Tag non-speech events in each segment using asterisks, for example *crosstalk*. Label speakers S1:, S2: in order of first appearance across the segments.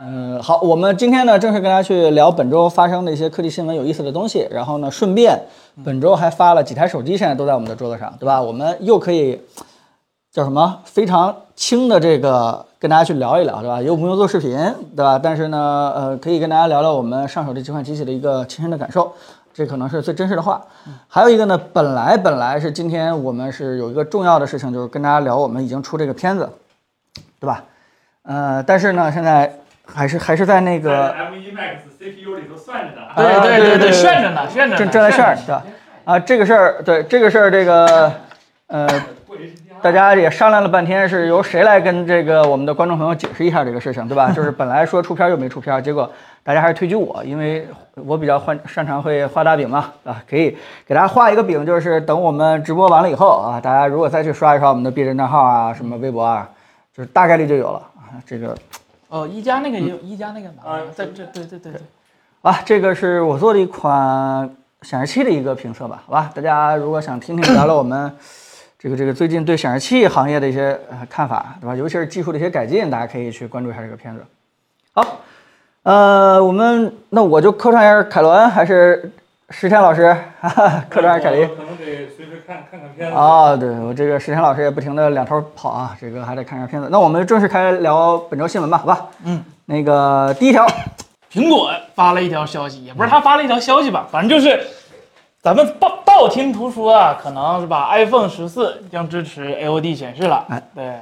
S1: 嗯，好，我们今天呢，正式跟大家去聊本周发生的一些科技新闻、有意思的东西。然后呢，顺便本周还发了几台手机，现在都在我们的桌子上，对吧？我们又可以叫什么？非常轻的这个跟大家去聊一聊，对吧？又不用做视频，对吧？但是呢，呃，可以跟大家聊聊我们上手这几款机器的一个亲身的感受。这可能是最真实的话。还有一个呢，本来本来是今天我们是有一个重要的事情，就是跟大家聊我们已经出这个片子，对吧？呃，但是呢，现在还是还是在那个
S2: M1 Max CPU 里头算着呢。
S1: 啊对
S3: 对
S1: 对对
S3: 对，炫着呢，炫着呢，
S1: 正正在事儿，对吧？啊，这个事儿，对这个事儿，这个，呃，
S2: 过 HDR，
S1: 大家也商量了半天，是由谁来跟这个我们的观众朋友解释一下这个事情，对吧？ *laughs* 就是本来说出片儿又没出片儿，结果大家还是推举我，因为我比较欢擅长会画大饼嘛，啊，可以给大家画一个饼，就是等我们直播完了以后啊，大家如果再去刷一刷我们的 B 站账号啊，什么微博啊，就是大概率就有了啊。这个
S3: 哦，一加那个也有，一加那个嘛，
S2: 啊
S3: 在这，对对对对，
S1: 啊，这个是我做的一款显示器的一个评测吧，好吧，大家如果想听听聊聊我们这个这个最近对显示器行业的一些呃看法，对吧？尤其是技术的一些改进，大家可以去关注一下这个片子。好，呃，我们那我就客串一下凯伦，还是石天老师， *laughs* 哈哈，客串一下凯
S2: 我
S1: 林。
S2: 可能得随时看看看片子。
S1: 啊、对我这个石天老师也不停的两头跑啊，这个还得看看片子。那我们正式开聊本周新闻吧，好吧？
S3: 嗯，
S1: 那个第一条，
S3: 苹果发了一条消息，也不是他发了一条消息吧，反正就是咱们道道听途说啊，可能是吧，iPhone 十四将支持 AOD 显示了
S1: 哎。
S3: 对，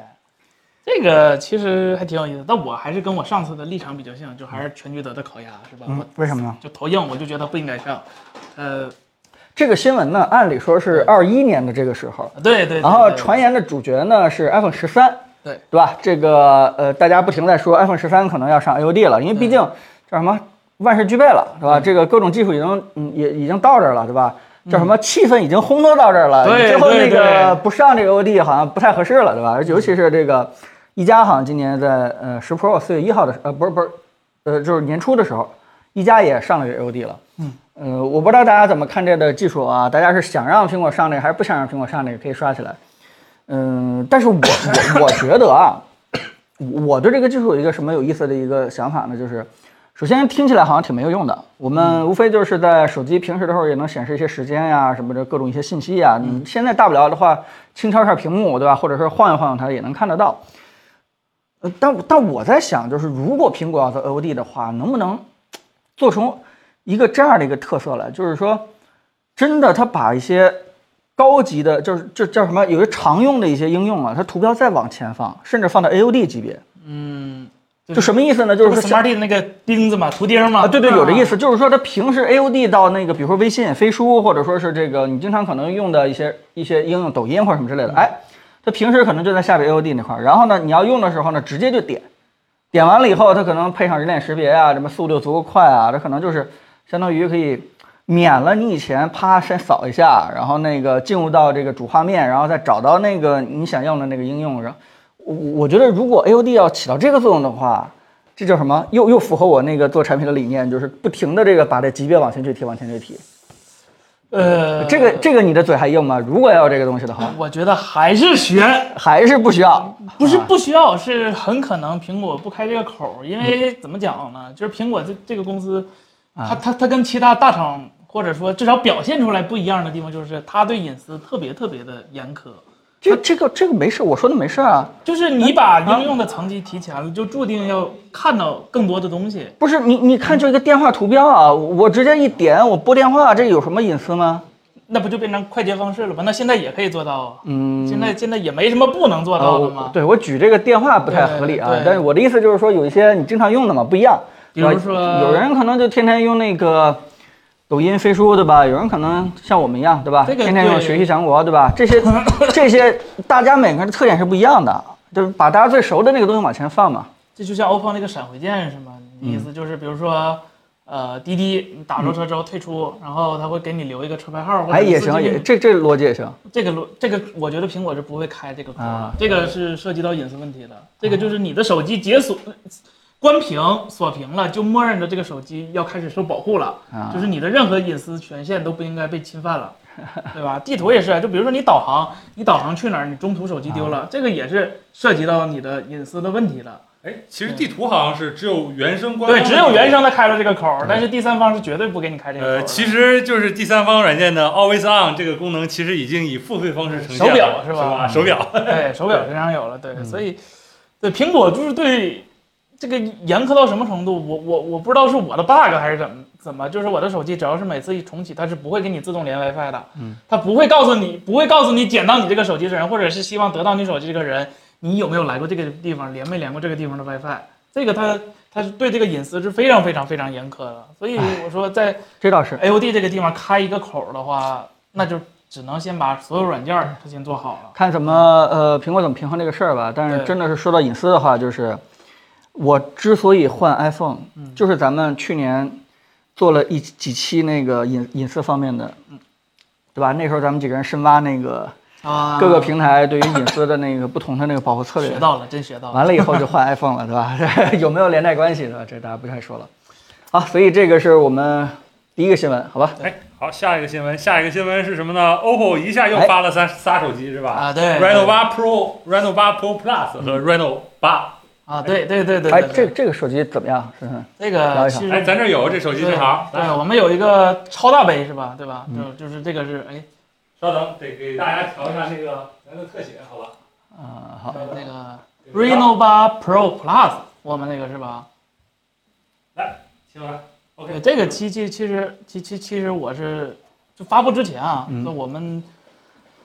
S3: 这个其实还挺有意思，但我还是跟我上次的立场比较像，就还是全聚德的烤鸭是吧？
S1: 嗯
S3: 我，
S1: 为什么呢？
S3: 就头硬，我就觉得不应该上。呃，
S1: 这个新闻呢，按理说是二一年的这个时候，
S3: 对对对，
S1: 然后
S3: 对
S1: 传言的主角呢是 iPhone 十三，
S3: 对
S1: 对吧？这个呃，大家不停地在说 iPhone 十三可能要上 AOD 了，因为毕竟叫什么万事俱备了，对吧？
S3: 嗯
S1: 这个各种技术已经嗯也已经到这儿了，对吧？叫什么气氛已经烘托到这儿了，
S3: 对
S1: 最后那
S3: 对
S1: 个
S3: 对嗯
S1: 不上这个 AOD 好像不太合适了，对吧？尤其是这个一加好像今年在呃十 Pro 四月一号的时呃不是不是呃就是年初的时候，一加也上了这个 AOD 了。
S3: 嗯
S1: 呃，我不知道大家怎么看这个技术啊？大家是想让苹果上这个，还是不想让苹果上这个？可以刷起来。嗯，但是我我我觉得啊，我对这个技术有一个什么有意思的一个想法呢？就是，首先听起来好像挺没有用的，我们无非就是在手机平时的时候也能显示一些时间呀、什么的各种一些信息呀。你现在大不了的话，轻敲一下屏幕，对吧？或者是晃一晃它也能看得到。呃，但但我在想，就是如果苹果要做 AOD 的话，能不能做出一个这样的一个特色来？就是说，真的，它把一些高级的，就是就叫什么，有些常用的一些应用啊，它图标再往前放，甚至放到 AOD 级别，
S3: 嗯，
S1: 就什么意思呢？就
S3: 就是是
S1: 说像
S3: Smart 那个钉子嘛，图钉嘛。
S1: 啊，对对，有这意
S3: 思。
S1: 思，就是说它平时 AOD 到那个，比如说微信、飞书，或者说是这个你经常可能用的一些一些应用，抖音或者什么之类的，哎，它平时可能就在下边 AOD 那块儿，然后呢，你要用的时候呢，直接就点，点完了以后，它可能配上人脸识别啊，什么速度足够快啊，它可能就是相当于可以免了你以前啪先扫一下，然后那个进入到这个主画面，然后再找到那个你想要的那个应用。然后我我觉得如果 AOD 要起到这个作用的话，这叫什么？又又符合我那个做产品的理念，就是不停的这个把这级别往前去提，往前去提。
S3: 呃，
S1: 这个这个你的嘴还硬吗？如果要这个东西的话，
S3: 我觉得还是学，啊
S1: 还是不需要。
S3: 嗯
S1: 啊
S3: 不是不需要，是很可能苹果不开这个口儿，因为怎么讲呢？就是苹果这这个公司，它它它跟其他大厂或者说至少表现出来不一样的地方，就是它对隐私特别特别的严苛。
S1: 这这个这个没事，我说的没事啊。
S3: 就是你把应用的层级提前了，就注定要看到更多的东西。
S1: 不是你你看就一个电话图标啊，我直接一点我拨电话，这有什么隐私吗？
S3: 那不就变成快捷方式了吗？那现在也可以做到啊。嗯，现在现在也没什么不能做
S1: 啊，
S3: 到的
S1: 我
S3: 嘛。
S1: 对我举这个电话不太合理啊
S3: 对对，对
S1: 但是我的意思就是说，有一些你经常用的嘛不一样，
S3: 比如
S1: 对吧
S3: 说
S1: 有人可能就天天用那个抖音、飞书，对吧？有人可能像我们一样，对吧？
S3: 这个
S1: 天天用
S3: 对
S1: 学习强国，对吧？这
S3: *laughs*
S1: 些这些大家每个人的特点是不一样的，就是把大家最熟的那个东西往前放嘛。
S3: 这就像 OPPO 那个闪回键是
S1: 嗯
S3: 吗？你的意思就是，比如说，呃，滴滴你打着车之后退出，然后他会给你留一个车牌号，或者
S1: 嗯哎，也
S3: 司机
S1: 行，也
S3: 名
S1: 这这逻辑也行。
S3: 这个路这个，我觉得苹果是不会开这个口的，
S1: 啊
S3: 这个是涉及到隐私问题的。这个就是你的手机解锁、关屏、锁屏了，就默认着这个手机要开始受保护了，
S1: 啊
S3: 就是你的任何隐私权限都不应该被侵犯了， *laughs* 对吧？地图也是，就比如说你导
S1: 啊
S3: 航，你导航去哪儿，你中途手机丢了，这个也是涉及到你的隐私的问题了。
S2: 哎，其实地图好像是只有原生官方
S3: 对，
S2: 的
S3: 只有原生的开了这个口儿
S1: 对，
S3: 但是第三方是绝对不给你开这个口儿
S2: 呃，
S3: 的。
S2: 其实就是第三方软件的 Always On 这个功能，其实已经以付费方式呈现了，
S3: 手表
S2: 是
S3: 是吧
S2: 手表， *laughs*
S3: 对手表身上有了，对，
S2: 嗯
S3: 所以对苹果就是对这个严苛到什么程度，我我我不知道是我的 bug 还是怎么怎么，就是我的手机只要是每次一重启，它是不会给你自动连 WiFi 的，
S1: 嗯，
S3: 它不会告诉你，不会告诉你捡到你这个手机的人，或者是希望得到你手机这个人，你有没有来过这个地方，连没连过这个地方的 WiFi，这个它它是对这个隐私是非常非常非常严苛的，所以我说在
S1: 这倒是。
S3: AOD 这个地方开一个口儿的话，那就只能先把所有软件儿它先做好了。
S1: 看怎么呃苹果怎么平衡这个事儿吧。但是
S3: 对
S1: 真的是说到隐私的话，就是我之所以换 iPhone，、
S3: 嗯
S1: 就是咱们去年做了一几期那个隐隐私方面的，
S3: 嗯
S1: 对吧？那时候咱们几个人深挖那个
S3: 啊，
S1: 各个平台对于隐私的那个不同的那个保护策略
S3: 学，到了，真学到了。
S1: 完了以后就换 iPhone 了，对
S3: *laughs*
S1: 吧？有没有连带关系，对吧？这大家不太说了。好，所以这个是我们第一个新闻，好吧？
S2: 哎，好，下一个新闻，下一个新闻是什么呢？OPPO 一下又发了仨仨手机是吧？
S3: 哎啊对嗯
S2: Reno 八 Pro、Reno 八 Pro Plus 和 Reno 八。
S3: 啊，对对对对
S1: 哎，
S3: 对，
S1: 这
S3: 对
S1: 这个手机怎么样？深深，
S3: 这
S1: 聊
S3: 个
S1: 一下
S3: 其实
S2: 哎，咱这有这手机
S3: 对
S2: 正好，
S3: 对，
S2: 来，
S3: 我们有一个超大杯是吧？对吧？
S1: 嗯
S3: 就就是这个是哎
S2: 稍等，得给大家调一下那个咱的特写，好吧？
S1: 啊、好，
S3: 呃那个 Reno 八 Pro Plus，我们那个是吧？
S2: 行了
S3: 对，
S2: ，OK，
S3: 这个其其其实其其其实我是就发布之前啊，
S1: 嗯
S3: 就我们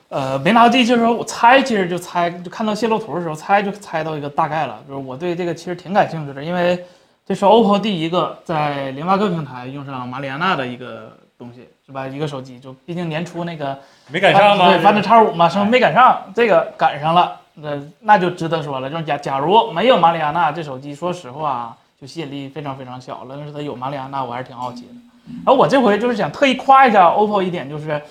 S3: 呃没拿到第一期的时候，我猜其实就猜就看到泄露图的时候猜就猜到一个大概了，就是我对这个其实挺感兴趣的，因为这是 OPPO 第一个在联发科平台用上马里亚纳的一个东西，是吧？一个手机，就毕竟年初那个
S2: 没赶上吗？哎
S3: 对，反正叉五嘛，什么没赶上，这个赶上了，那那就值得说了。就是假假如没有马里亚纳这手机，说实话啊，就吸引力非常非常小了。但是它有马里亚纳，我还是挺好奇的。然后我这回就是想特意夸一下 OPPO 一点，就是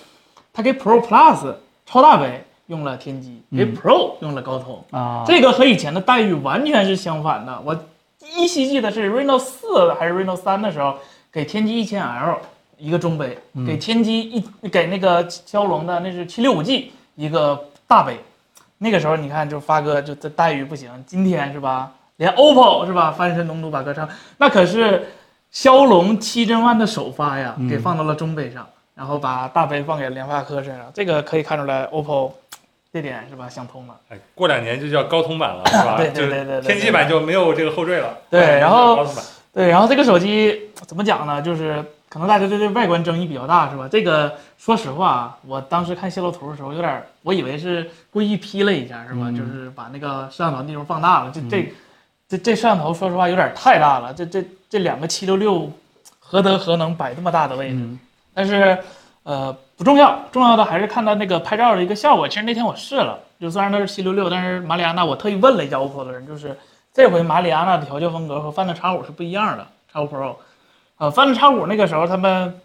S3: 它给 Pro Plus 超大杯用了天玑，给
S2: 嗯
S3: Pro 用了高通，
S1: 啊，
S3: 这个和以前的待遇完全是相反的。我依稀记得是 Reno 四还是 Reno 三的时候，给天玑一千 L 一个中杯，给天玑一给那个骁龙的那是七六五 G 一个大杯。那个时候你看，就发哥就这待遇不行，今天是吧？连 OPPO 是吧？翻身农奴把歌唱，那可是骁龙七千万的首发呀，给放到了中杯上，然后把大杯放给联发科身上，这个可以看出来 OPPO 这点是吧想通了。
S2: 哎，过两年就叫高通版了，是吧？
S3: 对对对对对
S2: 就天玑版就没有这个后缀了。
S3: 对
S2: 哎
S3: 然后
S2: 高通版
S3: 对，然后这个手机怎么讲呢？就是可能大家对这外观争议比较大，是吧？这个说实话啊，我当时看泄露图的时候，有点儿我以为是故意 P 了一下，是吧？就是把那个摄像头内容放大了。这这这这摄像头说实话有点太大了，这这这两个七六六何德何能摆这么大的位置？
S1: 嗯
S3: 但是呃不重要，重要的还是看到那个拍照的一个效果。其实那天我试了，就虽然它是七六六，但是马里亚纳我特意问了一下 OPPO 的人，就是这回马里亚纳的调教风格和 Find X5 是不一样的，X5 Pro。呃，Find X5 那个时候他们。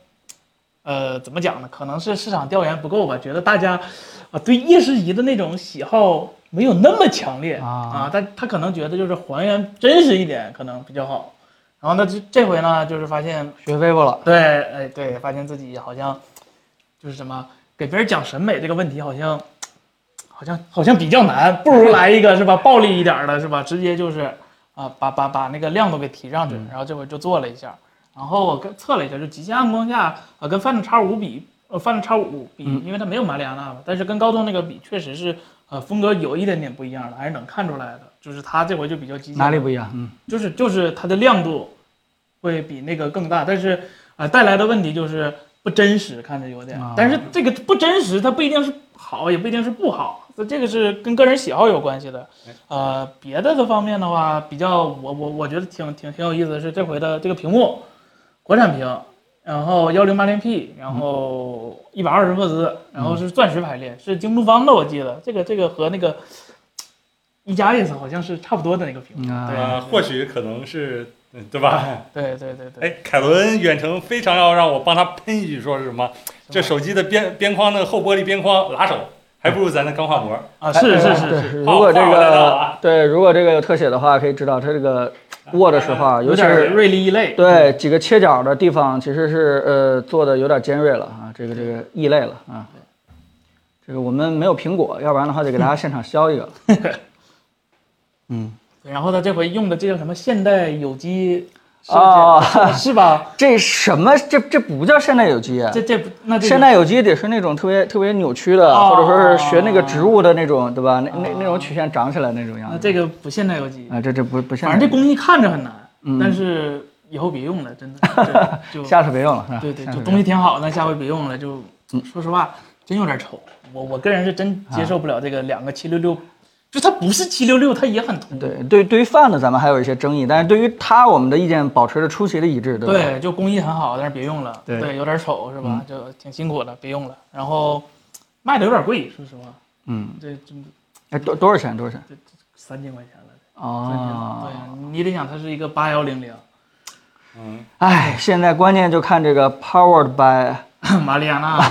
S3: 呃，怎么讲呢？可能是市场调研不够吧，觉得大家啊、对夜视仪的那种喜好没有那么强烈
S1: 啊
S3: 但他可能觉得就是还原真实一点可能比较好。然后呢，这这回呢，就是发现
S1: 学 vivo 了。
S3: 对，哎，对，发现自己好像就是什么给别人讲审美这个问题，好像好像好像比较难，不如来一个是吧，暴力一点儿的是吧，直接就是啊、把把把那个亮度给提上去，
S1: 嗯
S3: 然后这回就做了一下，然后我跟测了一下，就极限暗光下啊、呃跟 Find X5 比，呃 Find X5 比，
S1: 嗯
S3: 因为它没有马里亚纳嘛，但是跟高通那个比，确实是呃风格有一点点不一样的，还是能看出来的，就是它这回就比较极限
S1: 哪里不一样？嗯，
S3: 就是就是它的亮度会比那个更大，但是啊、呃带来的问题就是不真实，看着有点。
S1: 啊
S3: 但是这个不真实，它不一定是好，也不一定是不好，那这个是跟个人喜好有关系的
S2: 哎。
S3: 呃，别的的方面的话，比较我我我觉得挺挺挺有意思的是这回的这个屏幕，国产屏。然后幺零八零 P，然后一百二十赫兹，然后是钻石排列，是京东方的，我记得这个这个和那个一加 S 好像是差不多的那个屏幕，
S1: 嗯啊
S3: 对
S2: 呃，或许可能是，嗯对吧？
S3: 对对对对，
S2: 哎，凯伦远程非常要让我帮他喷一句，说是什么？这手机的边边框那个后玻璃边框拉手，还不如咱的钢化膜。
S3: 啊，是
S1: 哎
S3: 是
S1: 对
S3: 是是，
S1: 如
S2: 好
S1: 果这
S2: 话我来到了
S1: 个
S2: 啊
S1: 对，如果这个有特写的话，可以知道它这个握的时候啊，尤
S3: 有
S1: 其
S3: 点儿
S1: 是
S3: 锐利异类。
S1: 对几个切角的地方，其实是呃做的有点尖锐了啊，这个这个异类了啊。这个我们没有苹果，要不然的话得给大家现场削一个了。嗯，
S3: 然后他这回用的这叫什么现代有机设计
S1: 哦
S3: 是吧？
S1: 这什么？这这不叫现代有机啊！
S3: 这这不那这个
S1: 现代有机得是那种特别特别扭曲的，
S3: 哦
S1: 或者说是学那个植物的那种，对吧？那那那种曲线长起来那种样
S3: 那
S1: 子。
S3: 这个不现代有机，
S1: 啊，这这不不现
S3: 反正
S1: 代
S3: 这工艺看着很难，但是以后别用
S1: *laughs*
S3: 了，真的就
S1: 嗯
S3: 就
S1: 下次别用了，嗯是吧
S3: 对对，
S1: 下次
S3: 就
S1: 别
S3: 东西挺好的，下回别用了。就说实话，真有点丑。我我个人是真
S1: 啊
S3: 接受不了这个两个七六六，就它不是七六六，它也很突兀。
S1: 对对，对于贩子咱们还有一些争议，但是对于他，我们的意见保持着出奇的一致，对吧？
S3: 对，就工艺很好，但是别用了。
S1: 对嗯
S3: 有点丑是吧？就挺辛苦的，别用了。然后卖的有点贵，说实话，
S1: 嗯，
S3: 这这
S1: 哎，多多少钱？多少钱？
S3: 三千块钱了。
S1: 哦
S3: 对，呀，你得想它是一个八幺零 *laughs* 零，
S2: 嗯
S1: 哎，现在关键就看这个 powered by *laughs*
S3: 马里亚纳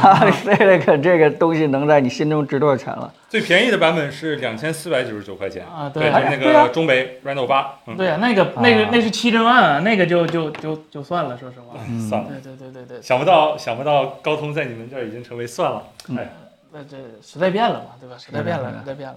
S1: 这个 *laughs* 这个东西能在你心中值多少钱了？
S2: 最便宜的版本是两千四百九十九块钱
S3: 啊对
S2: 对，就是那
S1: 对啊
S2: 个中北 Reno 八，嗯，
S3: 对呀，那个那个
S1: 啊
S3: 那是七针万，那个就就就就算了，说实话。
S1: 嗯
S2: 嗯算了，
S3: 对对对对对，
S2: 想不到想不到高通在你们这儿已经成为算了，
S3: 嗯
S2: 哎，
S3: 那这时代变了嘛，对吧？时代变了，
S1: 是的
S3: 时代变了。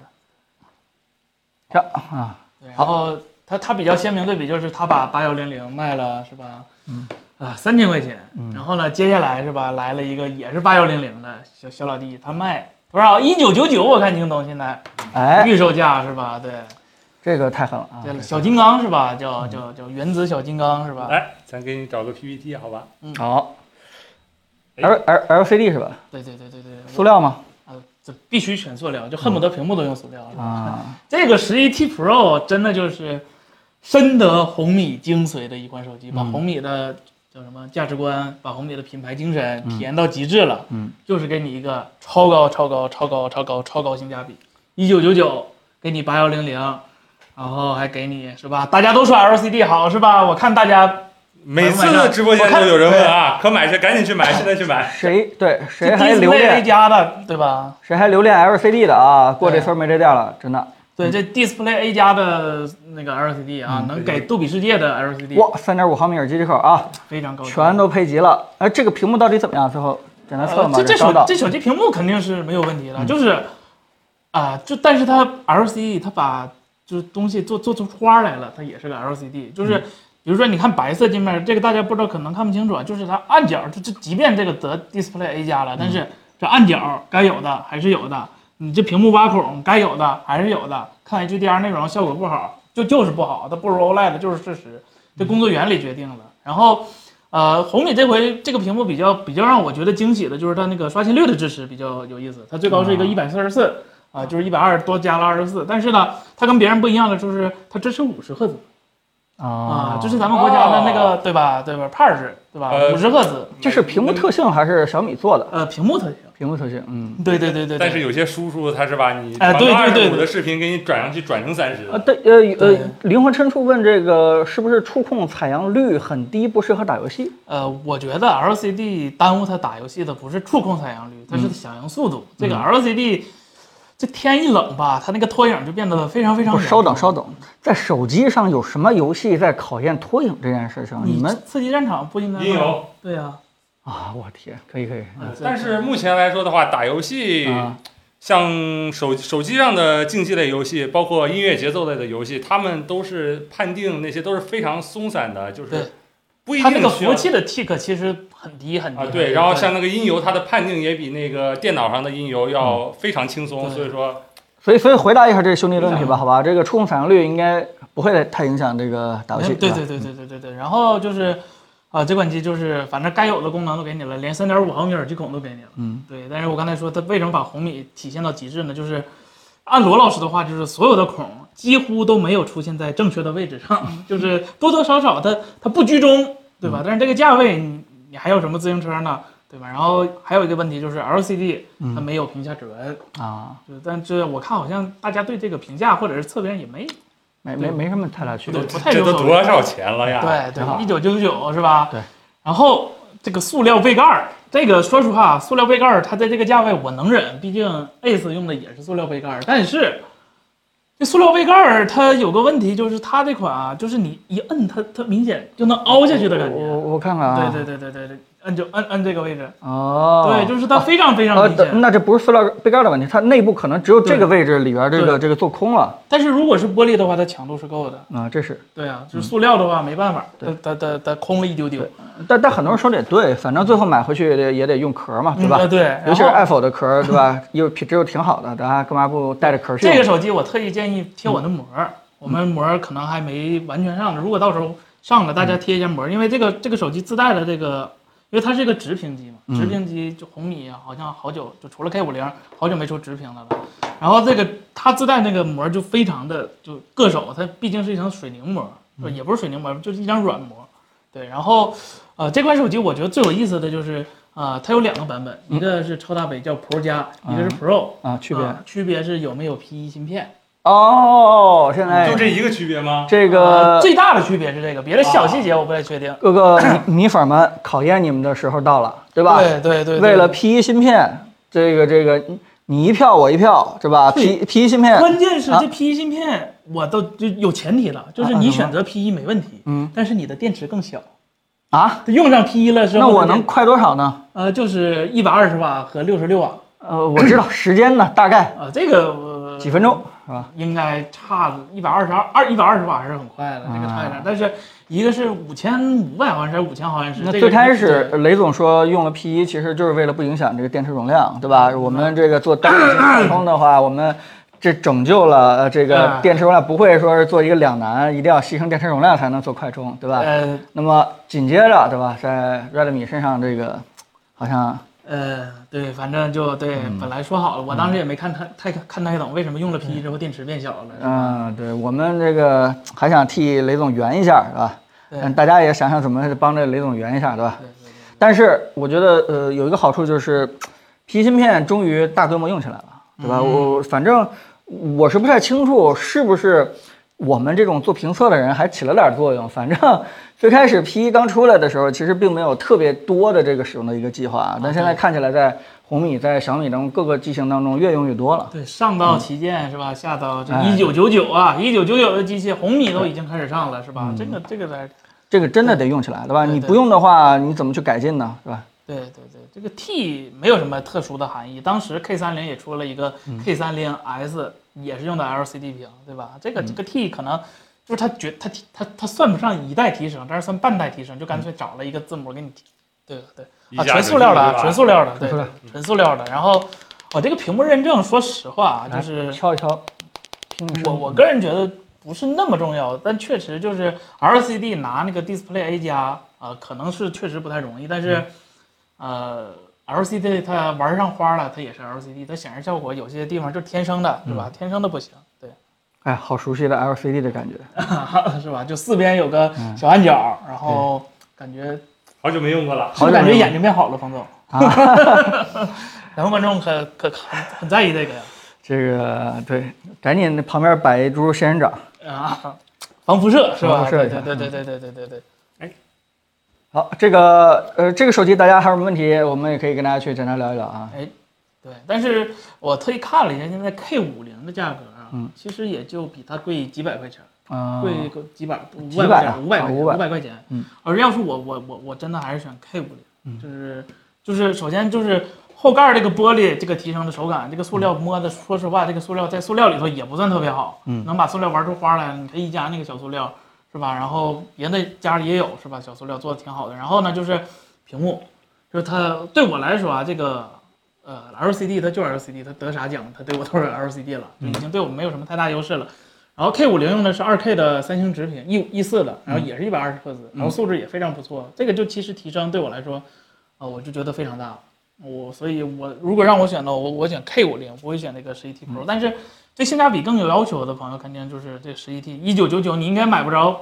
S1: 这啊，
S3: 对然后它它比较鲜明对比就是它把八幺零零卖了是吧？嗯，啊三千块钱。然后呢，接下来是吧，来了一个也是八幺零零的小小老弟，他卖多少？一九九九，我看京东现在
S1: 哎，
S3: 预售价是吧？对，
S1: 这个太狠了啊！
S3: 对小金刚是吧？叫叫叫原子小金刚是吧？
S2: 来，哎咱给你找个 PPT 好吧？
S1: 好
S2: 哎
S1: ，L L L C D 是吧？
S3: 对对对对对，
S1: 塑料吗？
S3: 啊，这必须全塑料，就恨不得屏幕都用塑料是吧？
S1: 啊，
S3: 这个十一 T Pro 真的就是深得红米精髓的一款手机，把红米的叫什么价值观，把红米的品牌精神体验到极致了。
S1: 嗯，
S3: 就是给你一个超高、超高、超高、超高、超高性价比，一九九九给你八幺零零，然后还给你是吧？大家都说 LCD 好是吧？我看大家
S2: 每次的直播间都有人问啊，可买去，赶紧去
S3: *laughs*
S2: 买，现在去买。
S1: 谁对谁
S3: 这
S1: 还
S3: Display
S1: 留
S3: 一
S1: 恋
S3: 加的对吧？
S1: 谁还留恋 L C D 的啊？过这
S3: 对
S1: 分儿没这店了，真的。
S3: 对，这 Display A 加的那个 LCD 啊，能给杜比世界的 LCD
S1: 哇，三点五毫米耳机这口啊，
S3: 非常高级，
S1: 全都配齐了。哎，这个屏幕到底怎么样？最后简单测
S3: 呃
S1: 了吗？
S3: 这这
S1: 收
S3: 手
S1: 到
S3: 这手机屏幕肯定是没有问题的，就是啊、就但是它 LCD 它把就是东西做做出花来了，它也是个 LCD，就是。比如说，你看白色界面，这个大家不知道，可能看不清楚啊，就是它按角，这这即便这个得 Display A 加了，但是这按角该有的还是有的，你这屏幕挖孔该有的还是有的。看 HDR 内容效果不好，就就是不好，它不如 OLED 就是事实，这工作原理决定了。然后呃，红米这回这个屏幕比较比较让我觉得惊喜的就是它那个刷新率的支持比较有意思，它最高是一个一百四十四啊，就是一百二多加了二十四，但是呢，它跟别人不一样的就是它支持五十赫兹
S1: 哦
S3: 啊，这是咱们国家的那个、对吧对吧 p a r s 对吧
S2: 哦呃
S3: 五十赫兹，
S1: 这是屏幕特性还是小米做的？
S3: 呃，屏幕特效，
S1: 屏幕特性，嗯，
S3: 对对对对对，
S2: 但是有些叔叔他是把你
S3: 哎对
S2: 二
S3: 对
S2: 十
S3: 对
S2: 五的视频给你转上去，转成三十
S1: 啊，对，呃
S3: 对
S1: 呃，灵魂深处问这个是不是触控采样率很低，不适合打游戏？
S3: 呃，我觉得 LCD 耽误它打游戏的不是触控采样率，它是响应速
S2: 嗯
S3: 度。这个 LCD 这天一冷吧，它那个拖影就变得非常非常
S1: 不，
S3: 远。
S1: 稍等，稍等，在手机上有什么游戏在考验拖影这件事情？
S3: 嗯
S1: 你们
S3: 刺激战场不应该吗
S2: 也有
S3: 对呀、
S1: 啊，我天，可以可以，
S3: 嗯
S2: 但是目前来说的话，打游戏
S1: 啊
S2: 像手手机上的竞技类游戏，包括音乐节奏类的游戏，他们都是判定那些都是非常松散的，就
S3: 对
S2: 是不一
S3: 它那个
S2: 定需
S3: 服务
S2: 要
S3: 器的 tick 其实很低很低
S2: 啊。对，然后像那个音游，它的判定也比那个电脑上的音游要非常轻松，
S3: 嗯对
S2: 所以说
S1: 所以所以回答一下这个兄弟的问
S3: 嗯
S1: 题吧，好吧，这个触控采样率应该不会太影响这个打游戏，
S3: 嗯对
S1: 是吧
S3: 对对对对对对。然后就是，啊、这款机就是反正该有的功能都给你了，连三点五毫米耳机孔都给你了。
S1: 嗯，
S3: 对。但是我刚才说它为什么把红米体现到极致呢？就是按罗老师的话，就是所有的孔几乎都没有出现在正确的位置上，
S1: 嗯
S3: *laughs* 就是多多少少它它不居中，对吧？但是这个价位你你还有什么自行车呢？对吧？然后还有一个问题就是 LCD 它
S1: 嗯
S3: 没有屏下指纹，
S1: 啊，
S3: 就但这我看好像大家对这个评价或者是测评也没
S1: 没没没什么太大区别
S3: 对。不
S2: *laughs*
S3: 太
S2: 这
S3: 有
S2: 都
S3: 所谓
S2: 多少钱了呀？
S3: 对
S1: 挺好
S3: 对，一九九九是吧？
S1: 对。
S3: 然后这个塑料杯盖儿，这个说实话，塑料杯盖儿它在这个价位我能忍，毕竟 Ace 用的也是塑料杯盖儿。但是这塑料杯盖儿它有个问题，就是它这款啊，就是你一摁它，它明显就能凹下去的感
S1: 我
S3: 觉。
S1: 哦我我看看啊，
S3: 对对对对对对，摁就摁摁这个位置，
S1: 哦，
S3: 对，就是它非常非常
S1: 呃，
S3: 明
S1: 等
S3: 显。
S1: 那这不是塑料杯盖的问题，它内部可能只有这个位置里边这个这个做空了
S3: 但是如果是玻璃的话，它强度是够的。
S1: 啊，这是。
S3: 对啊，就是塑料的话没办法，它它它它空了一丢丢。
S1: 但但很多人说的也对，反正最后买回去也得也得用壳嘛，对吧？
S3: 嗯呃对然后
S1: 尤其是 Apple 的壳，对吧？又品质又挺好的，大家干嘛不带着壳去用？
S3: 这个手机我特意建议贴我的膜儿，我们膜儿可能还没完全上呢。如果到时候上了，大家贴一下膜儿，因为这个这个手机自带的这个，因为它是一个直屏机嘛，直屏机就红米啊好像好久就除了 K 五零，好久没出直屏的了。然后这个它自带那个膜儿就非常的就硌手，它毕竟是一层水凝膜，就也不是水凝膜，就是一张软膜。对，然后呃这款手机我觉得最有意思的就是。啊、它有两个版本，一个是超大杯叫 Pro 加，一个是 Pro，、
S1: 啊，区别、
S3: 啊区别是有没有 P1 芯片。
S1: 哦，现在
S2: 就这一个区别吗？
S1: 这
S3: 呃，
S1: 个啊
S3: 最大的区别是这个，别的小细节我不太确定，
S1: 各个 *clears throat* 米粉们考验你们的时候到了，对吧？
S3: 对对对，对
S1: 为了 P 1芯片，这个这个你你一票我一票，对吧？P P 1芯片，
S3: 关键是
S1: 啊
S3: 这 P1 芯片，我都就有前提了，就是你选择 P1 没问题，嗯，但是你的电池更小，
S1: 啊，
S3: 用上 P1 了之后，
S1: 那我能快多少呢？
S3: 呃，就是一百二十瓦和六十六瓦，
S1: 呃，我
S3: *clears throat*
S1: 知道时间呢，大概
S3: 啊，这个呃
S1: 几分钟是吧？
S3: 应该差一百二十二二一百二十瓦还是很快的，
S1: 啊
S3: 这个差一点，但是一个是五千五百毫安时，还是五呃千毫安时，
S1: 那
S3: 这个
S1: 最开
S3: 对
S1: 始雷总说用了 P 1其实就是为了不影响这个电池容量，对吧？我们这个做单体缓冲的话，我们这拯救了呃这个
S3: 嗯
S1: 电池容量，不会说是做一个两难，一定要牺牲电池容量才能做快充，对吧？
S3: 呃
S1: 那么紧接着，对吧，在 Redmi 身上这个好像
S3: 呃，对，反正就对，本来说好了，我当时也没看太太看太懂，为什么用了 P 之后电池变小了？
S1: 嗯，对我们这个还想替雷总圆一下，是吧？
S3: 对
S1: 嗯，大家也想想怎么帮着雷总圆一下，对吧？但是我觉得，呃，有一个好处就是，P 芯片终于大规模用起来了，对吧？我反正我是不太清楚是不是我们这种做评测的人还起了点作用。反正 *laughs* 最开始 P 刚出来的时候，其实并没有特别多的这个使用的一个计划，但现在看起来在红米、在小米等各个机型当中越用越多了。
S3: 对，上到旗舰是吧？下到这
S1: 哎
S3: 一九九九啊，一九九九的机器，红米都已经开始上了是吧？这个这个在，
S1: 这个真的得用起来，对吧？
S3: 对
S1: 你
S3: 对
S1: 不用的话，你怎么去改进呢？是吧？
S3: 对对对，这个 T 没有什么特殊的含义。当时 K 三零也出了一个 K 三零 S，也是用的 LCD 屏，对吧？这个这个 T 可能。就是它觉它它它算不上一代提升，但是算半代提升，就干脆找了一个字母给你提，对对，
S2: 一
S3: 啊，
S2: 下
S3: 纯
S2: 子
S3: 塑料的
S2: 对
S3: 啊，
S2: 吧嗯
S3: 纯塑料的，对，对纯塑料的。然后，我这个屏幕认证，说实话啊，就
S1: 来
S3: 是
S1: 敲一敲，听听声
S3: 我
S1: 音
S3: 我个人觉得不是那么重要，但确实就是 LCD 拿那个 Display A 加啊、可能是确实不太容易，但是，呃。LCD 它玩上花了，它也是 LCD，它显示效果有些地方就是天生的，是吧？天生的不行，对，
S1: 哎，好熟悉的 LCD 的感觉。
S3: *laughs* 是吧？就四边有个小暗角，然后感觉
S2: 好久没用过了。
S3: 是
S1: 久
S3: 不是感
S1: 没
S3: 觉
S1: 有
S3: 眼睛变好了，冯总 *laughs*
S1: 啊。
S3: 咱们观众可可可很很在意这个呀。
S1: 这个对，赶紧旁边摆一株仙人掌。
S3: 啊，防辐射是吧？
S1: 防辐射一下
S3: 对对对对对对对对。
S1: 好，这个呃，这个手机大家还有什么问题，我们也可以跟大家去简单聊一聊啊。
S3: 哎，对，但是我特意看了一下，现在 K 五零的价格啊，其实也就比它贵几百块钱，
S1: 啊、
S3: 贵个几百五
S1: 几
S3: 百
S1: 百
S3: 块
S1: 啊
S3: 钱，五百
S1: 啊
S3: 块
S1: 500
S3: 钱，五百块钱。嗯，而要是我我我我真的还是选 K 五零，就是就是首先就是。后盖儿这个玻璃，这个提升的手感，这个塑料摸的，说实话，这个塑料在塑料里头也不算特别好，嗯，能把塑料玩出花来，你看一加那个小塑料，是吧？然后别的家里也有是吧？小塑料做的挺好的。然后呢，就是屏幕，就是它对我来说啊，这个呃 LCD 它就是 LCD，它得啥奖它对我都是 LCD 了，就已经对我没有什么太大优势了。然后 K 5 0用的是2 K 的三星直屏，一一四的，然后也是一百二十赫兹，然后素质也非常不错。这个就其实提升对我来说，啊、我就觉得非常大了。我所以我，如果让我选的话，我我选 K 5 0我不会选那个十一 T Pro、但是对性价比更有要求的朋友，肯定就是这十一 T 一九九九，你应该买不着，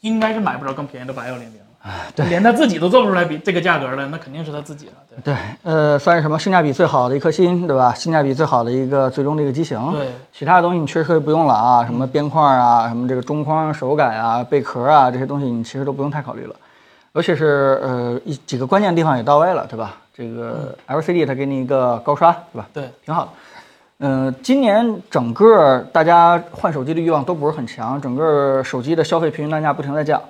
S3: 应该是买不着更便宜的八幺零零了。对，连他自己都做不出来比这个价格了，那肯定是他自己了。对。
S1: 对，呃，算是什么性价比最好的一颗心，对吧？性价比最好的一个最终的一个机型。
S3: 对嗯
S1: 其他的东西你确实可以不用了啊，什么边框啊，什么这个中框手感啊、贝壳啊这些东西，你其实都不用太考虑了。尤其是呃一几个关键地方也到位了，对吧？这
S3: 嗯
S1: 个 LCD 它给你一个高刷，对吧？
S3: 对，
S1: 挺好的。嗯，今年整个大家换手机的欲望都不是很强，整个手机的消费平均单价不停地在降。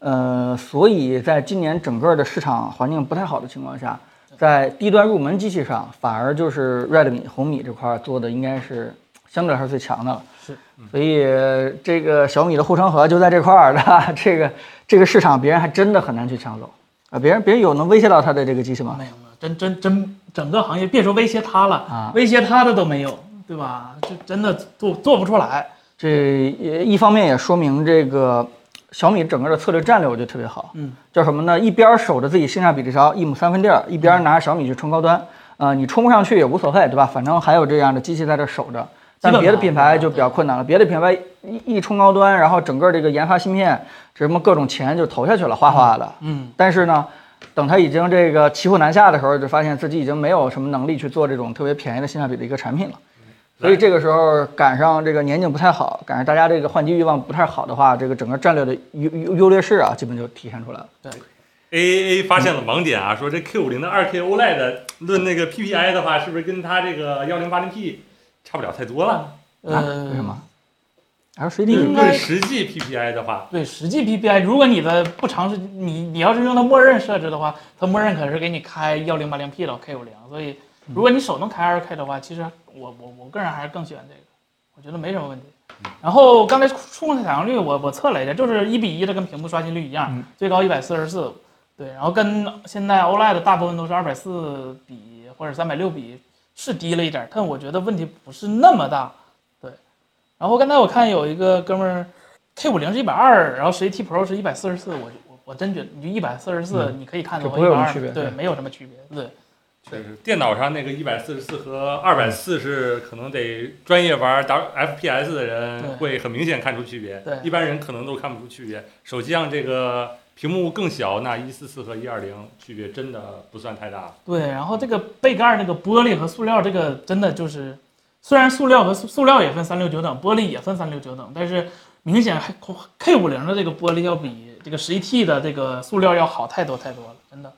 S1: 呃，所以在今年整个的市场环境不太好的情况下，在低端入门机器上，反而就是 Redmi、红米这块儿做的应该是相对来说最强的了。
S3: 是，
S1: 所以这个小米的护城河就在这块儿 *laughs* 的，这个这个市场别人还真的很难去抢走啊！别人别人有能威胁到他的这个机器吗？
S3: 没有没有，真真真整个行业别说威胁他了，
S1: 啊
S3: 威胁他的都没有，对吧？这真的做做不出来。
S1: 这也一方面也说明这个小米整个的策略战略我觉得特别好，
S3: 嗯，
S1: 叫什么呢？一边儿守着自己性价比这条一亩三分地儿，一边儿拿着小米去冲高端，呃，你冲不上去也无所谓，对吧？反正还有这样的机器在这守着。但
S3: 基本
S1: 别的
S3: 盘
S1: 品牌就比较困难了，别的品牌一一冲高端，然后整个这个研发芯片什么各种钱就投下去了，哗哗的，
S3: 嗯，
S1: 但是呢，等他已经这个骑虎难下的时候，就发现自己已经没有什么能力去做这种特别便宜的性价比的一个产品了。所以这个时候赶上这个年景不太好，赶上大家这个换机欲望不太好的话，这个整个战略的优优优劣势啊，基本就体现出来了。
S3: 对，
S2: A A 发现了盲点啊，说这 Q 5 0的二 K OLED 的论那个 PPI 的话，是不是跟它这个幺零八零 P 差不了太多了？
S1: 啊
S3: 呃，
S1: 为什？么？LCD
S2: 论
S3: 应该
S2: 论实际 PPI 的话，
S3: 对，实际 PPI，如果你的不尝试，你你要是用它默认设置的话，它默认可是给你开幺零八零 P 的 K 五零，所以如果你手动开二 K 的话，其实我我我个人还是更喜欢这个，我觉得没什么问题。
S1: 嗯
S3: 然后刚才触控采样率我我测了一下，就是一比一的，跟屏幕刷新率一样，
S1: 嗯
S3: 最高一百四十四，对，然后跟现在 OLED 大部分都是二百四比或者三百六比是低了一点儿，但我觉得问题不是那么大，对。然后刚才我看有一个哥们儿 K 五零是一百二，然后十一 T Pro 是一百四十四，我我我真觉得你就一百四十四，你可以看
S1: 嗯
S3: 到
S1: 这
S3: 我
S1: 不会有什
S3: 120
S1: 么区别嗯
S3: 对，
S1: 对
S3: 没有什么区别，对。
S2: 确实，电脑上那个一百四十四和二百四是可能得专业玩 W FPS 的人
S3: 对
S2: 会很明显看出区别
S3: 对，
S2: 一般人可能都看不出区别。手机上这个屏幕更小，那一四四和一二零区别真的不算太大。
S3: 对，然后这个背盖儿那个玻璃和塑料，这个真的就是，虽然塑料和塑塑料也分三六九等，玻璃也分三六九等，但是明显 K 五零的这个玻璃要比这个十一 T 的这个塑料要好太多太多了，真的。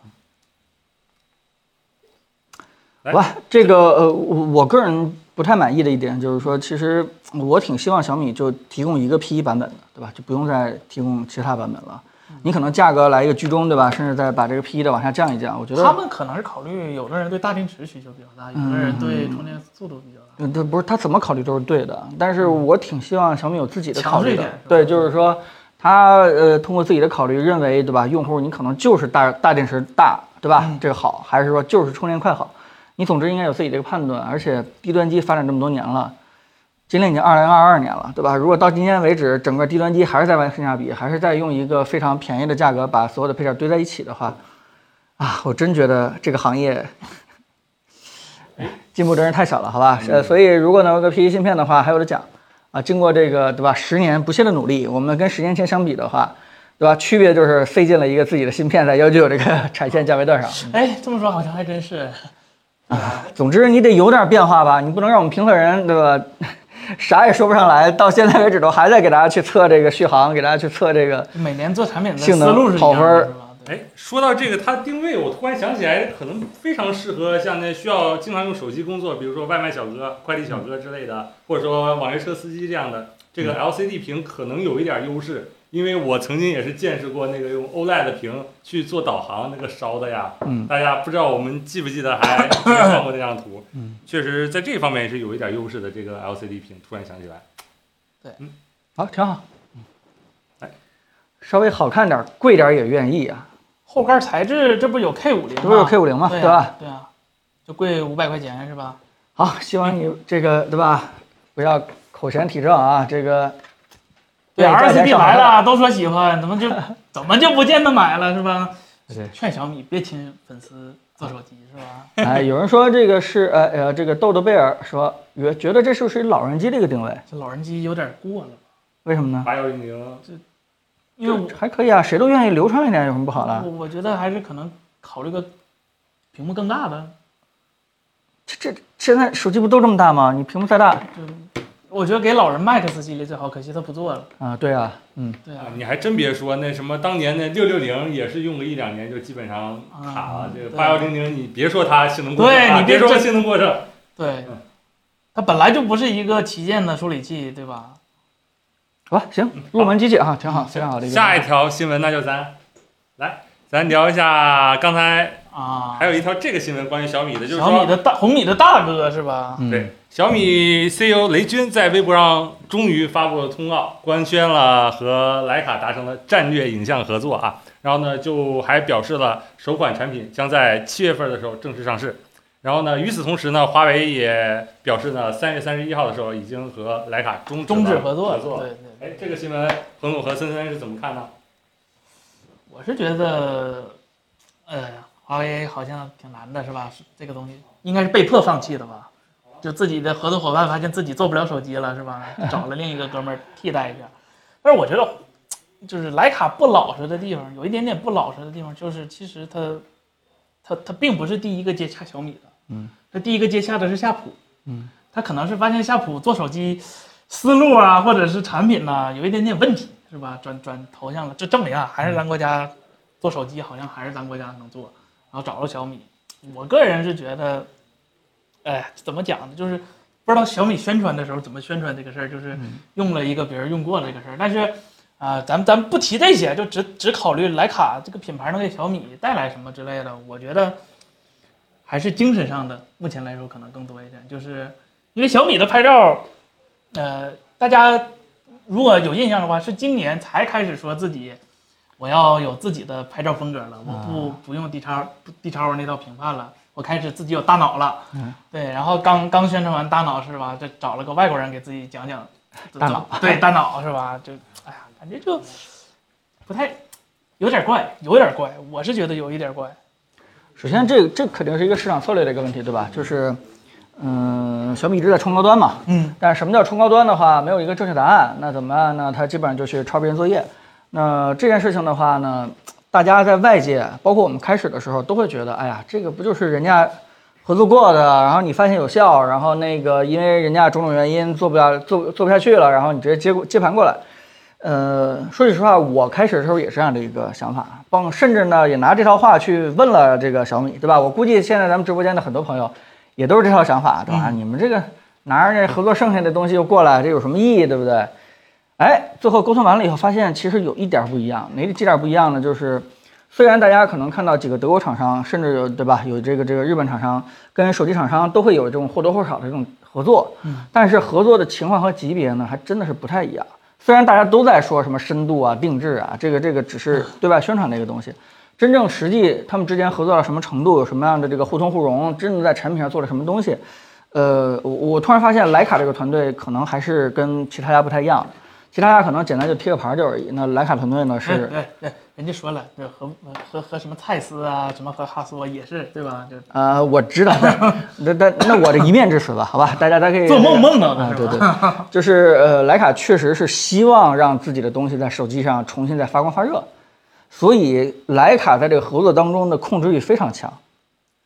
S2: 来
S1: 哇，这个呃，我我个人不太满意的一点就是说，其实我挺希望小米就提供一个 P 一版本的，对吧？就不用再提供其他版本了。
S3: 嗯
S1: 你可能价格来一个居中，对吧？甚至再把这个 P 一的往下降一降，我觉得，
S3: 他们可能是考虑有的人对大电池需求比较大，有的人对充电速度比较大。
S1: 嗯，这不是他怎么考虑都是对的，但是
S3: 嗯
S1: 我挺希望小米有自己的
S3: 强
S1: 考虑
S3: 制一
S1: 的
S3: 点是吧，
S1: 对，就是说他呃通过自己的考虑认为，对吧？用户你可能就是大大电池大，对吧？
S3: 嗯
S1: 这个好，还是说就是充电快好？你总之应该有自己的一个判断，而且低端机发展这么多年了。今年已经二零二二年了，对吧？如果到今天为止，整个低端机还是在玩性价比，还是在用一个非常便宜的价格把所有的配件堆在一起的话，啊，我真觉得这个行业
S3: 哎
S1: 进步真是太小了，好吧？
S3: 嗯
S1: 呃，所以如果能有个 P1 芯片的话，还有的讲啊。经过这个对吧，十年不懈的努力，我们跟十年前相比的话，对吧？区别就是塞进了一个自己的芯片在幺九九这个 *laughs* 产线价位段上。
S3: 哎，这么说好像还真是。
S1: 总之你得有点变化吧，你不能让我们评测人对吧， *laughs* 啥也说不上来，到现在为止都还在给大家去测这个续航，给大家去测这个，
S3: 每年做产品的思
S1: 性能
S3: 路是一
S1: 跑
S3: 样
S1: 分
S3: 的，
S1: 儿
S3: 是吧？对
S2: 哎，说到这个，它定位，我突然想起来，可能非常适合像那需要经常用手机工作，比如说外卖小哥、快递小哥之类的，或者说网约车司机这样的。这个 LCD 屏可能有一点优势，因为我曾经也是见识过那个用 OLED 的屏去做导航，那个烧的呀。
S1: 嗯
S2: 大家不知道我们记不记得还看过那张图？
S1: 嗯，
S2: 确实在这方面是有一点优势的。这个 LCD 屏，突然想起来，
S1: 好，挺好嗯
S2: 哎。
S1: 稍微好看点儿，贵点儿也愿意啊，
S3: 后盖材质这不有 K 五零吗？
S1: 这不是有 K 五零吗？
S3: 对
S1: 对
S3: 啊
S1: 吧？？
S3: 对啊，就贵五百块钱是吧？
S1: 好，希望你这个对吧，不要口嫌体正啊，这个
S3: 对
S1: 愿意价钱
S3: LCD
S1: 上
S3: 来
S1: 来了
S3: 了，都说喜欢，怎么就怎么就不见得买了是吧？
S1: 对
S3: 劝小米别请粉丝做手机是吧？
S1: *laughs* 哎，有人说这个是呃呃，这个豆豆贝尔说，觉觉得这是不是老人机的一个定位？
S3: 这老人机有点过了，
S1: 为什么呢？
S2: 八幺零零
S3: 因为
S1: 还可以啊，谁都愿意流畅一点，有什么不好
S3: 我
S1: 的？
S3: 我我觉得还是可能考虑个屏幕更大的，
S1: 这这现在手机不都这么大吗？你屏幕再大
S3: 就我觉得给老人 Max 系列最好，可惜他不做了。
S1: 啊，对啊，嗯，
S3: 对
S2: 啊
S3: 啊，，
S2: 你还真别说，那什么当年那六六零也是用个一两年就基本上卡了。
S3: 嗯
S2: 这个
S3: 对
S2: 八幺零零，你别说它性能过
S3: 对
S2: 剩啊，
S3: 你
S2: 别
S3: 别
S2: 说它
S3: 这
S2: 性能过剩，
S3: 对
S2: 嗯，
S3: 它本来就不是一个旗舰的处理器对吧？
S1: 好吧，行，入门机器啊，挺好，非常好的一个。
S2: 下一条新闻那就咱来，咱聊一下刚才
S3: 啊
S2: 还，有一条这个新闻关于小米的，就是
S3: 小
S2: 说
S3: 米的大红米的大哥是吧？
S1: 嗯
S2: 啊对，小米 CEO 雷军在微博上终于发布了通告，官宣了和徕卡达成了战略影像合作啊。然后呢，就还表示了首款产品将在七月份的时候正式上市。然后呢，与此同时呢，华为也表示呢，三月三十一号的时候已经和徕卡终
S3: 终止
S2: 了
S3: 合作，
S2: 合作了
S3: 对对。
S2: 哎，这个新闻，彭总和森森是怎么看呢？
S3: 我是觉得，呃，华为好像挺难的，是吧？这个东西应该是被迫放弃的吧？就自己的合作伙伴发现自己做不了手机了，是吧？找了另一个哥们儿替代一下。但是我觉得，就是徕卡不老实的地方，有一点点不老实的地方，就是其实它，它它并不是第一个接洽小米的，
S1: 嗯，
S3: 它第一个接洽的是夏普，
S1: 嗯，
S3: 它可能是发现夏普做手机思路啊，或者是产品呐、有一点点问题，是吧？转转头向了，这证明啊，还是咱国家做手机好像还是咱国家能做，然后找了小米。我个人是觉得，哎，怎么讲呢？就是不知道小米宣传的时候怎么宣传这个事儿，就是用了一个别人用过的这个事儿。但是，啊、咱咱不提这些，就只只考虑徕卡这个品牌能给小米带来什么之类的。我觉得还是精神上的，目前来说可能更多一点，就是因为小米的拍照，呃，大家如果有印象的话，是今年才开始说自己我要有自己的拍照风格了，我不不用 D 叉 D 叉 O 那套评判了，我开始自己有大脑了。
S1: 嗯
S3: 对，然后刚刚宣传完大脑是吧？这找了个外国人给自己讲讲
S1: 大脑，
S3: 对大脑是吧？就哎呀，感觉就不太有点怪，有点怪，我是觉得有一点怪。
S1: 首先这这肯定是一个市场策略的一个问题，对吧？就是，嗯，小米一直在冲高端嘛，
S3: 嗯，
S1: 但是什么叫冲高端的话，没有一个正确答案，那怎么办呢？他基本上就去抄别人作业。那这件事情的话呢，大家在外界，包括我们开始的时候，都会觉得，哎呀，这个不就是人家合作过的，然后你发现有效，然后那个因为人家种种原因做不了，做做不下去了，然后你直接接过接盘过来。呃，说句实话，我开始的时候也是这样的一个想法，帮甚至呢也拿这套话去问了这个小米，对吧？我估计现在咱们直播间的很多朋友也都是这套想法，对吧？你们这个拿着这合作剩下的东西又过来，这有什么意义，对不对？哎，最后沟通完了以后，发现其实有一点不一样，哪几点不一样呢？就是虽然大家可能看到几个德国厂商，甚至有对吧，有这个这个日本厂商跟手机厂商都会有这种或多或少的这种合作，但是合作的情况和级别呢，还真的是不太一样。虽然大家都在说什么深度啊、定制啊，这个这个只是对外宣传的一个东西，真正实际他们之间合作到什么程度，有什么样的这个互通互融，真正在产品上做了什么东西，呃，我我突然发现徕卡这个团队可能还是跟其他家不太一样的，其他家可能简单就贴个牌儿就而已，那徕卡团队呢
S3: *laughs*
S1: 是
S3: 对对，哎人家说了，这和和和什么蔡司啊，什么和哈苏啊也是对吧？就
S1: 呃，我知道， *laughs* 那那那我的一面之词吧，好
S3: *laughs*
S1: 吧，大家大家可以
S3: 做梦梦到的
S1: 啊，
S3: 是
S1: 对
S3: 吧
S1: 对， *laughs* 就是呃，徕卡确实是希望让自己的东西在手机上重新再发光发热，所以徕卡在这个合作当中的控制欲非常强。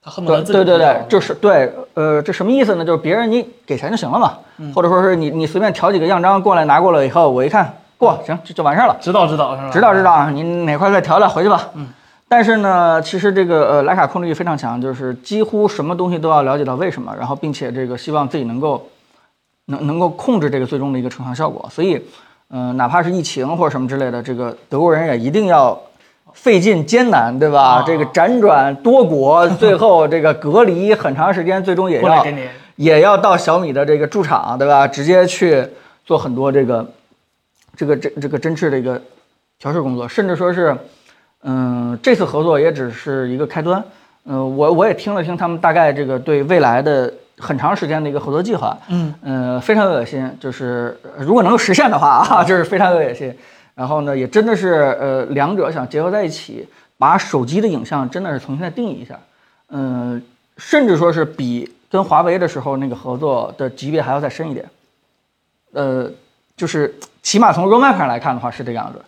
S3: 他恨不
S1: 对
S3: 得自己
S1: 对对
S3: 知道
S1: 对，就是对，呃，这什么意思呢？就是别人你给钱就行了嘛，
S3: 嗯
S1: 或者说是你你随便调几个样张过来拿过来以后，我一看过行就就完事儿了。
S3: 知道知道是吧？
S1: 知道知道啊，你哪块再调调回去吧。嗯，但是呢，其实这个呃徕卡控制欲非常强，就是几乎什么东西都要了解到为什么，然后并且这个希望自己能够能能够控制这个最终的一个成像效果。所以，嗯、哪怕是疫情或者什么之类的，这个德国人也一定要。费尽艰难，对吧？
S3: 啊
S1: 这个辗转多国，最后这个隔离很长时间，最终也
S3: 过来
S1: 要
S3: 给你
S1: 也要到小米的这个驻场，对吧？直接去做很多这个这个这这个针织的一个调试工作，甚至说是，嗯、这次合作也只是一个开端。嗯、我我也听了听他们大概这个对未来的很长时间的一个合作计划。
S3: 嗯，
S1: 呃，非常有野心，就是呃如果能够实现的话啊， *laughs* 就是非常有野心。然后呢，也真的是呃，两者想结合在一起，把手机的影像真的是重新再定义一下。嗯、甚至说是比跟华为的时候那个合作的级别还要再深一点。呃，就是起码从 roadmap 上来看的话是这个样子。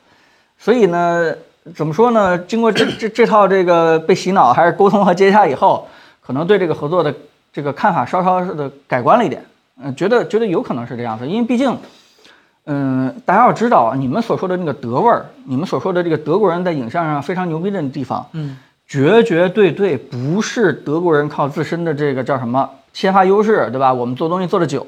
S1: 所以呢，怎么说呢？经过这这这套这个被洗脑还是沟通和接洽以后，可能对这个合作的这个看法稍稍的改观了一点。嗯、觉得觉得有可能是这样子，因为毕竟，嗯、大家要知道啊，你们所说的那个德味儿，你们所说的这个德国人在影像上非常牛逼的地方，
S3: 嗯，
S1: 绝绝对对不是德国人靠自身的这个叫什么先发优势，对吧？我们做东西做的久，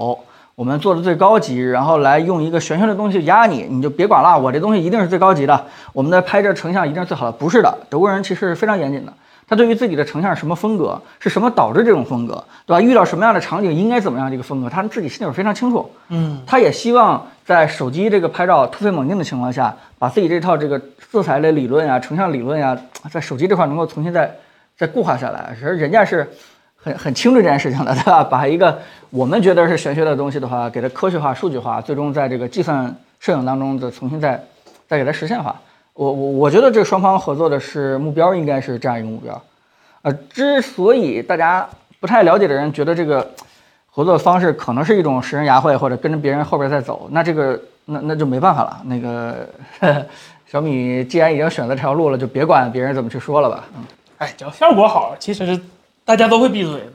S1: 我们做的最高级，然后来用一个玄学的东西压你，你就别管了，我这东西一定是最高级的，我们的拍摄成像一定是最好的。不是的，德国人其实是非常严谨的，他对于自己的成像是什么风格，是什么导致这种风格，对吧？遇到什么样的场景应该怎么样这个风格，他们自己心里边非常清楚。
S3: 嗯，
S1: 他也希望在手机这个拍照突飞猛进的情况下，把自己这套这个色彩类理论呀、成像理论呀，在手机这块能够重新再再固化下来。而人家是很很清楚这件事情的，对吧？ *laughs* 把一个我们觉得是玄学的东西的话，给它科学化、数据化，最终在这个计算摄影当中再重新再再给它实现化。我我我觉得这双方合作的是目标应该是这样一个目标。呃，之所以大家不太了解的人觉得这个合作方式可能是一种识人牙慧，或者跟着别人后边再走，那这个那那就没办法了。那个 *laughs* 小米既然已经选择这条路了，就别管别人怎么去说了吧。
S3: 哎，只要效果好，其实大家都会闭嘴的。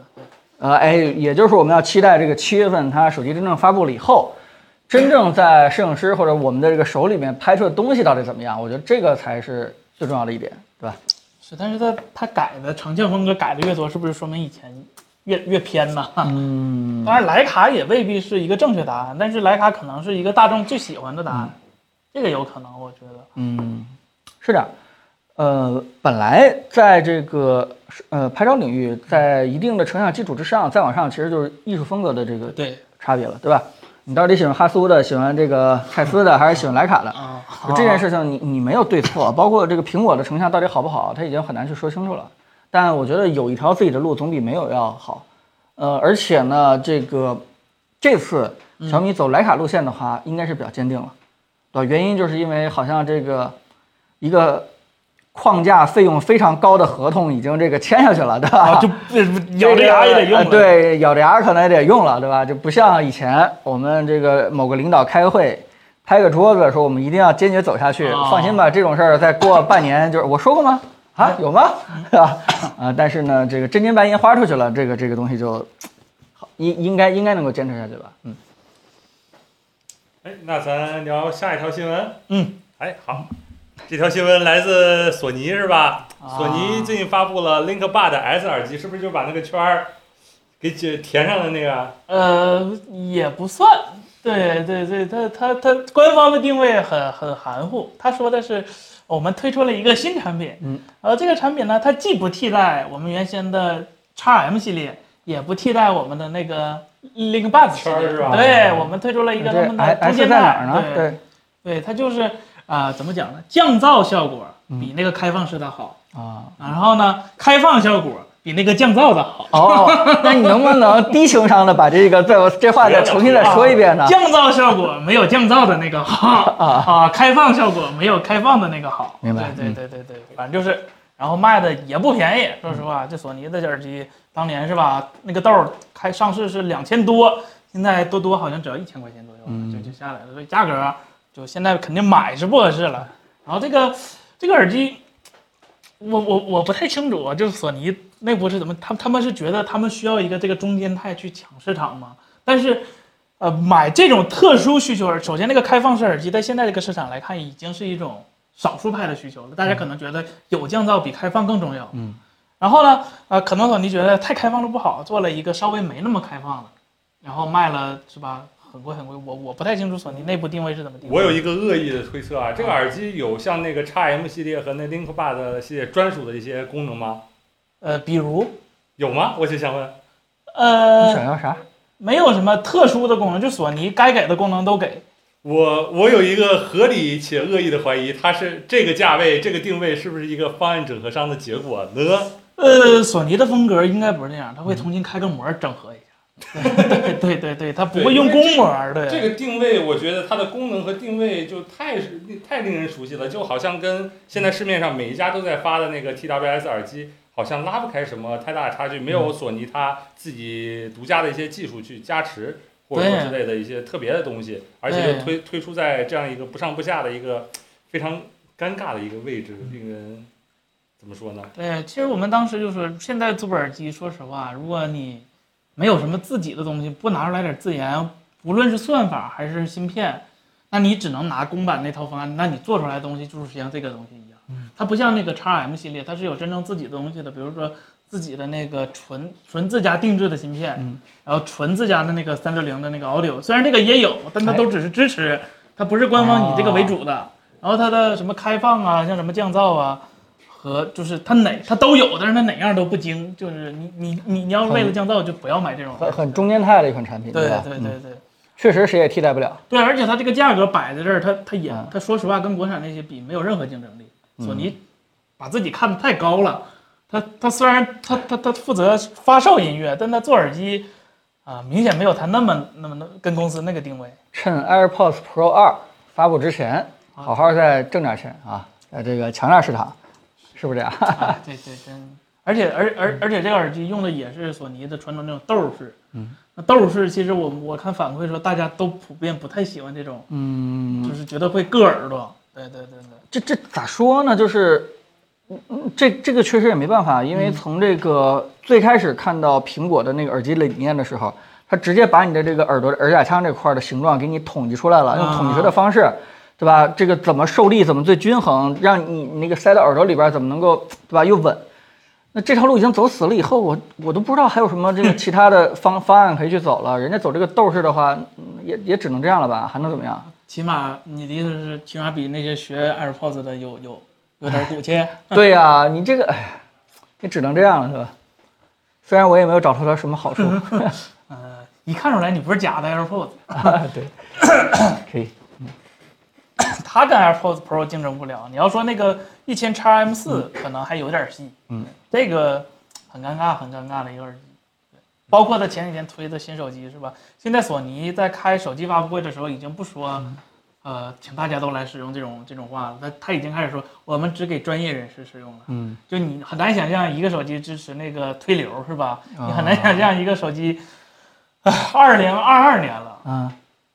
S1: 呃，哎，也就是我们要期待这个七月份它手机真正发布了以后，真正在摄影师或者我们的这个手里面拍出的东西到底怎么样？我觉得这个才是最重要的一点，对吧？
S3: 是，但是他他改的成像风格改的越多，是不是说明以前越越偏呢？嗯，当然徕卡也未必是一个正确答案，但是徕卡可能是一个大众最喜欢的答案，这个有可能，我觉得。
S1: 嗯，是这样。呃，本来在这个呃拍照领域，在一定的成像基础之上，再往上，其实就是艺术风格的这个
S3: 对
S1: 差别了，对吧？你到底喜欢哈苏的，喜欢这个蔡司的，还是喜欢徕卡的？
S3: 啊，
S1: 就这件事情你，你没有对错，包括这个苹果的成像到底好不好，它已经很难去说清楚了。但我觉得有一条自己的路总比没有要好。呃，而且呢，这个这次
S3: 嗯
S1: 小米走徕卡路线的话，应该是比较坚定了，对吧？原因就是因为好像这个一个框架费用非常高的合同已经这个签下去了，对吧？
S3: *laughs* 啊，就不不咬着牙也得用
S1: 呃
S3: 了。
S1: 对，咬着牙可能也得用了，对吧？就不像以前我们这个某个领导开个会，拍个桌子说我们一定要坚决走下去，
S3: 哦
S1: 放心吧，这种事儿再过半年就是我说过吗？啊，有吗？
S3: 嗯
S1: 是吧？ *laughs* 啊，但是呢，这个真金白银花出去了，这个这个东西就好应应该应该能够坚持下去吧？嗯，
S2: 哎，那咱聊下一条新闻。
S3: 嗯，
S2: 哎，好，这条新闻来自索尼是吧？
S3: 啊
S2: 索尼最近发布了 Link Bud S 耳机，是不是就把那个圈儿给解填上了那个？
S3: 呃，也不算。对对对，它它它官方的定位很很含糊，他说的是我们推出了一个新产品，
S1: 嗯，
S3: 呃，这个产品呢，它既不替代我们原先的 XM 系列，也不替代我们的那个 Link Buds 系
S2: 圈
S3: 列，
S2: 儿是吧
S3: 对，我们推出了一个他
S1: 这
S3: 们的
S1: S
S3: 中
S1: S
S3: 间
S1: 哎在哪儿呢？
S3: 对，
S1: 对
S3: 对，它就是啊、怎么讲呢？降噪效果
S1: 嗯
S3: 比那个开放式的好，
S1: 啊。
S3: 然后呢，开放效果比那个降噪的好。
S1: 哦，那你能不能低情商的把这个再我这话再重新再说一遍呢？
S3: 降噪效果没有降噪的那个好
S1: 啊
S3: 啊，开放效果没有开放的那个好。
S1: 明白嗯
S3: 对对对对对，反正就是，然后卖的也不便宜。说实话，这索尼的耳机当年是吧，那个豆儿开上市是两千多，现在多多好像只要一千块钱左右，
S1: 嗯
S3: 就就下来了，所以价格啊就现在肯定买是不合适了。然后这个这个耳机，我我我不太清楚啊，就是索尼内部是怎么，他他们是觉得他们需要一个这个中间态去抢市场吗？但是，呃，买这种特殊需求耳，首先那个开放式耳机在现在这个市场来看，已经是一种少数派的需求了。大家可能觉得有降噪比开放更重要。
S1: 嗯。
S3: 然后呢，呃，可能索尼觉得太开放了不好，做了一个稍微没那么开放的，然后卖了是吧？很贵很贵，我我不太清楚索尼内部定位是怎么定位。
S2: 我有一个恶意的推测啊，这个耳机有像那个 XM 系列和那 Link Bud 系列专属的一些功能吗？
S3: 呃，比如
S2: 有吗？我就想问。
S1: 你
S3: 呃，
S1: 想要啥？
S3: 没有什么特殊的功能，就索尼该给的功能都给。
S2: 我我有一个合理且恶意的怀疑，它是这个价位、这个定位是不是一个方案整合商的结果呢？
S3: 呃，索尼的风格应该不是那样，它会重新开个模儿整合一下。对对对对，它不会用公模儿，对。
S2: 这个定位，我觉得它的功能和定位就太是太令人熟悉了，就好像跟现在市面上每一家都在发的那个 TWS 耳机，好像拉不开什么太大的差距，没有索尼它自己独家的一些技术去加持，或者说之类的一些特别的东西，而且又推推出在这样一个不上不下的一个非常尴尬的一个位置，令人怎么说呢？
S3: 对，其实我们当时就说，现在做耳机，说实话，如果你没有什么自己的东西，不拿出来点自研，无论是算法还是芯片，那你只能拿公版那套方案，那你做出来的东西就是像这个东西一样。它不像那个 XM 系列，它是有真正自己的东西的，比如说自己的那个纯纯自家定制的芯片，
S1: 嗯
S3: 然后纯自家的那个三六零的那个 audio，虽然这个也有，但它都只是支持，它不是官方以这个为主的。然后它的什么开放啊，像什么降噪啊，和就是它哪它都有，但是它哪样都不精。就是你你你你要是为了降噪就不要买这种。
S1: 很很中间态的一款产品，
S3: 对
S1: 吧？
S3: 对
S1: 嗯
S3: 对对。
S1: 确实谁也替代不了。
S3: 对，而且它这个价格摆在这儿，它它也
S1: 嗯
S3: 它说实话跟国产那些比没有任何竞争力。索尼把自己看得太高了，它它虽然它它它负责发售音乐，但它做耳机啊、明显没有它那么那么那么跟公司那个定位。
S1: 趁 AirPods Pro 二发布之前，好好再挣点钱啊，在这个强大市场，是不是这样？
S3: 啊， *laughs* 对对真，而且而而而且这个耳机用的也是索尼的传统那种豆式，嗯，那豆式其实我我看反馈说大家都普遍不太喜欢这种，嗯，就是觉得会硌耳朵。对对对对，
S1: 这这咋说呢？就是，嗯嗯，这这个确实也没办法，因为从这个最开始看到苹果的那个耳机理念的时候，它直接把你的这个耳朵耳甲腔这块的形状给你统计出来了，用统计学的方式，对吧？这个怎么受力，怎么最均衡，让你你那个塞到耳朵里边怎么能够，对吧？又稳。那这条路已经走死了以后，我我都不知道还有什么这个其他的方方案可以去走了。人家走这个豆式的话，嗯也也只能这样了吧？还能怎么样？
S3: 起码你的意思是，起码比那些学 AirPods 的有有有点骨 *laughs* 气。
S1: *laughs* 对呀、你这个，哎，你只能这样了，是吧？虽然我也没有找出它什么
S3: *laughs*
S1: 好处， *laughs*
S3: 呃，一看出来你不是假的 AirPods，
S1: 对，可以，
S3: 它跟 AirPods Pro 竞争不了。你要说那个一千 x M 四，可能还有点戏。
S1: 嗯，
S3: 这个很尴尬，很尴尬的一个耳机。对包括它前几天推的新手机是吧？现在索尼在开手机发布会的时候，已经不说，呃，请大家都来使用这种这种话了。它它已经开始说，我们只给专业人士使用了。
S1: 嗯，
S3: 就你很难想象一个手机支持那个推流是吧？
S1: 啊
S3: 你很难想象一个手机，呃二零二二年了
S1: 啊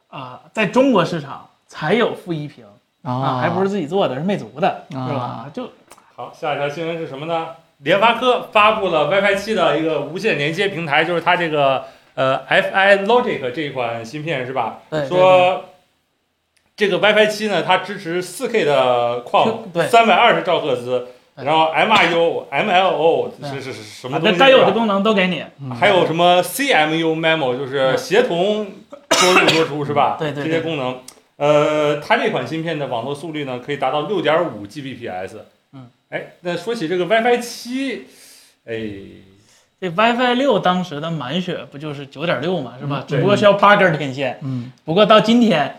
S3: 啊、在中国市场才有负一屏。啊，还不是自己做的，是魅族的，是吧
S1: 啊？
S3: 就
S2: 好，下一条新闻是什么呢？联发科发布了 WiFi 7的一个无线连接平台，就是它这个呃 Fi Logic 这一款芯片是吧？
S3: 对对
S2: 说这个 WiFi 7呢，它支持 4K 的框，
S3: 对
S2: 三百二十兆赫兹，
S3: 对
S2: 然后 MRU、MLO 是是是什么
S3: 把
S2: 东
S3: 这
S2: 西？
S3: 该有
S2: 是
S3: 的
S2: 吧
S3: 功能都给你。
S2: 还有什么 CMU memo，就是协同多入多出是吧？
S3: 嗯对对对
S2: 这些功能。呃，它这款芯片的网络速率呢，可以达到六点五 Gbps。
S3: 嗯，
S2: 哎，那说起这个 WiFi 七，哎，
S3: 这 WiFi 六当时的满血不就是九点六嘛，是吧？只不过需要八根天线。
S1: 嗯，
S3: 不过到今天，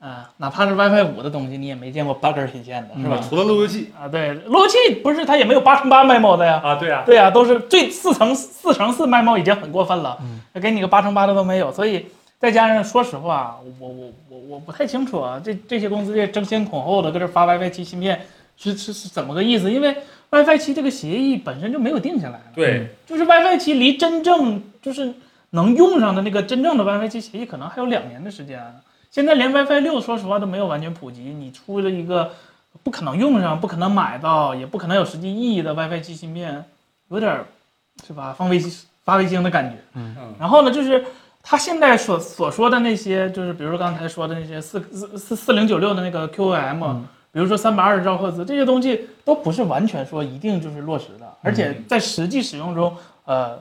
S3: 啊，哪怕是 WiFi 五的东西，你也没见过八根天线的，是
S2: 是
S3: 吧
S2: 吧？？除了路由器
S3: 啊，对，路由器不是它也没有八乘八 MIMO 的呀。
S2: 啊，对啊，
S3: 对啊，都是最四乘四乘四 MIMO 已经很过分了，给你个八乘八的都没有，所以再加上说实话，我我我我不太清楚啊，这这些公司这争先恐后的搁这发 WiFi 七芯片是是是怎么个意思？因为 WiFi 七这个协议本身就没有定下来了，
S2: 对，
S3: 就是 WiFi 七离真正就是能用上的那个真正的 WiFi 七协议，可能还有两年的时间啊。现在连 WiFi 六说实话都没有完全普及，你出了一个不可能用上、不可能买到、也不可能有实际意义的 WiFi 七芯片，有点儿是吧？放卫星发卫星的感觉。
S2: 嗯
S3: 然后呢，就是他现在所所说的那些，就是比如说刚才说的那些四四四四零九六的那个 QOM，、比
S1: 嗯
S3: 如说三百二十兆赫兹这些东西，都不是完全说一定就是落实的，而且在实际使用中，呃，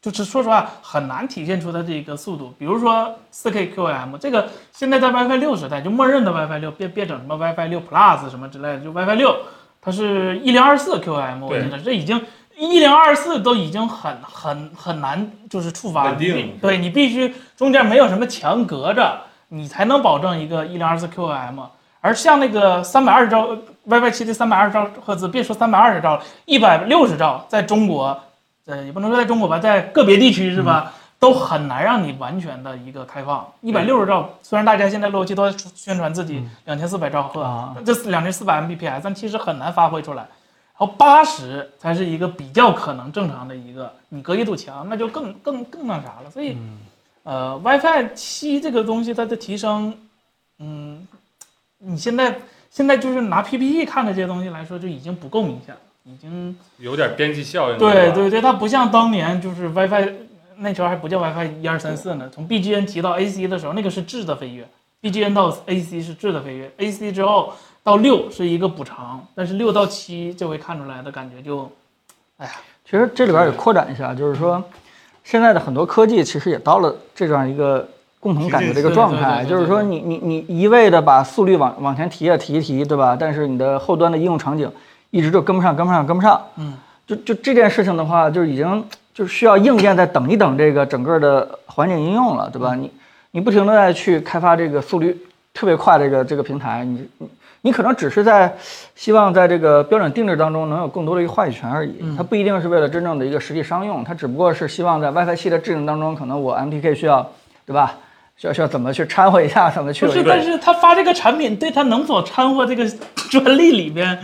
S3: 就是说实话很难体现出它这个速度。比如说四 K QOM 这个，现在在 WiFi 六时代就默认的 WiFi 六，别别整什么 WiFi 六 Plus 什么之类的，就 WiFi 六。它是一零二四 QM，我
S2: 对
S3: 觉得这已经一零二四都已经很很很难，就是触发
S2: 稳定
S3: 你必对你必须中间没有什么墙隔着，你才能保证一个一零二四 QM。而像那个三百二十兆 WiFi 七的三百二十兆赫兹，别说三百二十兆了，一百六十兆，在中国，呃，也不能说在中国吧，在个别地区是吧，都很难让你完全的一个开放。一百六十兆，虽然大家现在路由器都在宣传自己两千四百兆赫，
S1: 啊
S3: 这两千四百 Mbps，但其实很难发挥出来。然后八十才是一个比较可能正常的一个，你隔一堵墙，那就更更更那啥了。所以，呃，WiFi 七这个东西它的提升，嗯，你现在现在就是拿 PPE 看的这些东西来说，就已经不够明显了，已经
S2: 有点边际效应。
S3: 对
S2: 是吧，
S3: 对对，它不像当年就是 WiFi 那时候还不叫 WiFi 一二三四呢，从 BGN 提到 AC 的时候，那个是质的飞跃，BGN 到 AC 是质的飞跃，AC 之后到六是一个补偿，但是六到七这回看出来的感觉就，啊、
S1: 其实这里边也扩展一下，就是说，现在的很多科技其实也到了这样一个共同感觉的一个状态，
S3: 对对对对
S1: 就是说你你你一味的把速率往往前提啊提一提，对吧？但是你的后端的应用场景一直就跟不上，跟不上，跟不上。
S3: 嗯，
S1: 就就这件事情的话，就已经就是需要硬件再等一等这个整个的环境应用了，对吧？你你不停的在去开发这个速率特别快这个这个平台，你你你可能只是在希望在这个标准定制当中能有更多的一个话语权而已，它不一定是为了真正的一个实际商用，它只不过是希望在 WiFi 7的制定当中，可能我 MTK 需要，对吧？需要需要怎么去掺和一下，怎么去
S3: 不
S1: 有一
S3: 是，
S1: 个
S3: 但是他发这个产品对他能否掺和这个专利里边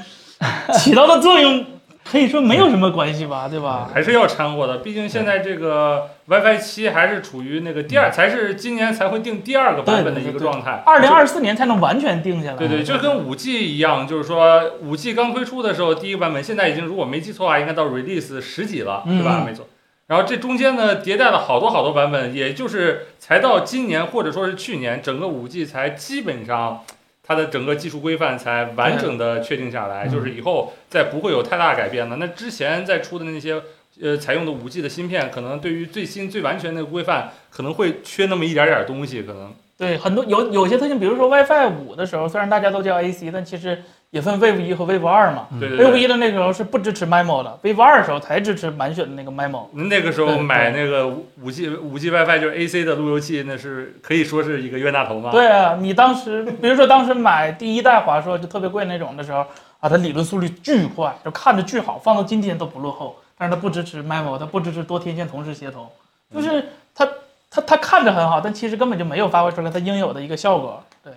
S3: 起到的作用，可以说没有什么关系吧，对吧？
S2: 还是要掺和的，毕竟现在这个 WiFi 七还是处于那个
S3: 嗯
S2: 第二，才是今年才会定第二个版本的一个状态。
S3: 二零二四年才能完全定下来。
S2: 对对，就跟五 G 一样，就是说五 G 刚推出的时候，第一个版本，现在已经如果没记错的话，应该到 release 十几了，对吧？
S3: 嗯
S2: 没错。然后这中间呢，迭代了好多好多版本，也就是才到今年或者说是去年，整个五 G 才基本上它的整个技术规范才完整的确定下来，
S1: 嗯
S2: 就是以后再不会有太大改变了。那之前再出的那些呃采用的五 G 的芯片，可能对于最新最完全的规范，可能会缺那么一点点东西，可能。
S3: 对，很多有有些特性，比如说 WiFi 五的时候，虽然大家都叫 AC，但其实也分 Wave 一和 Wave 二嘛。
S2: 对对对。
S3: Wave 一的那时候是不支持 MIMO 的，Wave 二的时候才支持满血的那个 MIMO。
S2: 那个时
S3: 对
S2: 候
S3: 对
S2: 买那个五 G 五 G WiFi 就是 AC 的路由器，那是可以说是一个冤大头嘛。
S3: 对啊，你当时比如说当时买第一代华硕就特别贵那种的时候啊，它理论速率巨快，就看着巨好，放到今天都不落后。但是它不支持 MIMO，它不支持多天线同时协同，
S2: 嗯
S3: 就是它它它看着很好，但其实根本就没有发挥出来它应有的一个效果。对，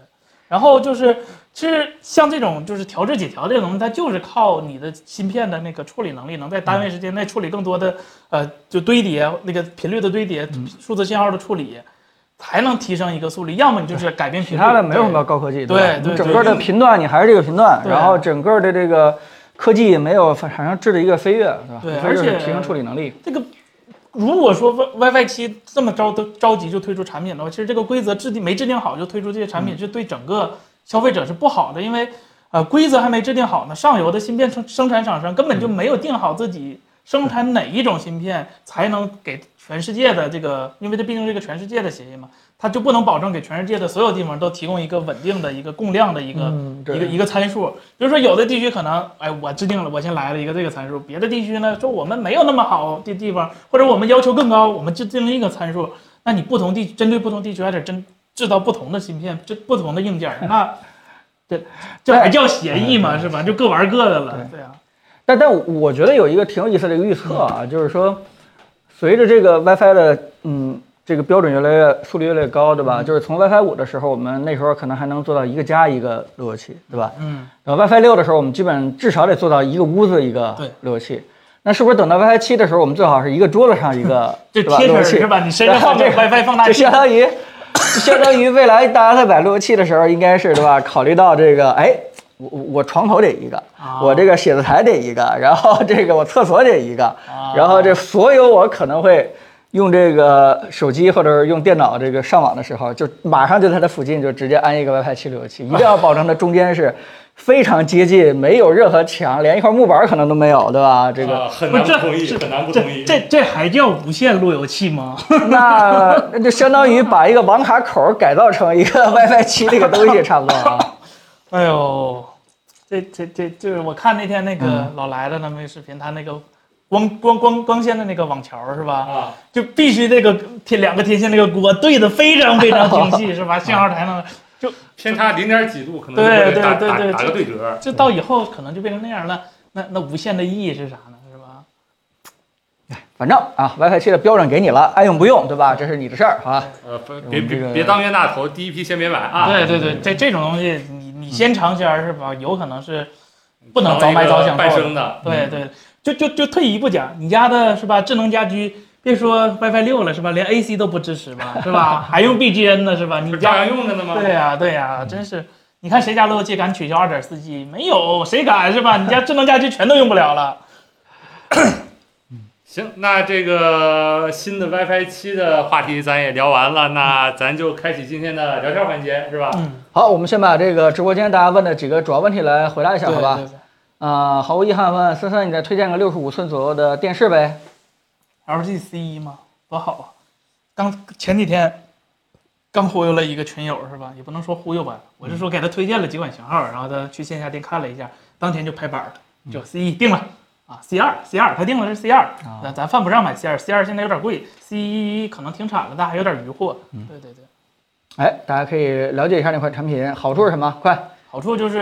S3: 然后就是其实像这种就是调制解调这种东西，它就是靠你的芯片的那个处理能力，能在单位时间内处理更多的
S1: 嗯
S3: 呃就堆叠那个频率的堆叠、数字信号的处理。才能提升一个速率，要么你就是改变
S1: 其
S3: 频率，
S1: 他的没有
S3: 对
S1: 什么高科技，
S3: 对
S1: 吧？
S3: 对
S1: 你整个的频段你还是这个频段，
S3: 对
S1: 然后整个的这个科技没有产生质的一个飞跃，对吧？
S3: 对
S1: 无非就是
S3: 而且
S1: 提升处理能力，
S3: 这个如果说 Wi WiFi 七这么着都着急就推出产品的话，其实这个规则制定没制定好就推出这些产品，是对整个消费者是不好的，因为呃规则还没制定好呢，上游的芯片生生产厂商根本就没有定好自己生产哪一种芯片才能给全世界的这个，因为这毕竟是一个全世界的协议嘛，它就不能保证给全世界的所有地方都提供一个稳定的一个供量的一个。
S1: 嗯，
S3: 一个一个参数。比如说，有的地区可能，哎，我制定了，我先来了一个这个参数，别的地区呢说我们没有那么好的地方，或者我们要求更高，我们制定了一个参数。那你不同地针对不同地区还得针制造不同的芯片，这不同的硬件， *laughs* 那这这还叫协议吗？是吧？就各玩各的了。哎对啊，
S1: 但但我觉得有一个挺有意思的一个预测啊，
S3: 嗯
S1: 就是说，随着这个 WiFi 的嗯这个标准越来越速率越来越高，对
S3: 嗯
S1: 吧？就是从 WiFi 五的时候，我们那时候可能还能做到一个加一个路由器，对吧？
S3: 嗯，
S1: 然后 WiFi 六的时候，我们基本至少得做到一个屋子一个
S3: 对
S1: 路由器。那是不是等到 WiFi 七的时候，我们最好是一个桌子上一
S3: *laughs*
S1: 个
S3: 这
S1: 对吧
S3: 贴
S1: 路
S3: 身
S1: 由
S3: 儿
S1: 器
S3: 是吧？你身上放个
S1: 这个
S3: WiFi 放大
S1: 就
S3: 器
S1: 相，当
S3: *laughs*
S1: 于，就相当于未来大家在买路由器的时候，应该是对吧？考虑到这个，哎，我我我床头得一个
S3: 啊，
S1: 我这个写字台得一个，然后这个我厕所得一个，
S3: 啊
S1: 然后这所有我可能会用这个手机或者是用电脑这个上网的时候，就马上就在它附近就直接安一个 WiFi 七路由器，一定要保证它中间是非常接近，没有任何墙，连一块木板可能都没有，对吧？这个
S2: 啊很
S3: 不
S2: 难
S3: 是
S2: 不同意，很难不同
S3: 这
S2: 意。
S3: 这这还叫无线路由器吗？ *laughs*
S1: 那 *laughs* 那就相当于把一个网卡口改造成一个 WiFi 七这个东西，差不多啊。 *laughs*
S3: 哎呦，这这这就是我看那天那个老来了他们那个视频，他那个光光光光纤的那个网桥是吧？
S2: 啊，
S3: 就必须这个天两个天线那个锅对的非常非常精
S2: *laughs*
S3: 细是吧？信号才能
S2: 偏差零点几度可能
S3: 对
S2: 就会
S3: 对
S2: 打
S3: 对
S2: 打
S3: 对
S2: 打个对折。
S3: 这到以后可能就变成那样了。那那无线的意义是啥呢？是吧？
S1: 反正啊，WiFi 七的标准给你了，爱用不用，对吧？这是你的事儿，啊好吧？
S2: 呃，不
S1: 我
S2: 别
S1: 们这
S2: 别
S1: 个
S2: 别当冤大头，第一批先别买啊。
S3: 对对对，这这种东西你你先尝鲜儿是吧？有可能是不能
S2: 当
S3: 早
S2: 一
S3: 买
S2: 个
S3: 早享
S2: 半
S3: 受的。
S2: 生的，
S3: 对对，就就就退一步讲，你家的是吧？智能家居，别说 WiFi 六了是吧？连 AC 都不支持吧，
S2: *laughs*
S3: 是吧？还用 BGN 呢是吧？
S2: 不
S3: 你
S2: 是照
S3: 家
S2: 样用着呢吗？
S3: 对呀、对呀、真是，你看谁家路由器敢取消2 4 G？没有，谁敢是吧？你家智能家居全都用不了了。
S2: 行，那这个新的 WiFi 七的话题咱也聊完了，那咱就开启今天的聊天
S1: 啊
S2: 环节，是吧？
S3: 嗯，
S1: 好，我们先把这个直播间大家问的几个主要问题来回答一下，
S3: 对
S1: 好吧？
S3: 对对
S1: 呃，毫无遗憾问森森，你再推荐个六十五寸左右的电视呗？
S3: LGC 嘛，多好啊！刚前几天刚忽悠了一个群友是吧？也不能说忽悠吧，我是说给他推荐了几款型号，然后他去线下店看了一下，当天就拍板了，
S1: 嗯
S3: 就 C 一定了啊，C 二 C 二他定了是 C 二，
S1: 啊
S3: 咱咱犯不上买 C 二，C 二现在有点贵，C 一可能停产了，但还有点余货。
S1: 嗯
S3: 对对对，
S1: 哎，大家可以了解一下那款产品，好处是什么？快，
S3: 好处就是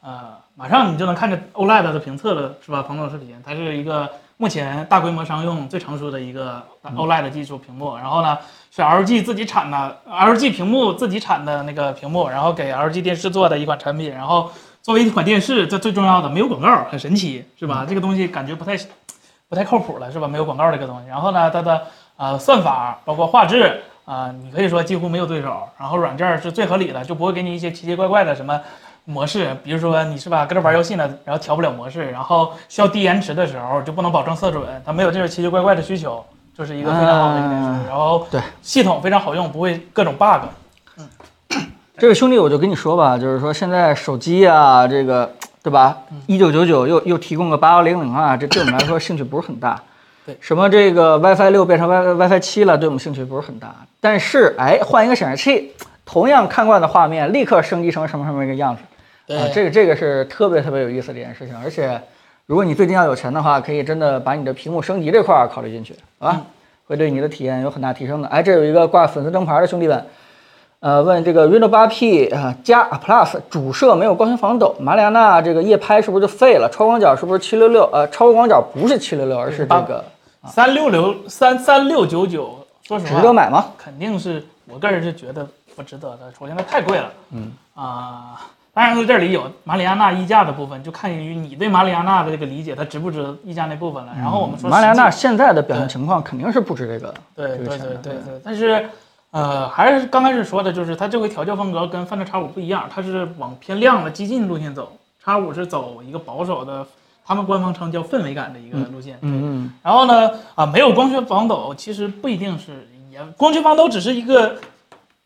S3: 呃，马上你就能看见 OLED E 的评测了，是吧？彭总视频，它是一个目前大规模商用最成熟的一个 OLED 技术屏幕。然后呢，是 LG 自己产的，LG 屏幕自己产的那个屏幕，然后给 LG 电视做的一款产品。然后作为一款电视，这最重要的没有广告，很神奇，是吧？
S1: 嗯
S3: 这个东西感觉不太不太靠谱了，是吧？没有广告这个东西。然后呢，它的呃算法包括画质。啊、你可以说几乎没有对手，然后软件儿是最合理的，就不会给你一些奇奇怪怪的什么模式，比如说你是吧，搁这玩游戏呢，然后调不了模式，然后需要低延迟的时候就不能保证色准，它没有这种奇奇怪怪的需求，就是一个非常好的一个电视。
S1: 嗯
S3: 然后
S1: 对
S3: 系统非常好用，不会各种 bug。
S1: 这个兄弟，我就跟你说吧，就是说现在手机啊，这个对吧？一九九九又又提供个八幺零零啊，这对我们来说兴趣不是很大。
S3: 对
S1: 什么这个 WiFi 六变成 Wi WiFi 七了，对我们兴趣不是很大。但是哎，换一个显示器，同样看惯的画面，立刻升级成什么什么一个样子。啊，这个这个是特别特别有意思的一件事情，而且如果你最近要有钱的话，可以真的把你的屏幕升级这块儿考虑进去，啊，
S3: 嗯
S1: 会对你的体验有很大提升的。哎，这有一个挂粉丝灯牌的兄弟们，呃，问这个 Windows 8P 啊、加 Plus 主摄没有光学防抖，马里亚纳这个夜拍是不是就废了？超广角是不是七六六？呃，超广角不是七六六，而是这个
S3: 三六六三三六九九，说实
S1: 值
S3: 话，
S1: 得买吗？
S3: 肯定是我个人是觉得不值得的。首先它太贵了，嗯啊、当然这里有马里亚纳溢价的部分，就看于你对马里亚纳的这个理解，它值不值溢价那部分了。然后我们
S1: 嗯
S3: 说
S1: 马里亚纳
S3: 实
S1: 现在的表现情况肯定是不止这个的。
S3: 际，
S1: 这
S3: 对对
S1: 个
S3: 对
S1: 钱
S3: 对
S1: 的
S3: 对对，但是。呃，还是刚开始说的，就是它这回调教风格跟范特叉五不一样，它是往偏亮的激进路线走，叉五是走一个保守的，他们官方称叫氛围感的一个路线。
S1: 嗯嗯，
S3: 然后呢，啊，没有光学防抖，其实不一定是也，光学防抖只是一个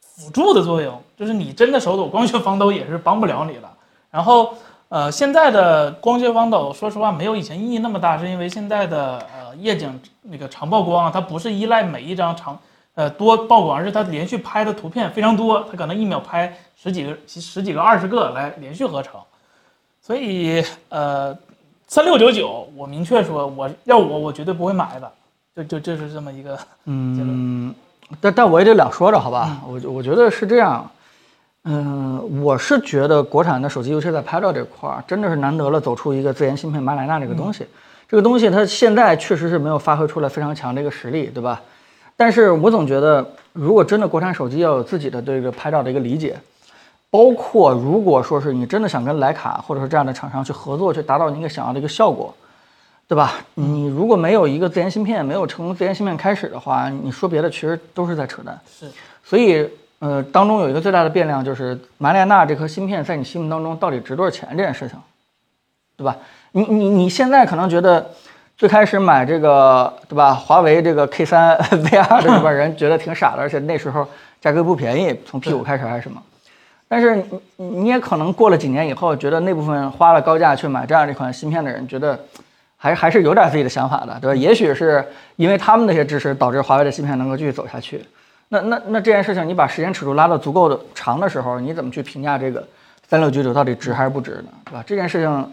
S3: 辅助的作用，就是你真的手抖，光学防抖也是帮不了你的。然后，呃，现在的光学防抖，说实话没有以前意义那么大，是因为现在的呃夜景那个长曝光啊，它不是依赖每一张长呃多曝光，而是它连续拍的图片非常多，它可能一秒拍十几个、十几个、二十个来连续合成，所以呃三六九九，我明确说，我要我我绝对不会买的，就就这是这么一个结论。
S1: 嗯，但但我也得两说着，好吧？我觉我觉得是这样，嗯、我是觉得国产的手机，尤其在拍照这块儿，真的是难得了，走出一个自研芯片马里纳这个东西。这个东西它现在确实是没有发挥出来非常强的一个实力，对吧？但是我总觉得，如果真的国产手机要有自己的对这个拍照的一个理解，包括如果说是你真的想跟徕卡或者说这样的厂商去合作，去达到你一个想要的一个效果，对吧？你如果没有一个自研芯片，没有从自研芯片开始的话，你说别的其实都是在扯淡。
S3: 是，
S1: 所以，呃，当中有一个最大的变量就是马里亚纳这颗芯片在你心目当中到底值多少钱这件事情，对吧？你你你现在可能觉得最开始买这个对吧？华为这个 K *laughs* 3 VR 的这帮人觉得挺傻的，而且那时候价格不便宜，从 P 5开始还是什么？但是你你你也可能过了几年以后，觉得那部分花了高价去买这样的一款芯片的人，觉得还还是有点自己的想法的，对吧？也许是因为他们那些支持，导致华为的芯片能够继续走下去。那那那这件事情，你把时间尺度拉到足够的长的时候，你怎么去评价这个三六九九到底值还是不值呢？对吧？这件事情，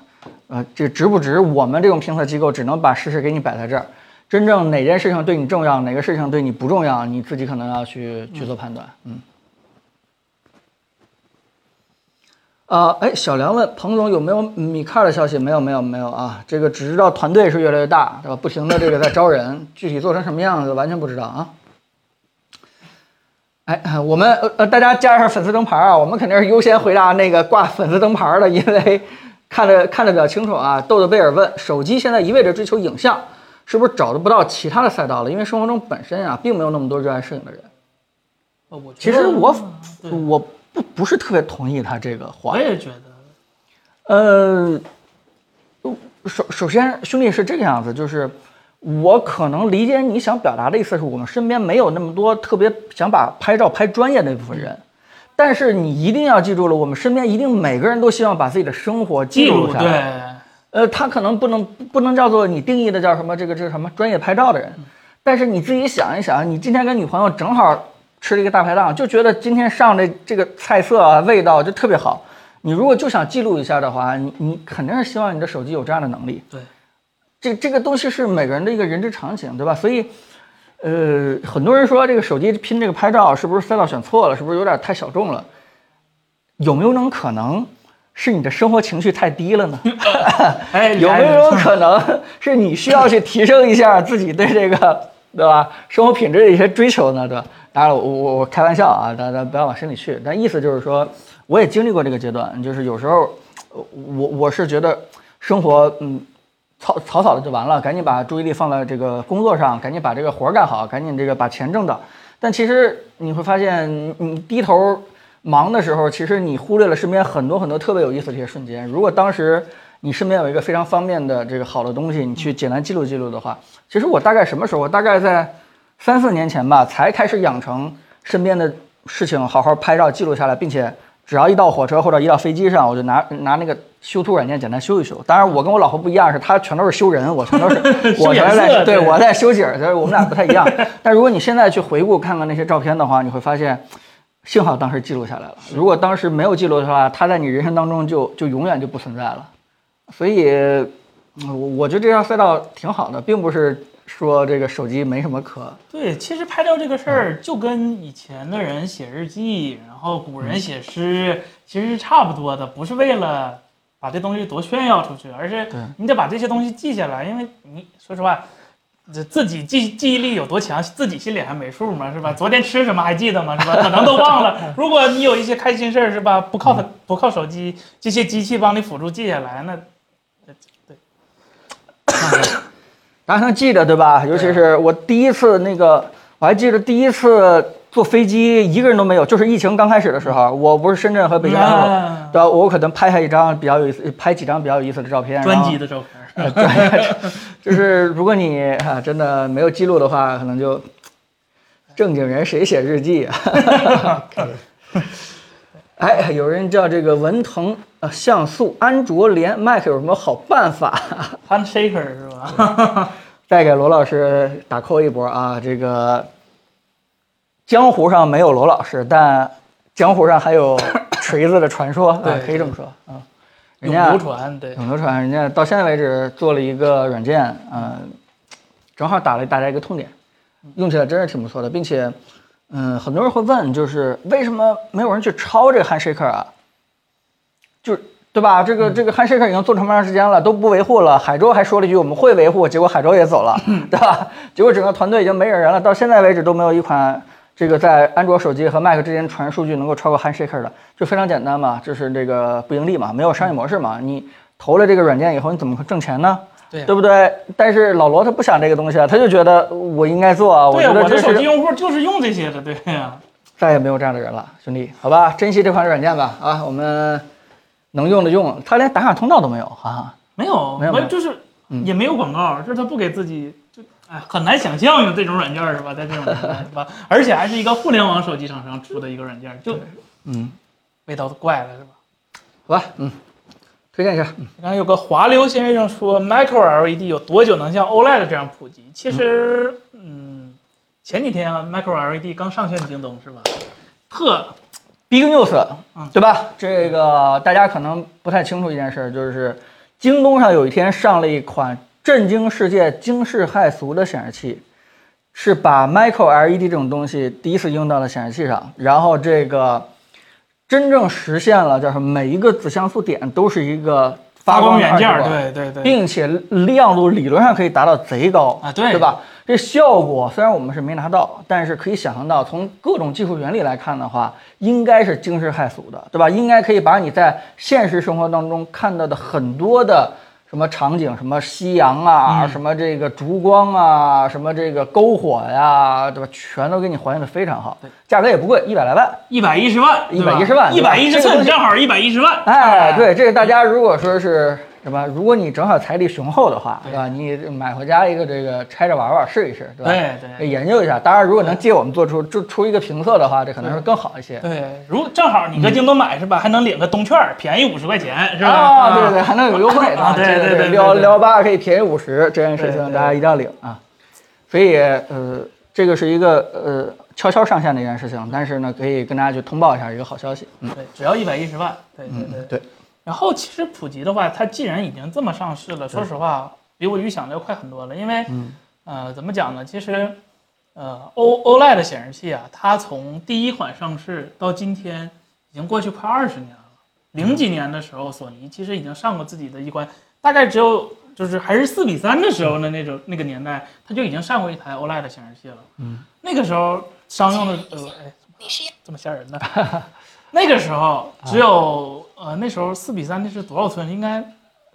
S1: 呃，这值不值，我们这种评测机构只能把事实给你摆在这儿。真正哪件事情对你重要，哪个事情对你不重要，你自己可能要去去做判断。嗯。呃，哎，小梁问彭总有没有米卡的消息？没有，没有，没有啊。这个只知道团队是越来越大，对吧？不停的这个在招人，具体做成什么样子完全不知道啊。哎，我们呃呃，大家加上粉丝灯牌啊，我们肯定是优先回答那个挂粉丝灯牌的，因为看得看得比较清楚啊。豆豆贝尔问：手机现在一味的追求影像，是不是找的不到其他的赛道了？因为生活中本身啊，并没有那么多热爱摄影的人。
S3: 呃我觉
S1: 其
S3: 得
S1: 实我
S3: 对
S1: 我不不是特别同意他这个话
S3: 嗯我。也觉得，
S1: 呃，首首先，兄弟是这个样子，就是我可能理解你想表达的意思是我们身边没有那么多特别想把拍照拍专业的那部分人，但是你一定要记住了，我们身边一定每个人都希望把自己的生活记录下来。
S3: 对
S1: 呃，他可能不能不能叫做你定义的叫什么这个这个什么专业拍照的人，但是你自己想一想，你今天跟女朋友正好吃了一个大排档，就觉得今天上的这个菜色啊味道就特别好，你如果就想记录一下的话，你你肯定是希望你的手机有这样的能力。
S3: 对，
S1: 这这个东西是每个人的一个人之常情，对吧？所以。呃，很多人说这个手机拼这个拍照是不是赛道选错了？是不是有点太小众了？有没有种可能是你的生活情绪太低了呢？
S3: *laughs* 哎，
S1: 有没有种可能是你需要去提升一下自己对这个，对吧？生活品质的一些追求呢，对吧？当然我，我我我开玩笑啊，大家不要往深里去。但意思就是说，我也经历过这个阶段，就是有时候，呃我我是觉得生活，嗯，草草草的就完了，赶紧把注意力放在这个工作上，赶紧把这个活儿干好，赶紧这个把钱挣到。但其实你会发现，你你低头忙的时候，其实你忽略了身边很多很多特别有意思的这些瞬间。如果当时你身边有一个非常方便的这个好的东西，你去简单记录记录的话，其实我大概什么时候？我大概在三四年前吧，才开始养成身边的事情好好拍照记录下来，并且只要一到火车或者一到飞机上，我就拿拿那个修图软件简单修一修。当然，我跟我老婆不一样，是她全都是修人，我全
S3: *laughs*
S1: 都是我全是
S3: 修颜
S1: 在
S3: 色
S1: 对
S3: 对
S1: 我在修景儿，就是我们俩不太一
S3: *laughs*
S1: 样。但如果你现在去回顾看看那些照片的话，你会发现。幸好当时记录下来了，如果当时没有记录的话，它在你人生当中就就永远就不存在了。所以，嗯我我觉得这条赛道挺好的，并不是说这个手机没什么可
S3: 对，其实拍照这个事儿就跟以前的人写日记，然后古人写诗，其实是差不多的，不是为了把这东西多炫耀出去，而是
S1: 对
S3: 你得把这些东西记下来，因为你说实话，这自己记记忆力有多强，自己心里还没数嘛，是吧？昨天吃什么还记得吗？是吧？可能都忘了。如果你有一些开心事儿，是吧？不靠它，不靠手机这些机器帮你辅助记下来，那
S1: 当然能记得，对吧？尤其是我第一次那个，我还记得第一次坐飞机一个人都没有，就是疫情刚开始的时候，我不是深圳和北京都有，
S3: 啊
S1: 对吧？我可能拍下一张比较有意思，拍几张比较有意思的照片，
S3: 专
S1: 然后 *laughs*
S3: 辑的照片儿。
S1: 就是如果你啊真的没有记录的话，可能就嗯正经人谁写日记啊？
S3: *laughs*
S1: 哎，有人叫这个文腾呃像素，安卓连 Mac 有什么好办法？
S3: Handshaker 是吧？
S1: 再给罗老师打 call 一波啊！这个江湖上没有罗老师，但江湖上还有锤子的传
S3: *coughs*
S1: 说，啊
S3: 对
S1: 可以这么说啊。人
S3: 永
S1: 家啊
S3: 流传，对，
S1: 永流传，人家到现在为止做了一个软件，嗯、正好打了大家一个痛点，用起来真是挺不错的，并且，嗯、很多人会问，就是为什么没有人去抄这个 Handshaker 啊？就是对吧？这
S3: 嗯
S1: 个这个 Handshaker 已经做这么长时间了，都不维护了。海州还说了一句我们会维护，结果海州也走了，*laughs*
S3: 嗯
S1: 对吧？结果整个团队已经没有人了，到现在为止都没有一款这个在安卓手机和 Mac 之间传数据能够超过 Handshaker 的，就非常简单嘛，就是这个不盈利嘛，没有商业模式嘛。你投了这个软件以后，你怎么会挣钱呢？
S3: 对呀
S1: 对不对？但是老罗他不想这个东西啊，他就觉得我应该做啊，
S3: 对
S1: 觉
S3: 呀，
S1: 得
S3: 我
S1: 这
S3: 的手
S1: 是
S3: 机用户就是用这些的，对呀。
S1: 再也没有这样的人了，兄弟，好吧，珍惜这款软件吧啊，我们能用的用，它连打卡通道都没有，哈、哈。
S3: *laughs* 没有，
S1: 没有没有
S3: 就是
S1: 嗯
S3: 也没有广告，就是他不给自己，就哎很难想象有这种软件儿是吧？在这种年代是吧？而且还是一个互联网手机厂商出的一个软件儿，就
S1: 嗯，
S3: 味道怪了是吧？
S1: 好吧，嗯，推荐一下，
S3: 然后有个华流先生说，Micro LED 有多久能像 OLED 这样普及？其实，嗯，前几天啊，Micro LED 刚上线京东是吧？特
S1: Big News，
S3: 嗯
S1: 对吧？这个大家可能不太清楚一件事，就是京东上有一天上了一款震惊世界、惊世骇俗的显示器，是把 Micro LED 这种东西第一次用到了显示器上，然后这个真正实现了，叫什么？每一个子像素点都是一个
S3: 发
S1: 光
S3: 光
S1: 的
S3: 元件
S1: 20
S3: 儿，
S1: 瓦
S3: 对对对，
S1: 并且亮度理论上可以达到贼高
S3: 啊对
S1: 对吧？这效果虽然我们是没拿到，但是可以想象到，从各种技术原理来看的话，应该是惊世骇俗的，对吧？应该可以把你在现实生活当中看到的很多的什么场景，什么夕阳
S3: 嗯
S1: 啊，什么这个烛光啊，什么这个篝火呀、对吧？全都给你还原的非常好，价格也不贵，一百来万。
S3: 一百一十万，
S1: 110万
S3: 一
S1: 对吧
S3: 百一十
S1: 这个东
S3: 寸
S1: 西
S3: *laughs*
S1: 哎
S3: 正好一百一十万。哎
S1: 哎，对，这个大家如果说是是吧？如果你正好财力雄厚的话，
S3: 对
S1: 是吧？你买回家一个这个拆着玩玩试一试，对吧？
S3: 对对
S1: 研究一下。当然，如果能借我们做出就出一个评测的话，这可能是更好一些。
S3: 对，如果正好你搁京东买是吧，还能领个东券儿，便宜五十块钱是吧？
S1: 啊，对对对，还能有优惠
S3: *laughs* 啊对
S1: 这个
S3: 对对对
S1: 六幺
S3: 对
S1: 六幺八可以便宜五十，这件事
S3: 对
S1: 情
S3: 对
S1: 大家一定要领啊。所以呃，这个是一个呃悄悄上线的一件事情，但是呢，可以跟大家去通报一下一个好消息。嗯
S3: 对，只要一百一十万，对对对。
S1: 对，
S3: 然后其实普及的话，它既然已经这么上市了，说实话，比我预想的要快很多了。因为，呃，怎么讲呢？其实，呃，O OLED 显示器啊，它从第一款上市到今天，已经过去快二十年了。零几年的时候，索尼其实已经上过自己的一款，大概只有就是还是四比三的时候的那种那个年代，它就已经上过一台 OLED 显示器了。嗯，那个时候商用的呃，哎，
S4: 你是
S3: 这么吓人呢？ *laughs* 那个时候只有、呃，那时候四比三那是多少寸？应该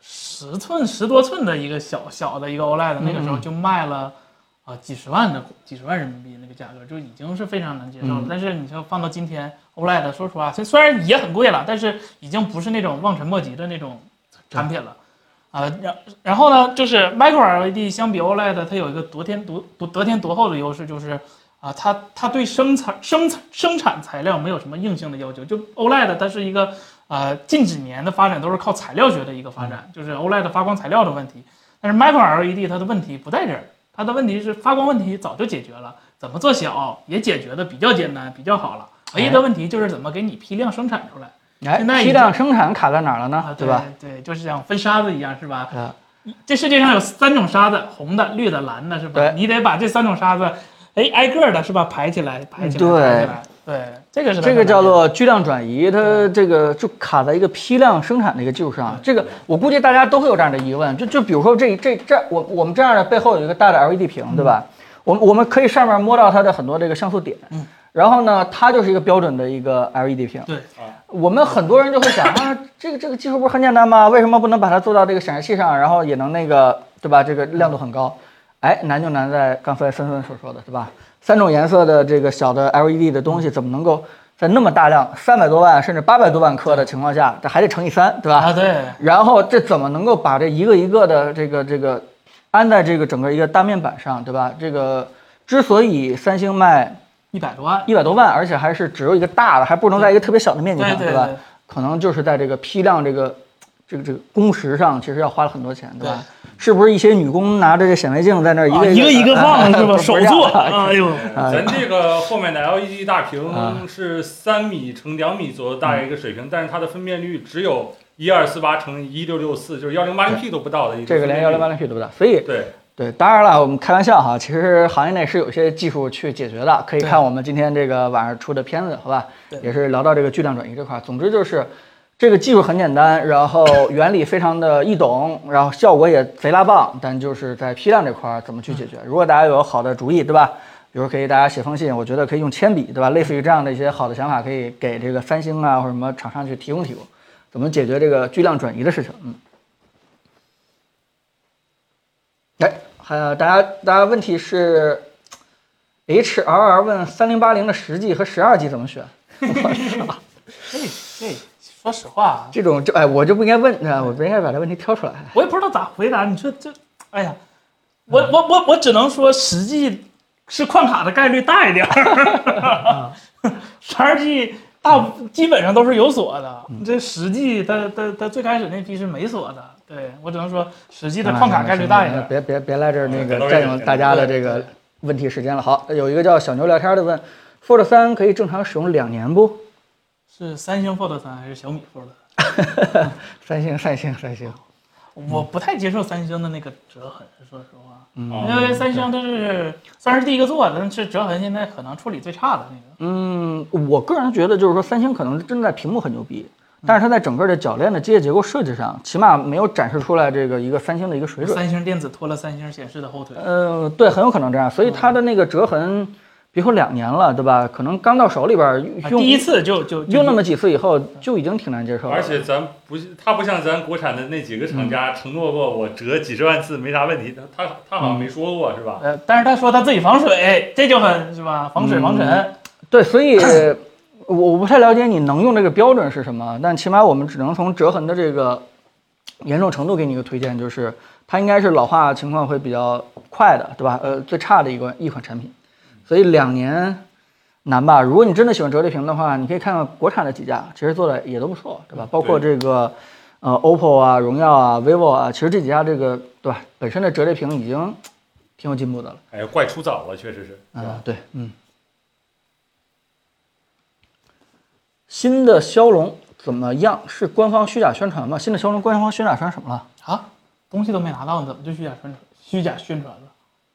S3: 十寸十多寸的一个小小的一个 OLED，那个时候就卖了啊、呃几十万的几十万人民币那个价格，就已经是非常难接受了。但是你说放到今天 OLED，说实话，虽虽然也很贵了，但是已经不是那种望尘莫及的那种产品了。啊、然然后呢，就是 Micro LED 相比 OLED，它有一个得天独独得天独厚的优势，就是啊，它它对生产生产生产材料没有什么硬性的要求。就 OLED 它是一个呃近几年的发展都是靠材料学的一个发
S1: 嗯
S3: 展，就是 OLED 发光材料的问题。但是 Micro LED E 它的问题不在这儿，它的问题是发光问题早就解决了，怎么做小也解决的比较简单，比较好了。唯一的问题就是怎么给你批量生产出来现在
S1: 哎，
S3: 已
S1: 批
S3: 经
S1: 量生产卡在哪儿了呢？
S3: 啊，
S1: 对吧？？
S3: 对，就是像分沙子一样，是吧？
S1: 啊，
S3: 这世界上有三种沙子，红的、绿的、蓝的，是吧
S1: 对？
S3: 你得把这三种沙子，哎，挨个的是吧，排起来，排起
S1: 嗯
S3: 来，
S1: 对
S3: 排起来，对，这个是它
S1: 这个
S3: 的嗯
S1: 叫
S3: 难点
S1: 做巨量转移，它这个就卡在一个批量生产的一个基础
S3: 嗯
S1: 上。这个我估计大家都会有这样的疑问，就就比如说这这这我我们这样的背后有一个大的 LED 屏，
S3: 嗯
S1: 对吧？我们我们可以上面摸到它的很多这个像素点，
S3: 嗯
S1: 然后呢，它就是一个标准的一个 LED 屏。
S3: 对，
S1: 我们很多人就会
S3: *laughs*
S1: 想啊，这个这个技术不是很简单吗？为什么不能把它做到这个显示器上，然后也能那个对吧？这个亮度很高。哎，难就难在刚才森森所说的，对吧？三种颜色的这个小的 LED 的东西，怎么能够在那么大量三百多万甚至八百多万颗的情况下，这还得乘以三，对吧？
S3: 啊，对，
S1: 然后这怎么能够把这一个一个的这个这个安在这个整个一个大面板上，对吧？这个之所以三星卖
S3: 一百多万，
S1: 一百多万，而且还是只有一个大的，还不能在一个特别小的面积上，
S3: 对对
S1: 吧
S3: 对？
S1: 可能就是在这个批量这个这个这个工时上，其实要花了很多钱，对吧？
S3: 对
S1: 是不是一些女工拿着这显微镜在那儿一
S3: 啊
S1: 个
S3: 一个一个放
S1: *laughs*
S3: 是吧？手做，
S1: 啊
S3: 哎呦， *laughs*
S2: 咱这个后面的 LED 大屏是三米乘两米左右大概一个水平，但是它的分辨率只有一二四八乘一六六四，就是幺零八零 P 都不到的一
S1: 这个连幺零八
S2: 零。
S1: 零 P 都不到，所以
S2: 对，
S1: 对，当然了，我们开玩笑哈，其实行业内是有些技术去解决的，可以看我们今天这个晚上出的片子，好吧？也是聊到这个巨量转移这块儿。总之就是，这个技术很简单，然后原理非常的易懂，然后效果也贼拉棒，但就是在批量这块儿怎么去解决？如果大家有好的主意，对吧？比如可以大家写封信，我觉得可以用铅笔，对吧？类似于这样的一些好的想法，可以给这个三星啊或者什么厂商去提供提供，怎么解决这个巨量转移的事情？嗯。哎，还有大家，大家问题是，H R R 问三零八零的十 G 和十二 G 怎么选？
S3: 这这，说实话啊，
S1: 这种就哎，我就不应该问，啊，我不应该把这问题挑出来。
S3: 我也不知道咋回答。你说这，哎呀，我我我我只能说实际是矿卡的概率大一点儿，十二 G 大基本上都是有锁的，这实际它它它最开始那批是没锁的。对我只能说实际的矿卡概率大一点儿。
S1: 呃别别别来这儿那
S2: 改
S1: 个
S2: 到
S1: 占
S2: 这
S1: 用
S2: 里
S1: 大家的这个问题时间了。好，有一个叫小牛聊天的问，Fold 三可以正常使用两年不？
S3: 是三星 Fold 三还是小米 Fold 三？
S1: 三星，三星，三星。
S3: 我不太接受三星的那个折痕，说实话，因
S2: 嗯，
S3: 为三星它是虽然是第一个做的，但是折痕现在可能处理最差的那个。
S1: 嗯，我个人觉得就是说，三星可能真的在屏幕很牛逼，但是它在整个的铰链的机械结构设计上，起码没有展示出来这个一个三星的一个水准。
S3: 三星电子拖了三星显示的后腿。
S1: 呃，对，很有可能这样，所以它的那个折痕，别说两年了，对吧？可能刚到手里边儿
S3: 啊
S1: 用
S3: 第一次就就就
S1: 用那么几次以后，就已经挺难接受了。
S2: 而且咱不是，它不像咱国产的那几个厂家承诺过我折几十万次没啥问题，他他他好像没说过是吧？
S3: 呃，但是他说他自己防水，这就很是吧？防水防尘，
S1: 对，所以 *clears throat* 我我不太了解你能用这个标准是什么，但起码我们只能从折痕的这个严重程度给你一个推荐，就是它应该是老化情况会比较快的，对吧？呃，最差的一款一款产品，所以两年难吧？如果你真的喜欢折叠屏的话，你可以看看国产的几家，其实做的也都不错，对吧？包括这个呃 OPPO 啊、荣耀啊、vivo 啊，其实这几家这个对吧？本身的折叠屏已经挺有进步的了。
S2: 哎呀，怪出早了，确实是。对吧
S1: 啊，对，嗯。新的骁龙怎么样？是官方虚假宣传吗？新的骁龙官方虚假宣传什么了？
S3: 啊，东西都没拿到，你怎么就虚假宣传？虚假宣传了，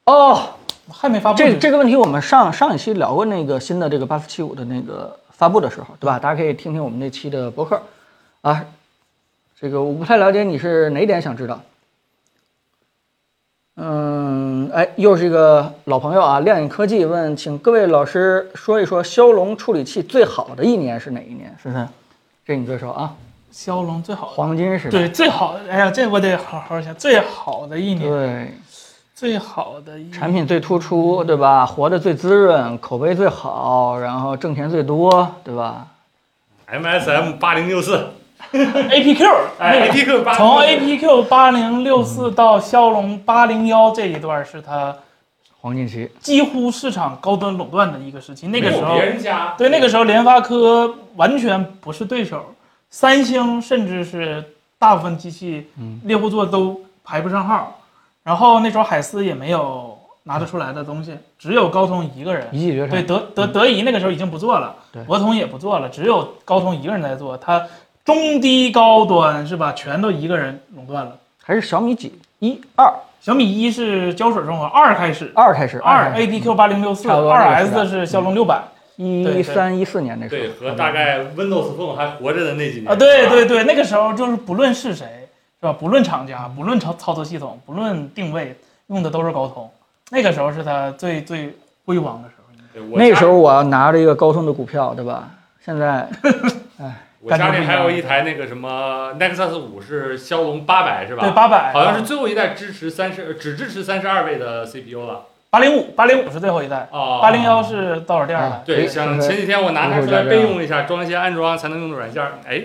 S1: 哦，
S3: 还没发布
S1: 这
S3: 呢
S1: 这个问题我们上上一期聊过那个新的这个八四七五的那个发布的时候，对吧？大家可以听听我们那期的博客，啊，这个我不太了解你是哪一点想知道。嗯，哎，又是一个老朋友啊，亮眼科技问，请各位老师说一说骁龙处理器最好的一年是哪一年？深深，这你最熟啊，
S3: 骁龙最好的
S1: 黄金时代。
S3: 对最好的，哎呀，这我得好好想，最好的一年，
S1: 对，
S3: 最好的一年
S1: 产品最突出，对吧？活得最滋润，口碑最好，然后挣钱最多，对吧？
S2: MSM 八零六四，
S3: APQ，
S2: 哎
S3: 那个
S2: ，APQ 八
S3: 从 APQ 八零六
S1: 嗯
S3: 四到骁龙八零幺这一段是它
S1: 黄金期，
S3: 几乎市场高端垄断的一个时期，那个时候
S2: 别人家
S3: 对，那个时候联发科完全不是对手，三星甚至是大部分机器
S1: 嗯
S3: 猎户座都排不上号，然后那时候海思也没有拿得出来的东西，只有高通一个人。
S1: 一骑绝
S3: 对，
S1: 尘。
S3: 德德德仪那个时候已经不做了
S1: 对，
S3: 博通也不做了，只有高通一个人在做，它中低高端是吧，全都一个人垄断了。
S1: 还是小米几？一二
S3: 小米一是胶水中和，二开始，
S1: 二开始，
S3: 二
S1: 开始
S3: APQ 八零六四，
S1: 差不多那
S3: 二
S1: 个时代
S3: S 是骁龙六百。
S1: 一三一四年那时
S2: 对
S1: 候，
S2: 和大概 Windows Phone 还活着的那几年
S3: 啊，对对，对，那个时候就是不论是谁，是吧？不论厂家，不论操操作系统，不论定位，用的都是高通。那个时候是它最最辉煌的时候。
S2: 对
S1: 嗯
S2: 我
S1: 那
S2: 家
S1: 时候我要拿着一个高通的股票，对吧？现在
S2: 我家里还有一台那个什么 Nexus 五是骁龙八百是吧？
S3: 对，八百啊
S2: 好像是最后一代支持三十，呃只支持三十二位的 CPU 了
S3: 八零五，八零五是最后一代，
S2: 啊。
S3: 八零哎幺是倒数第二
S1: 啊
S3: 代。
S2: 嗯对，像前几天我拿它出来备用一下，装一些安装才能用的软件儿，哎，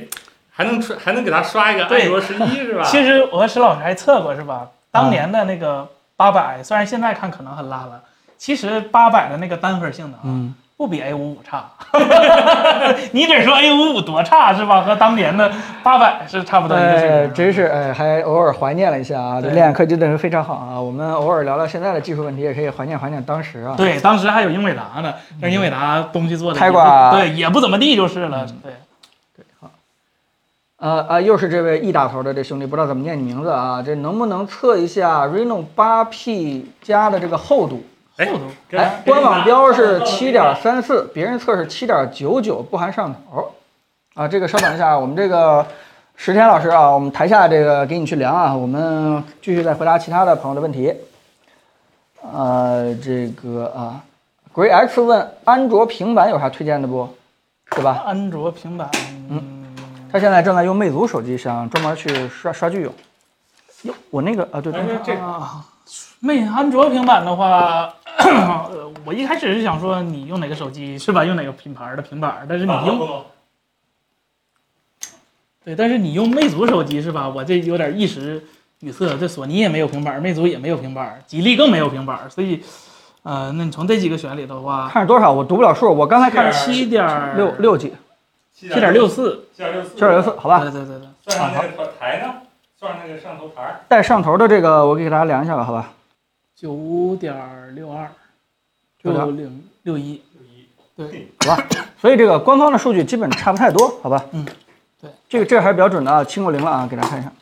S2: 还能出还能给它刷一个
S3: 对
S2: 安卓十一
S3: *laughs*
S2: 是吧？嗯
S3: 其实我和石老师还测过，是吧？当年的那个八百，虽然现在看可能很拉了，其实八百的那个单分性能啊，
S1: 嗯，
S3: 不比 A 五五差。 *laughs* 你得说 A 五五多差是吧？和当年的八百是差不多一个水平
S1: 哎，
S3: 啊。
S1: 真是哎，还偶尔怀念了一下啊。这
S3: 对
S1: 恋爱科技的人非常好啊，我们偶尔聊聊现在的技术问题，也可以怀念怀念当时啊。
S3: 对，当时还有英伟达呢，但是英伟达东西做的
S1: 开
S3: 也不
S1: 挂
S3: 对，也不怎么地就是了。对，
S1: 呃啊，又是这位 E 打头的这兄弟，不知道怎么念你名字啊？这能不能测一下 Reno 8 P 加的这个厚度？
S2: 哎
S3: 厚度
S2: 跟
S1: 哎，
S2: 跟
S1: 官网标是七点
S2: 跟
S1: 三四，别人测是七点九九，不含上头。啊，这个稍等一下啊，我们这个石天老师啊，我们台下这个给你去量啊，我们继续再回答其他的朋友的问题。呃，这个啊，Gray X 问安卓平板有啥推荐的不？是吧？
S3: 安卓平板，嗯，
S1: 他现在正在用魅族手机，想专门去刷刷剧用。哟，我那个啊，对，
S2: 哎
S1: 中间
S2: 这
S3: 啊，魅安卓平板的话，呃我一开始是想说你用哪个手机是吧？用哪个品牌的平板，但是你
S2: 啊
S3: 用对，但是你用魅族手机是吧？我这有点一时语塞，这索尼也没有平板，魅族也没有平板，吉利更没有平板，所以，呃，那你从这几个选里的话，
S1: 看是多少？我读不了数，我刚才看是
S3: 七点
S1: 六六几，
S2: 七
S3: 七点六，四，
S2: 七点六四，
S1: 七点六四，好吧。
S3: 对对对对。
S2: 算上那
S3: 啊
S2: 个台呢，算上那个上头台儿，
S1: 带上头的这个，我给大家量一下吧，好吧？
S3: 九点六二，六
S1: 9.62
S3: 零六一，
S2: 一
S1: 所以这个官方的数据基本差不太多，好吧？
S3: 嗯，对，
S1: 这个这个还是比较准的啊，轻过零了啊，给大家看一下。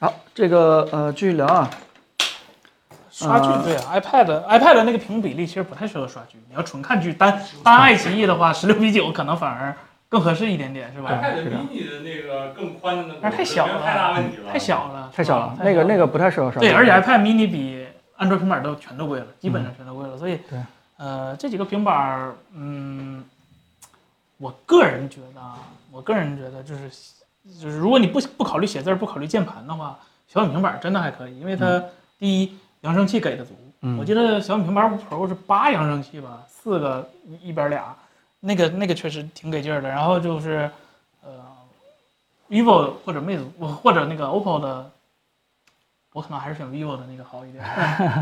S1: 好，这个呃，继续聊啊，
S3: 刷剧
S1: 呃
S3: 对啊，iPad，iPad 那个屏幕比例其实不太适合刷剧，你要纯看剧，单单爱奇艺的话，十六比九可能反而更合适一点点，是吧？
S2: iPad mini 的那个更宽的那个，
S3: 但是太小了
S2: 太大问题了，
S3: 太。小了，
S1: 太小了，
S3: 是吧
S1: 那个那个不太适合刷。
S3: 对，而且 iPad mini 比安卓平板都全都贵了，基本上全都贵了，所以
S1: 对
S3: 呃这几个平板儿，嗯，我个人觉得啊，我个人觉得就是就是如果你不不考虑写字儿，不考虑键盘的话，小米平板儿真的还可以，因为它第一扬声器给的足，
S1: 嗯
S3: 我记得小米平板 Pro 是八扬声器吧，四个一一边俩，那个那个确实挺给劲儿的。然后就是，呃， vivo 或者魅族，我或者那个 OPPO 的，我可能还是选 vivo 的那个好一点。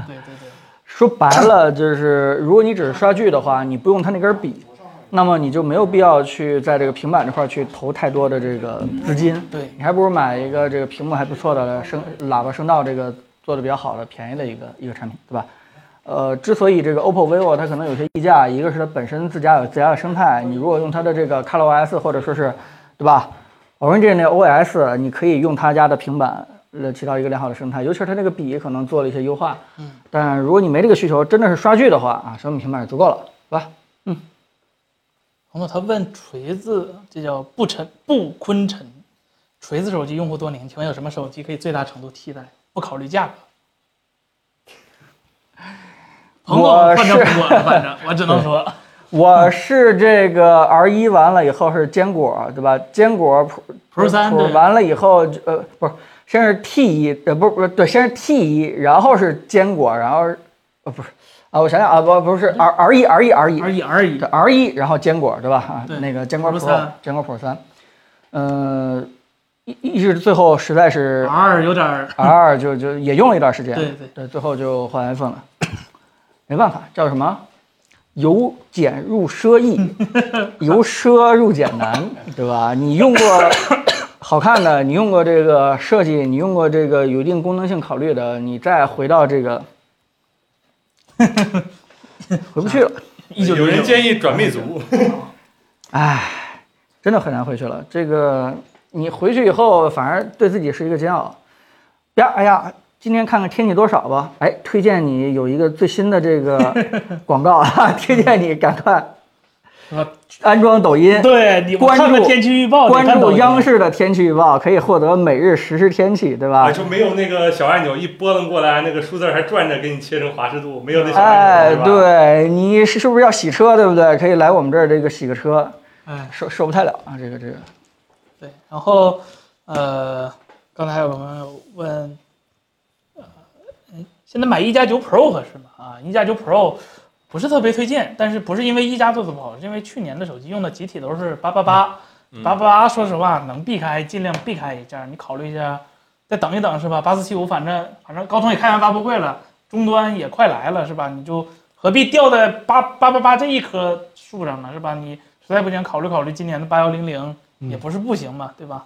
S3: 对对对，
S1: 说白了就是，如果你只是刷剧的话，你不用它那根笔，那么你就没有必要去在这个平板这块去投太多的这个资金。
S3: 对
S1: 你还不如买一个这个屏幕还不错的声喇叭声道这个做的比较好的便宜的一个一个产品，对吧？呃，之所以这个 OPPO、vivo 它可能有些溢价，一个是它本身自家有自家的生态，你如果用它的这个 ColorOS 或者说是，对吧？Orange 那 OS，你可以用它家的平板来起到一个良好的生态，尤其是它那个笔可能做了一些优化。嗯，但如果你没这个需求，真的是刷剧的话啊，小米平板也足够了，对吧？
S3: 红总他问锤子，这叫不沉不坤沉，锤子手机用户多年，请问有什么手机可以最大程度替代？不考虑价格。
S1: 我
S3: 苹果换成
S1: 是
S3: 苹果了，反正我只能说，
S1: 我是这个 R 一完了以后是坚果，对吧？坚果 Pro
S3: Pro 三对
S1: 完了以后就，呃，不是，先是 T 一，呃，不是不是，对，先是 T 一，然后是坚果，然后是，呃，不是，啊，我想想啊，不不是 R R 一 R 一 R 一
S3: 而已而已
S1: 对。R E，一，然后坚果对吧？啊
S3: E 对，
S1: 那个坚果
S3: Pro
S1: Pro，
S3: 3
S1: 坚果 Pro 三，呃，一一直最后实在是
S3: R 有点儿
S1: R 二就就也用了一段时间，
S3: 对对
S1: 对，最后就换 iPhone 了，没办法，叫什么？由俭入奢易，由奢入俭难，对吧？你用过好看的，你用过这个设计，你用过这个有一定功能性考虑的，你再回到这个，回不去了。
S3: 一九
S2: 有
S3: 零
S2: 人
S3: 九。
S2: 建议转魅族，
S1: 唉，真的很难回去了。这个你回去以后，反而对自己是一个煎熬。呀，哎呀，今天看看天气多少吧。哎，推荐你有一个最新的这
S3: *laughs*
S1: 个广告啊，推荐你赶快
S3: 啊
S1: 安装抖音，
S3: 对你我
S1: 关
S3: 看
S1: 注
S3: 看天气预报，
S1: 关
S3: 你看抖
S1: 注
S3: 音啊
S1: 央视的天气预报，可以获得每日实时天气，对吧
S2: 啊，？就没有那个小按钮一拨楞过来，那个数字还转着给你切成华氏度，没有那小按钮
S1: 哎
S2: 是，吧？
S1: 对，你是是不是要洗车，对不对？可以来我们这儿这个洗个车，
S3: 哎，
S1: 受受不太了啊，这个这个。
S3: 对，然后呃，刚才有个朋友问，呃，嗯现在买一加九 Pro 合适吗？啊，一加九 Pro 不是特别推荐，但是不是因为一加做的不好，是因为去年的手机用的集体都是八八八八八八，说实话能避开尽量避开一下，你考虑一下，再等一等是吧？八四七五，反正反正高通也开完发布会了，终端也快来了是吧？你就何必掉在八八八八这一棵树上呢是吧？你实在不行考虑考虑今年的八幺零零。
S1: 嗯
S3: 也不是不行嘛，对吧？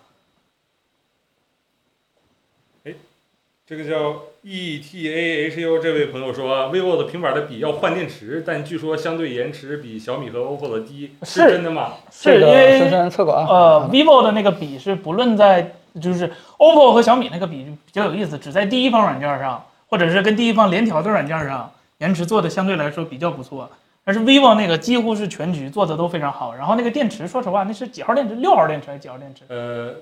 S2: 这个叫 E T A H U 这位朋友说，vivo 的平板的笔要换电池，但据说相对延迟比小米和 OPPO 的低，是
S3: 是
S2: 真的吗？
S1: 这
S3: 是因
S1: 个深
S3: 为
S1: 深测过啊，
S3: 呃，vivo 的那个笔是不论在就是 OPPO 和小米那个笔比较有意思，只在第一方软件上，或者是跟第一方联调的软件上，延迟做的相对来说比较不错。但是 vivo 那个几乎是全局做的都非常好，然后那个电池，说实话，那是几号电池？六号电池还是几号电池？
S2: 呃，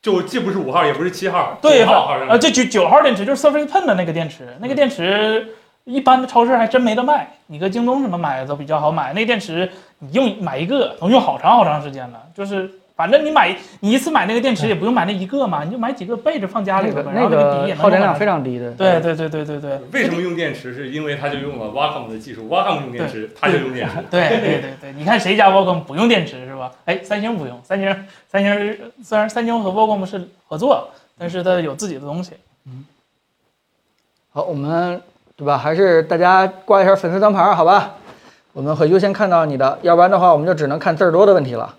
S2: 就既不是五号，也不是七号，
S3: 对，
S2: 9号好像
S3: 呃，
S2: 是。
S3: 这九九号电池就是 Surface Pen 的那个电池，那个电池一般的超市还真没得卖，你搁京东什么买的都比较好买。那电池你用买一个能用好长好长时间了，就是反正你买你一次买那个电池也不用买那一个嘛，你就买几个备着放家里
S1: 那
S3: 头
S1: 个
S3: 呗，然
S1: 那
S3: 后个笔
S1: 个
S3: 也能
S1: 耗电量
S3: 用
S1: 非常低的，
S3: 对对对对对对
S2: 为什么用电池？是因为他就用了 Wacom 的技术，Wacom 用电池，他就用电池。
S3: 对对对对，你看谁家 Wacom 不用电池是吧？哎，三星不用，三星三星虽然三星和 Wacom 是合作，但是它有自己的东西。
S1: 好，我们对吧？还是大家挂一下粉丝灯牌儿，好吧？我们会优先看到你的，要不然的话，我们就只能看字儿多的问题了。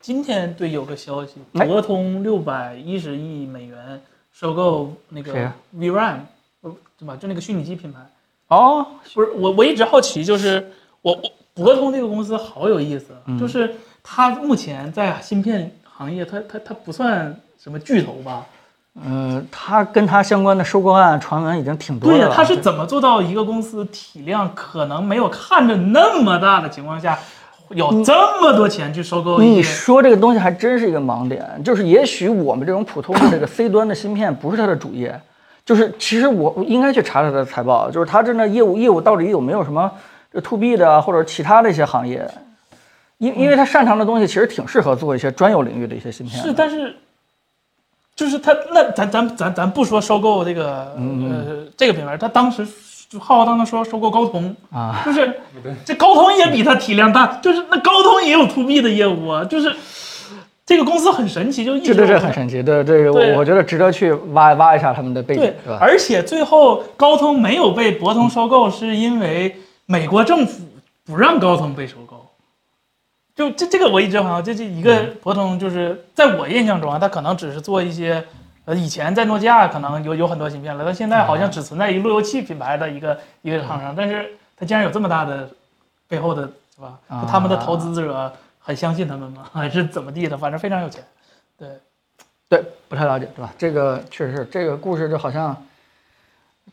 S3: 今天对有个消息，
S1: 哎
S3: 博通六百一十亿美元收购那
S1: 谁啊
S3: 个
S1: 呀
S3: VRAM，呃对吧？就那个虚拟机品牌。
S1: 哦，
S3: 不是我，我一直好奇，就是我我博通这个公司好有意思，啊
S1: 嗯
S3: 就是它目前在芯片行业，它它它不算什么巨头吧？
S1: 嗯、他跟他相关的收购案传闻已经挺多
S3: 对
S1: 的
S3: 呀、
S1: 了。啊嗯
S3: 它是怎么做到一个公司体量可能没有看着那么大的情况下，有这么多钱去收购一
S1: 你
S3: 些？
S1: 说这个东西还真是一个盲点，就是也许我们这种普通的这个 C 端的芯片不是它的主业，就是其实我应该去查查它的财报，就是它真的业务业务到底有没有什么这 to B 的啊或者其他的一些行业， *laughs* 因因为它擅长的东西其实挺适合做一些专有领域的一些芯片的。
S3: 是，但是就是他那咱咱咱咱不说收购这个、
S1: 嗯
S3: 呃这个品牌，他当时就浩浩荡荡说收购高通
S1: 啊，
S3: 就是这高通也比他体量大，就是那高通也有 to B 的业务啊，就是这个公司很神奇，就一直
S1: 这这这很神奇，对这个
S3: 对
S1: 我我觉得值得去挖挖一下他们的背景
S3: 对，，
S1: 是吧？
S3: 而且最后高通没有被博通收购，是因为美国政府不让高通被收购。就这这个我一直好像这这一个
S1: 嗯
S3: 博通，就是在我印象中啊，它可能只是做一些，呃，以前在诺基亚可能有有很多芯片了，但现在好
S1: 嗯
S3: 像只存在于路由器品牌的一个一个厂商，但是它竟然有这么大的背后的是吧？
S1: 啊
S3: 他们的投资者很相信他们吗？ *laughs* 还是怎么地的？反正非常有钱。对，
S1: 对，不太了解，对吧？这个确实是这个故事，就好像，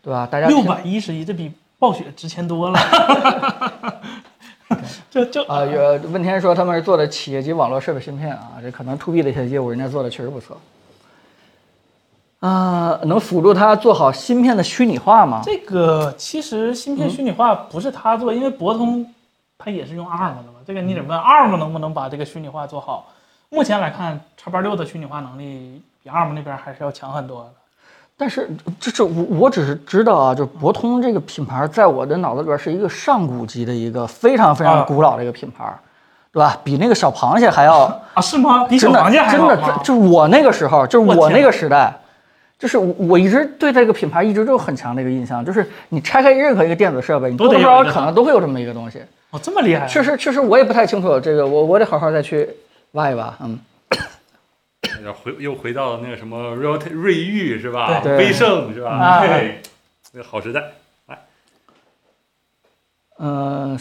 S1: 对吧？大家
S3: 六
S1: 听
S3: 百一十一，这比暴雪值钱多了。
S1: *laughs*
S3: 就就
S1: 啊，有问天说他们是做的企业级网络设备芯片啊，这可能 to B 的一些业务，人家做的确实不错。啊，能辅助他做好芯片的虚拟化吗？
S3: 这个其实
S1: 嗯
S3: 芯片虚拟化不是他做，因为博通它也是用 ARM 的嘛。这个你
S1: 嗯
S3: 得问 ARM 能不能把这个虚拟化做好。目前来看，x 八六的虚拟化能力比 ARM 那边还是要强很多的。
S1: 但是这这我我只是知道啊，就是博通这个品牌在我的脑子里边是一个上古级的一个非常非常
S3: 啊
S1: 古老的一个品牌，对吧？比那个小螃蟹还要。
S3: 啊，是吗？比小
S1: 真的
S3: 螃蟹还
S1: 真
S3: 好
S1: 的
S3: 吗，？
S1: 就是我那个时候，就是
S3: 我
S1: 我
S3: 天
S1: 那个时代，就是我我一直对这个品牌一直都有很强的一个印象，就是你拆开任何一个电子设备，你
S3: 都
S1: 多
S3: 得
S1: 多
S3: 有
S1: 少
S3: 一
S1: 少
S3: 个
S1: 可能都会有这么一个东西。
S3: 哦，这么厉害啊！
S1: 确实，确实我也不太清楚这个，我我得好好再去挖一挖。嗯，
S2: 然后回又回到那个什么 real 瑞昱是吧？
S1: 对
S2: 威盛是吧？
S3: 啊
S2: 对，那个好时代。
S1: 呃，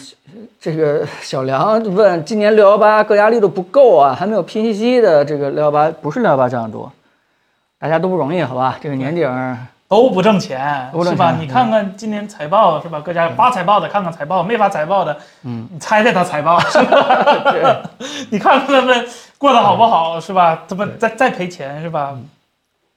S1: 这个小梁问，今年六幺八各家力度不够啊，还没有拼夕夕的这个六幺八，不是六幺八这样多，大家都不容易，好吧？这个年底儿
S3: 都不挣钱，
S1: 都不挣
S3: 是吧？
S1: 钱
S3: 你看看今年财报是吧？各家发财报的看看财报，没发财报的，
S1: 嗯，
S3: 你猜猜他财报是吧？ *laughs* 你看看他们过得好不好
S1: 嗯
S3: 是吧？他们再再赔钱是吧？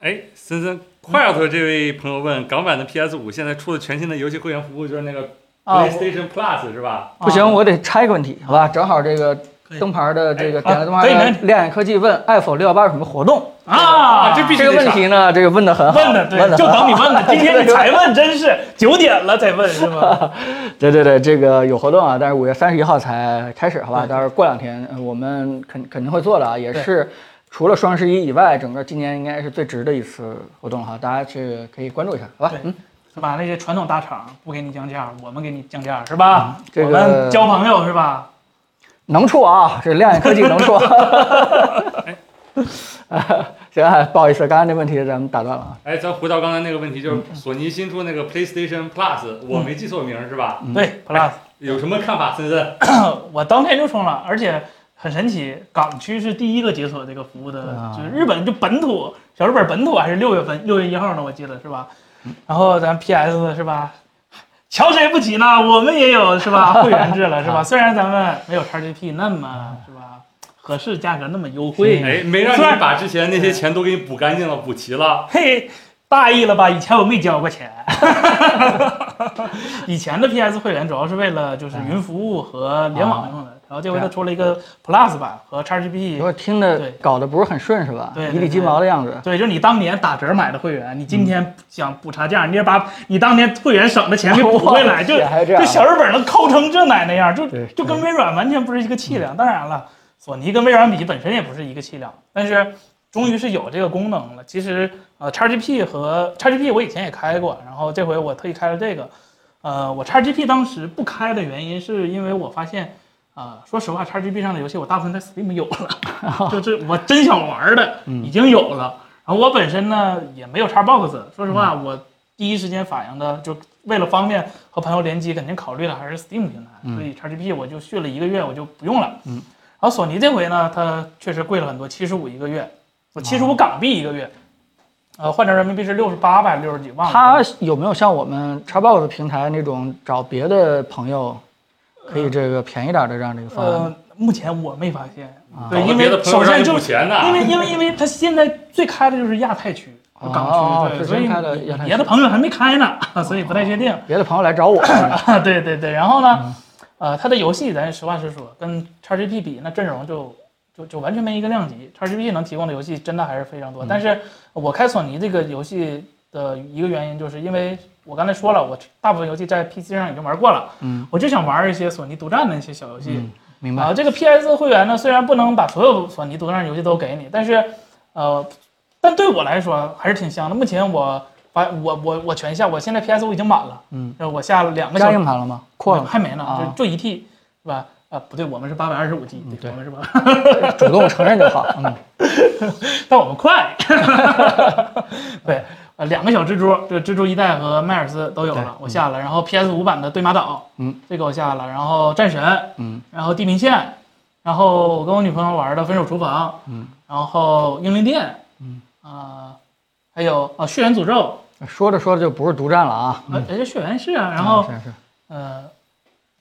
S2: 哎，森森，Quiet 这位朋友问，港版的 PS 五现在出了全新的游戏会员服务，就是那个
S3: 啊我
S2: PlayStation Plus 是吧？
S1: 不
S3: 啊
S1: 行，我得插一个问题，好吧？正好这个
S3: 可以
S1: 灯牌的这个
S2: 哎
S1: 点了灯牌
S3: 可以没问
S1: 的
S3: 题
S1: 亮眼科技问爱否六幺八有什么活动？
S3: 啊，
S2: 这必须
S1: 这个问题呢，这个啊问的很好，
S3: 问的对，
S1: 得
S3: 就
S1: 很好
S3: 等你问
S1: *laughs*
S3: 的，今天你才问，真是九点了才问是吧？
S1: 对对对，这个有活动啊，但是五月三十一号才开始，好吧？
S3: 对
S1: 到时候过两天呃我们肯肯定会做的啊，也是除了双十一以外，整个今年应该是最值的一次活动了哈，大家去可以关注一下，好吧？
S3: 对
S1: 嗯，
S3: 是吧？那些传统大厂不给你降价，我们给你降价是吧？
S1: 嗯这个
S3: 我们交朋友是吧？
S1: 能处啊，这亮眼科技能
S3: *laughs*
S1: *laughs* 处。
S3: 哎
S1: *laughs* 行啊，不好意思，刚刚那问题咱们打断了啊。
S2: 哎，咱回到刚才那个问题，
S3: 嗯
S2: 就是索尼新出那个 PlayStation Plus，我没记错名儿是吧？
S1: 嗯
S3: 对，plus。
S2: 有什么看法，森森？
S3: *coughs* 我当天就充了，而且很神奇，港区是第一个解锁这个服务的，
S1: 啊
S3: 就是日本就本土小日本本土还是六月份六月一号呢，我记得是吧？然后咱 PS 是吧？瞧谁不起呢？我们也有是吧？会员制了是吧？虽然咱们没有 XGP 那么是吧合适价格那么优惠，
S2: 哎，没让
S3: 算
S2: 你把之前那些钱都给你补干净了，补齐了。
S3: 嘿，大意了吧？以前我没交过钱。 *laughs* 以前的 PS 会员主要是为了就是云服务和联网用的，然后这回它出了一个 Plus 版和
S1: 你
S3: XGP。
S1: 说听的
S3: 对
S1: 搞得不是很顺是吧？
S3: 对对
S1: 一地鸡
S3: 对
S1: 毛的样子。
S3: 对，就是你当年打折买的会员，你今天想补差价，你也把你当年会员省的钱给补
S1: *laughs*
S3: 回
S1: 哇
S3: 来，就
S1: 天还这样
S3: 小日本能抠成这奶奶样，就
S1: 对嗯
S3: 就跟微软完全不是一个气量。当然了，索尼跟微软比本身也不是一个气量，但是终于是有这个功能了。其实呃，XGP 和 XGP 我以前也开过，然后这回我特意开了这个。呃，我 XGP 当时不开的原因是因为我发现，啊、说实话，XGP 上的游戏我大部分在 Steam 有了， *laughs* 就是我真想玩的已经有了。然后我本身呢也没有 Xbox，说实话，我第一时间反应的就为了方便和朋友联机，肯定考虑的还是 Steam 平台，所以 XGP 我就续了一个月，我就不用了。
S1: 嗯。
S3: 然后索尼这回呢，它确实贵了很多，七十五一个月，我七十五港币一个月，呃，换成人民币是六十八吧，还是六十几，忘了。
S1: 他有没有像我们 Xbox 平台那种找别的朋友，可以这个便宜点的这样的一个方案？
S3: 呃，目前我没发现，对，
S2: 搞得
S3: 因
S2: 别的
S3: 为
S2: 朋友
S3: 首
S2: 让
S3: 先
S2: 你
S3: 就
S2: 补
S1: *laughs*
S2: 钱呢。
S3: 因为因为因为他现在最开的就是亚太区、
S1: 哦
S3: 港区，
S1: 最
S3: 对，所以
S1: 先开的亚太区
S3: 别的朋友还没开呢， *laughs* 所以不太确定。
S1: 别的朋友来找我，哦
S3: *laughs* 对对对，然后
S1: 嗯
S3: 呢，呃，它的游戏咱实话实说，跟 XGP 比，那阵容就就就完全没一个量级。XGP 能提供的游戏真的还是非常
S1: 嗯
S3: 多，但是我开索尼这个游戏的一个原因，就是因为我刚才说了，我大部分游戏在 PC 上已经玩过了，
S1: 嗯，
S3: 我就想玩一些索尼独占的一些小游戏。
S1: 明
S3: 啊，
S1: 白。
S3: 这个 PS 会员呢，虽然不能把所有索尼独占游戏都给你，但是，呃，但对我来说还是挺香的。目前我把我我我全下，我现在 PS 我已经满了，
S1: 嗯，
S3: 我下了两个小
S1: 加
S3: 时
S1: 硬盘了吗？扩了吗，
S3: 还没呢，
S1: 啊
S3: 就就一 T 是吧？啊，不对，我们是八百二十五 G，
S1: 嗯对
S3: 我们是吧？
S1: 主动承认就好。嗯，
S3: *laughs* 但我们快，对，呃，两个小蜘蛛，这个蜘蛛一代和迈尔斯都有
S1: 对
S3: 了，我下了。然后 PS 五版的对马岛，
S1: 嗯，
S3: 这个我下了。然后战神，
S1: 嗯，
S3: 然后地平线，然后我跟我女朋友玩的分手厨房，
S1: 嗯，
S3: 然后英灵殿，
S1: 嗯，
S3: 啊，还有啊血缘诅咒，
S1: 说着说着就不是独占了啊。
S3: 哎，这血缘是啊，然后
S1: 嗯是是，
S3: 呃，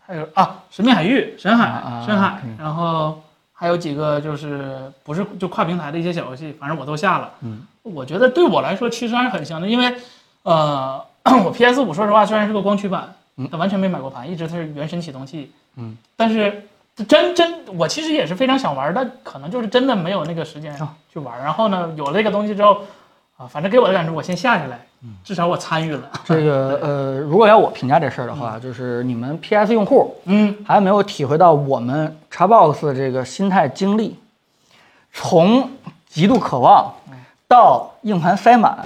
S3: 还有啊神秘海域、神海
S1: 啊啊、
S3: 深海
S1: 嗯，
S3: 然后还有几个就是不是就跨平台的一些小游戏，反正我都下了。
S1: 嗯，
S3: 我觉得对我来说其实还是很香的，因为，呃， *coughs* 我 PS 五说实话虽然是个光驱版
S1: 嗯，
S3: 但完全没买过盘，一直它是原神启动器。
S1: 嗯，
S3: 但是真真我其实也是非常想玩，但可能就是真的没有那个时间
S1: 啊
S3: 去玩。然后呢，有了这个东西之后，啊，反正给我的感受，我先下下来，至少我参与了。
S1: 这个呃，如果要我评价这事儿的话，就是你们 PS 用户
S3: 嗯，
S1: 还没有体会到我们 Xbox 的这个心态经历，从极度渴望到硬盘塞满，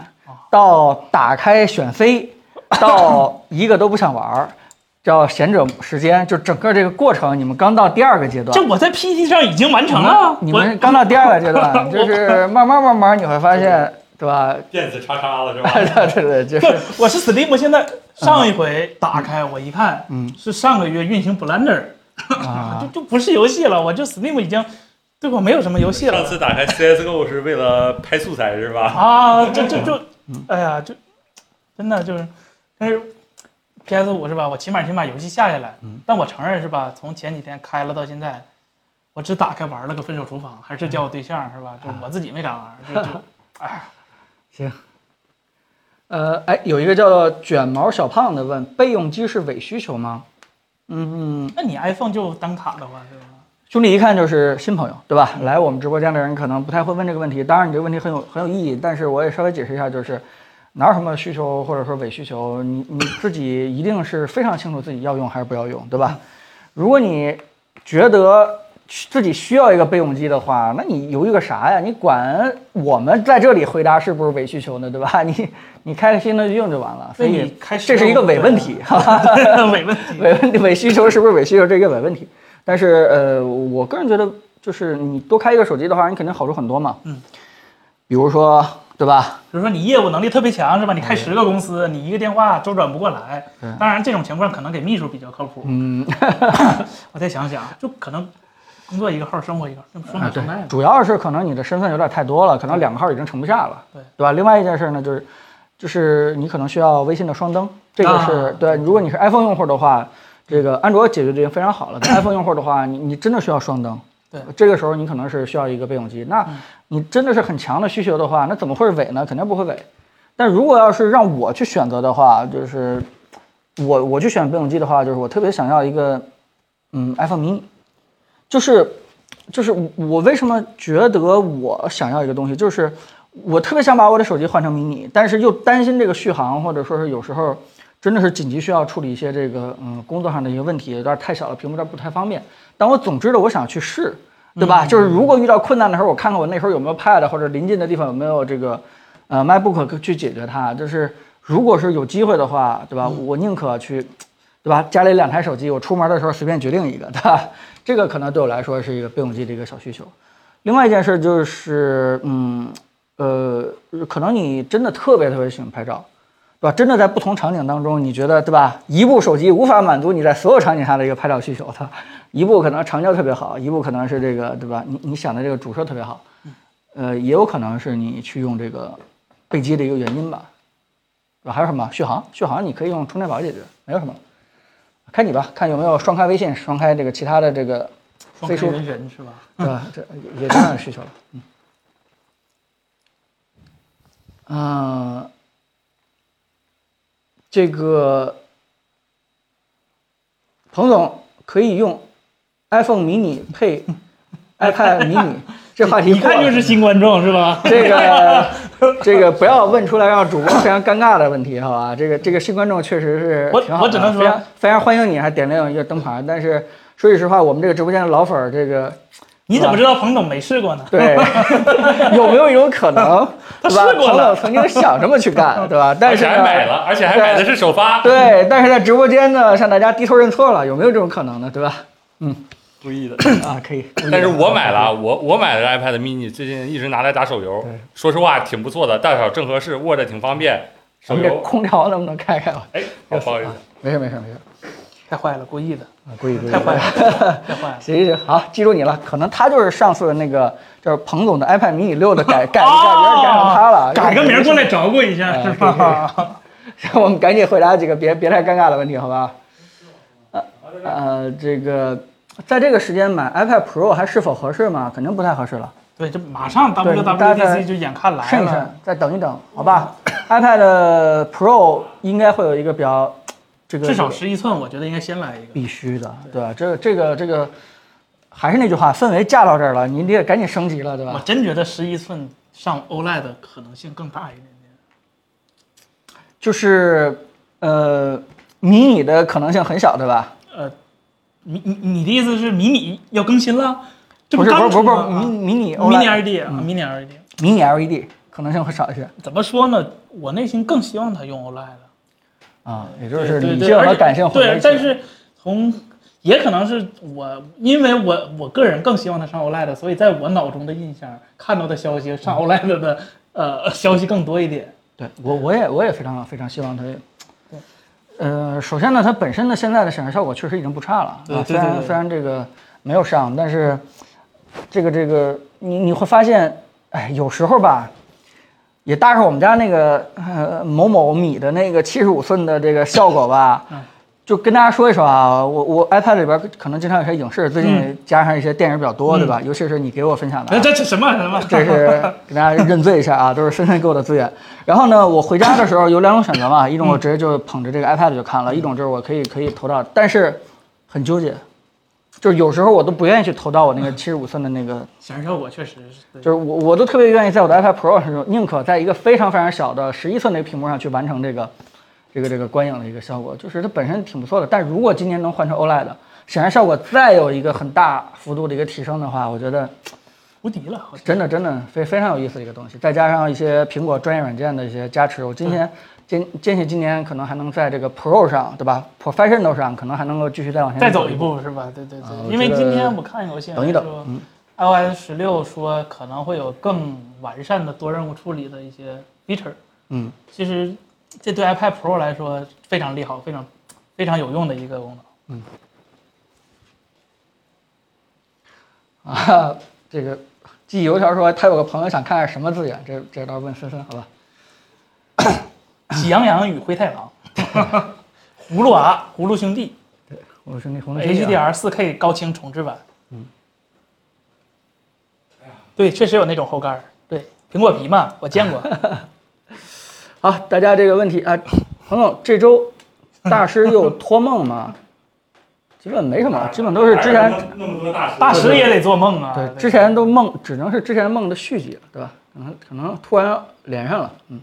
S1: 到打开选飞，
S3: 哦
S1: 到一个都不想玩儿， *laughs* 叫闲者时间，就整个这个过程，你们刚到第二个阶段
S3: 这。我在 PT 上已经完成了。
S1: 嗯你
S3: 我
S1: 们刚到第二个阶
S3: *laughs*
S1: 段，就是慢慢慢慢你会发现，对吧？ *laughs*
S2: 电子叉叉了是吧？
S1: 对对对，就
S3: 不
S1: 是
S3: 是，我是 Steam 现在上一回打开我一看， *laughs*
S1: 嗯
S3: 是上个月运行 Blender，
S1: 啊
S3: 就，就不是游戏了，我就 Steam 已经对我没有什么游戏
S2: 上
S3: 了
S2: 次打开 CSGO 是为了拍素材是吧？
S3: 啊，这这就，哎呀，就真的就是，但是 PS 五是吧？我起码先把游戏下下来，
S1: 嗯
S3: 但我承认是吧？从前几天开了到现在，我只打开玩了个《分手厨房》，还是叫我对象是吧？就
S1: 啊
S3: 我自己没敢玩，就就
S1: 行。呃，哎，有一个叫做卷毛小胖的问：备用机是伪需求吗？嗯，
S3: 那你 iPhone 就单卡的话是吧？
S1: 兄弟一看就是新朋友，对吧？来我们直播间的人可能不太会问这个问题，当然你这个问题很有很有意义，但是我也稍微解释一下，就是哪有什么需求或者说伪需求，你你自己一定是非常清楚自己要用还是不要用，对吧？如果你觉得自己需要一个备用机的话，那你犹豫个啥呀？你管我们在这里回答是不是伪需求呢，对吧？ *laughs* 你你开开心心的去用就完了，所
S3: 那
S1: 以
S3: 你开始
S1: 这是一个伪问题，哈 *laughs*
S3: *laughs*
S1: 哈。
S3: 没啊问题。
S1: 伪问题伪需求是不是伪需求这个伪问题？但是呃，我个人觉得，就是你多开一个手机的话，你肯定好处很多嘛。
S3: 嗯，
S1: 比如说对吧？
S3: 比如说你业务能力特别强是吧？你
S1: 嗯
S3: 开十个公司，你一个电话周转不过来。当然这种情况可能给秘书比较靠谱。
S1: 嗯，
S3: 我再想想，就可能工作一个号，生活一个号，这不双
S1: 啊
S3: 管
S1: 对
S3: 双待吗？
S1: 主要是可能你的身份有点太多了，可能两个号已经盛不下了，
S3: 对
S1: 对吧？另外一件事呢，就是就是你可能需要微信的双登，这个是、
S3: 啊
S1: 对。如果你是 iPhone 用户的话，这个安卓解决的已经非常好了。但 iPhone 用户的话，你你真的需要双登。
S3: 嗯对嗯
S1: 这个时候你可能是需要一个备用机。那你真的是很强的需求的话，那怎么会是伪呢？肯定不会伪。但如果要是让我去选择的话，就是我我去选备用机的话，就是我特别想要一个嗯 iPhone mini，就是就是我为什么觉得我想要一个东西，就是我特别想把我的手机换成迷你，但是又担心这个续航，或者说是有时候真的是紧急需要处理一些这个嗯工作上的一些问题，有点太小了，屏幕有点不太方便。但我总之的我想去试，对吧？就是如果遇到困难的时候，我看看我那时候有没有 Pad 或者临近的地方有没有这个呃 MacBook 去解决它。就是如果是有机会的话，对吧？我宁可去。对吧？家里两台手机，我出门的时候随便决定一个， *laughs* 对吧？这个可能对我来说是一个备用机的一个小需求。另外一件事就是，嗯，呃，可能你真的特别特别喜欢拍照，对吧？真的在不同场景当中，你觉得对吧？一部手机无法满足你在所有场景下的一个拍照需求，它一部可能长焦特别好，一部可能是这个对吧？你你想的这个主摄特别好，呃，也有可能是你去用这个备机的一个原因吧，对吧？还有什么续航？续航你可以用充电宝解决，没有什么。开你吧，看有没有双开微信，双开这个其他的这个
S3: 双
S1: 飞
S3: 开
S1: 书，
S3: 人人是吧？
S1: 对吧？这也也当然有需求了。嗯，呃这个彭总可以用 iPhone mini 配 iPad mini，这话题
S3: 一看
S1: 过
S3: 就
S1: 了
S3: 是新观众是
S1: *laughs*
S3: 吧？
S1: 这个这个不要问出来让主播非常尴尬的问题，好吧？这个这个新观众确实是
S3: 我
S1: 挺好的，
S3: 我只能说
S1: 非常非常欢迎你，还点亮一个灯牌，但是说句实话，我们这个直播间的老粉儿，这个
S3: 你
S1: 啊
S3: 怎么知道彭总没试过呢？
S1: *laughs* 对，有没有一种可能，
S3: 他
S1: 对吧？
S3: 试过
S1: 彭
S3: 了
S1: 总曾经想这么去干，对吧？但
S2: 而
S1: 是
S2: 且
S1: 呢
S2: 还买了，而且还买的是首发，
S1: 对，但是在直播间呢，向大家低头认错了，有没有这种可能呢？对吧？
S2: 故意的。
S1: 啊，可以。
S2: *laughs* 但是我买了啊，我我买的 iPad mini 最近一直拿来打手游
S1: 对，
S2: 说实话挺不错的，大小正合适，握着挺方便。
S1: 我
S2: 手
S1: 们这
S2: 游，
S1: 空调能不能开开啊？
S2: 哎，好不好意思，
S1: 没事没事没事，
S3: 太坏了，故意的，
S1: 啊，故意故意。
S3: 太坏了，太坏了。
S1: *laughs* 行行行，好，记住你了。可能他就是上次的那个，就是彭总的 iPad mini 六的改改改名，哦改成他了，
S3: *laughs* 改个名儿过来找过一下，
S1: 哎
S3: 是吧？
S1: 让 *laughs* 我们赶紧回答几个别别太尴尬的问题，好吧？呃呃，这个在这个时间买 iPad Pro 还是否合适吗？肯定不太合适了，
S3: 对，这马上
S1: 对大家
S3: WWDC 就眼看来
S1: 慎一
S3: 了
S1: 慎，，再等一等，好
S3: *laughs*
S1: 吧？iPad Pro 应该会有一个比较这个
S3: 至少十一寸，我觉得应该先来一个。
S1: 必须的，对吧？这个这个这个，还是那句话，氛围架到这儿了，你得赶紧升级了，对
S3: 我
S1: 吧？
S3: 真觉得十一寸上 OLED 的可能性更大一点点。
S1: 就是呃，迷你的可能性很小，对吧？
S3: 呃，你你你的意思是迷你要更新了？这
S1: 不是不
S3: 刚
S1: 是不
S3: 出
S1: 是不是
S3: 吗
S1: 迷迷你 E
S3: 啊 mini
S1: OLED
S3: LED 啊，mini LED。
S1: 迷你 LED 可能性会少一些。
S3: 怎么说呢？我内心更希望它用 OLED。
S1: 啊，也就是
S3: 对
S1: 理
S3: 对
S1: 性
S3: 而
S1: 和
S3: 且
S1: 感性混在
S3: 对
S1: 一，起
S3: 但是从也可能是我，因为我我个人更希望它上 OLED，所以在我脑中的印象看到的消息
S1: 嗯
S3: 上 OLED 的呃消息更多一点。
S1: 对我我也我也非常非常希望它。呃，首先呢，它本身的现在的显示效果确实已经不差了，
S3: 对
S1: 啊
S3: 对
S1: 虽
S3: 对
S1: 然
S3: 对
S1: 虽然这个没有上，但是这个这个你你会发现，哎，有时候吧，也搭上我们家那个呃某某米的那个七十五寸的这个效果
S3: *laughs*
S1: 吧，
S3: 嗯
S1: 就跟大家说一说啊，我我 iPad 里边可能经常有些影视，最
S3: 嗯
S1: 近加上一些电影比较多，对吧？尤其是你给我分享的啊，
S3: 这这这什么什么？
S1: *laughs* 这
S3: *laughs*
S1: 是给大家认罪一下啊，都是深深给我的资源。然后呢，我回家的时候有两种选择嘛，一种我直接就捧着这个 iPad 就看了，一种就是我可以可以投到，但是很纠结，就是有时候我都不愿意去投到我那个七十五寸的那个，
S3: 显示效果确实是
S1: 就是我我都特别愿意在我的 iPad Pro 上，宁可在一个非常非常小的十一寸的屏幕上去完成这个这个这个观影的一个效果，就是它本身挺不错的。但如果今年能换成 OLED，显示效果再有一个很大幅度的一个提升的话，我觉得。
S3: 无敌了，好像
S1: 真的真的非非常有意思的一个东西，再加上一些苹果专业软件的一些加持，我今
S3: 嗯
S1: 天坚坚信今年可能还能在这个 Pro 上，对吧？Professional 上可能还能够继续再往前
S3: 再走一。步是吧？对对对，
S1: 啊我
S3: 因为
S1: 觉得
S3: 今天我看有个新闻
S1: 等一嗯等
S3: 说 iOS 十六说可能会有更完善的多任务处理的一些 feature。
S1: 嗯，
S3: 其实这对 iPad Pro 来说非常利好，非常非常有用的一个功能。
S1: *laughs* 啊，这个记忆油条说他有个朋友想看看什么资源，这这倒是问森森好吧？
S3: 《喜羊羊与灰太狼》 *laughs* 《葫芦娃》《葫芦兄弟
S1: 我是那》红的
S3: 哎
S1: 学弟啊
S3: HDR 4K 高清重制版。嗯，对，确实有那种后盖儿，对，苹果皮嘛，我
S1: *laughs*
S3: 见过。
S1: 好，大家这个问题啊，彭总这周大师又托梦吗？ *laughs* 基本没什么，基本都是之前
S2: 哪有哎那么那么多大师，
S3: 大师也得做梦啊。
S1: 对之前都梦，只能是之前梦的续集了，对吧？可能可能突然连上了，嗯。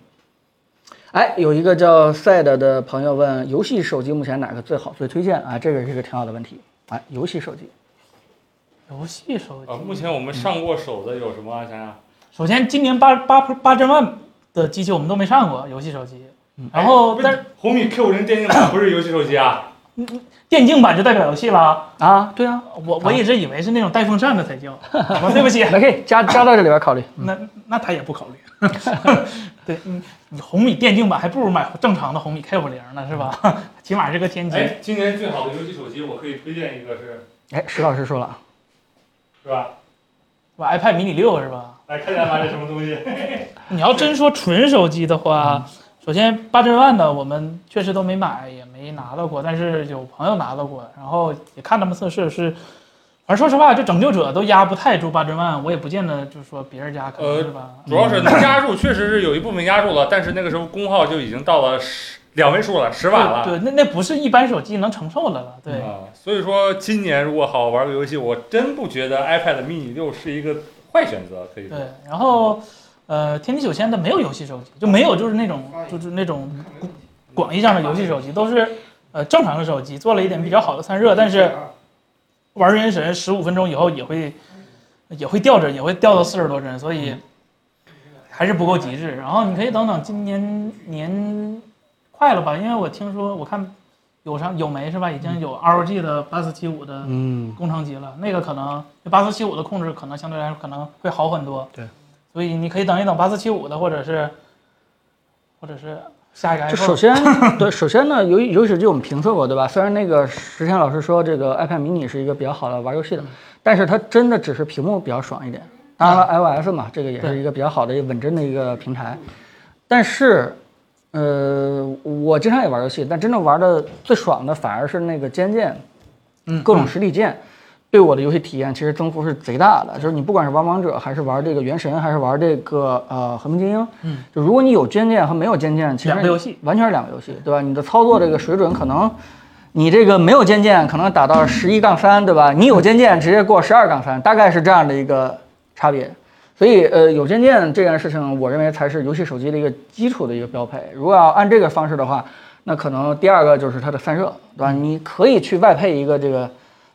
S1: 哎，有一个叫赛德的朋友问，游戏手机目前哪个最好，最推荐啊？这个是一个挺好的问题。哎，游戏手机，
S3: 游戏手机
S2: 啊，，目前我们上过手的有什么啊？想想，
S3: 首先今年八八八千万的机器我们都没上过游戏手机，然
S2: 哎
S3: 后哦但是
S2: 红米 Q 人电竞版不是游戏手机啊？
S3: 电竞版就代表游戏了。
S1: 啊，对啊，
S3: 我我一直以为是那种带风扇的才 *laughs* 叫，好吧对不起，
S1: 那可以加加到这里边考虑。
S3: 那那他也不考虑。 *laughs* 对，你你红米电竞版还不如买正常的红米 K 五零呢，是吧？ *laughs* 起码是个天玑。
S2: 哎，今年最好的游戏手机，我可以推荐一个是，
S1: 哎，石老师说了啊，
S2: 是吧？
S3: 我 iPad mini 六是吧？
S2: 来看看吧，这什么东西？
S3: 你要真说纯手机的
S2: 嗯
S3: 话，首先八千万的我们确实都没买，也没拿到过，但是有朋友拿到过，然后也看他们测试是。反正说实话，这拯救者都压不太住八千万，我也不见得就是说别人家可能
S2: 呃
S3: 是吧？
S2: 主要是能压住，确实是有一部分压住了，但是那个时候功耗就已经到了十两位数了，十瓦了。
S3: 对，对那那不是一般手机能承受的了。对，
S2: 啊，所以说今年如果好好玩个游戏，我真不觉得 iPad mini 六是一个坏选择，可以说
S3: 对，然后呃，天玑九千的没有游戏手机，就没有就是那种就是那种广义上的游戏手机，都是呃正常的手机，做了一点比较好的散热，但是玩原神十五分钟以后也会也会掉帧，也会掉到四十多帧，所以还是不够极致。然后你可以等等今年年快了吧，因为我听说我看有啥有媒是吧，已经有 ROG 的八四七五的
S2: 嗯，
S3: 工程级了，那个可能八四七五的控制可能相对来说可能会好很多。
S2: 对，
S3: 所以你可以等一等八四七五的，或者是或者是下一个
S1: 就首
S3: iPhone。
S1: 先，对，首先呢，由于由于手机我们评测过，对吧？虽然那个石天老师说这个 iPad mini 是一个比较好的玩游戏的，但是它真的只是屏幕比较爽一点。当然了，iOS 嘛，这个也是
S3: 对
S1: 一个比较好的稳真的一个平台。但是，呃，我经常也玩游戏，但真正玩的最爽的反而是那个肩键，
S3: 嗯
S1: 各种实体键，对我的游戏体验其实增幅是贼大的。就是你不管是玩王者，还是玩这个原神，还是玩这个呃和平精英，
S3: 嗯，
S1: 就如果你有肩键和没有肩键，其实
S3: 两个游戏
S1: 完全是两个游戏，对吧？你的操作这个水准可能。你这个没有肩键，可能打到十一杠三，对吧？你有肩键，直接过十二杠三，大概是这样的一个差别。所以，呃，有肩键这件事情，我认为才是游戏手机的一个基础的一个标配。如果要按这个方式的话，那可能第二个就是它的散热，对吧？你可以去外配一个这个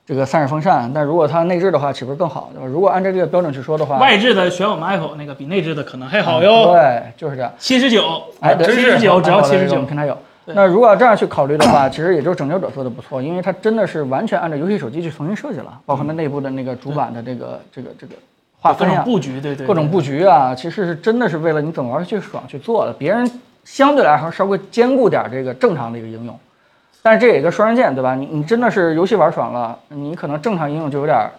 S1: 这个散热风扇，但如果它内置的话，岂不是更好？对吧？如果按照这个标准去说的话，
S3: 外置的选我们 Apple 那个比内置的可能还好
S1: 嗯
S3: 哟，
S1: 对，就是这样。
S3: 七十九，
S1: 哎，对
S3: 七十九只要七十
S1: 我们
S3: 九，
S1: 平台有。
S3: 对
S1: 那如果要这样去考虑的话，其实也就是拯救者做的不错，因为它真的是完全按照游戏手机去重新设计了，包括它内部的那个主板的这个这个这个划
S3: 各
S1: 分
S3: 种
S1: 呀，
S3: 布局，对对，
S1: 各种布局啊，其实是真的是为了你怎么玩儿去爽去做的。别人相对来说稍微兼顾点儿这个正常的一个应用，但是这也一个双刃剑，对吧？你你真的是游戏玩爽了，你可能正常应用就有点儿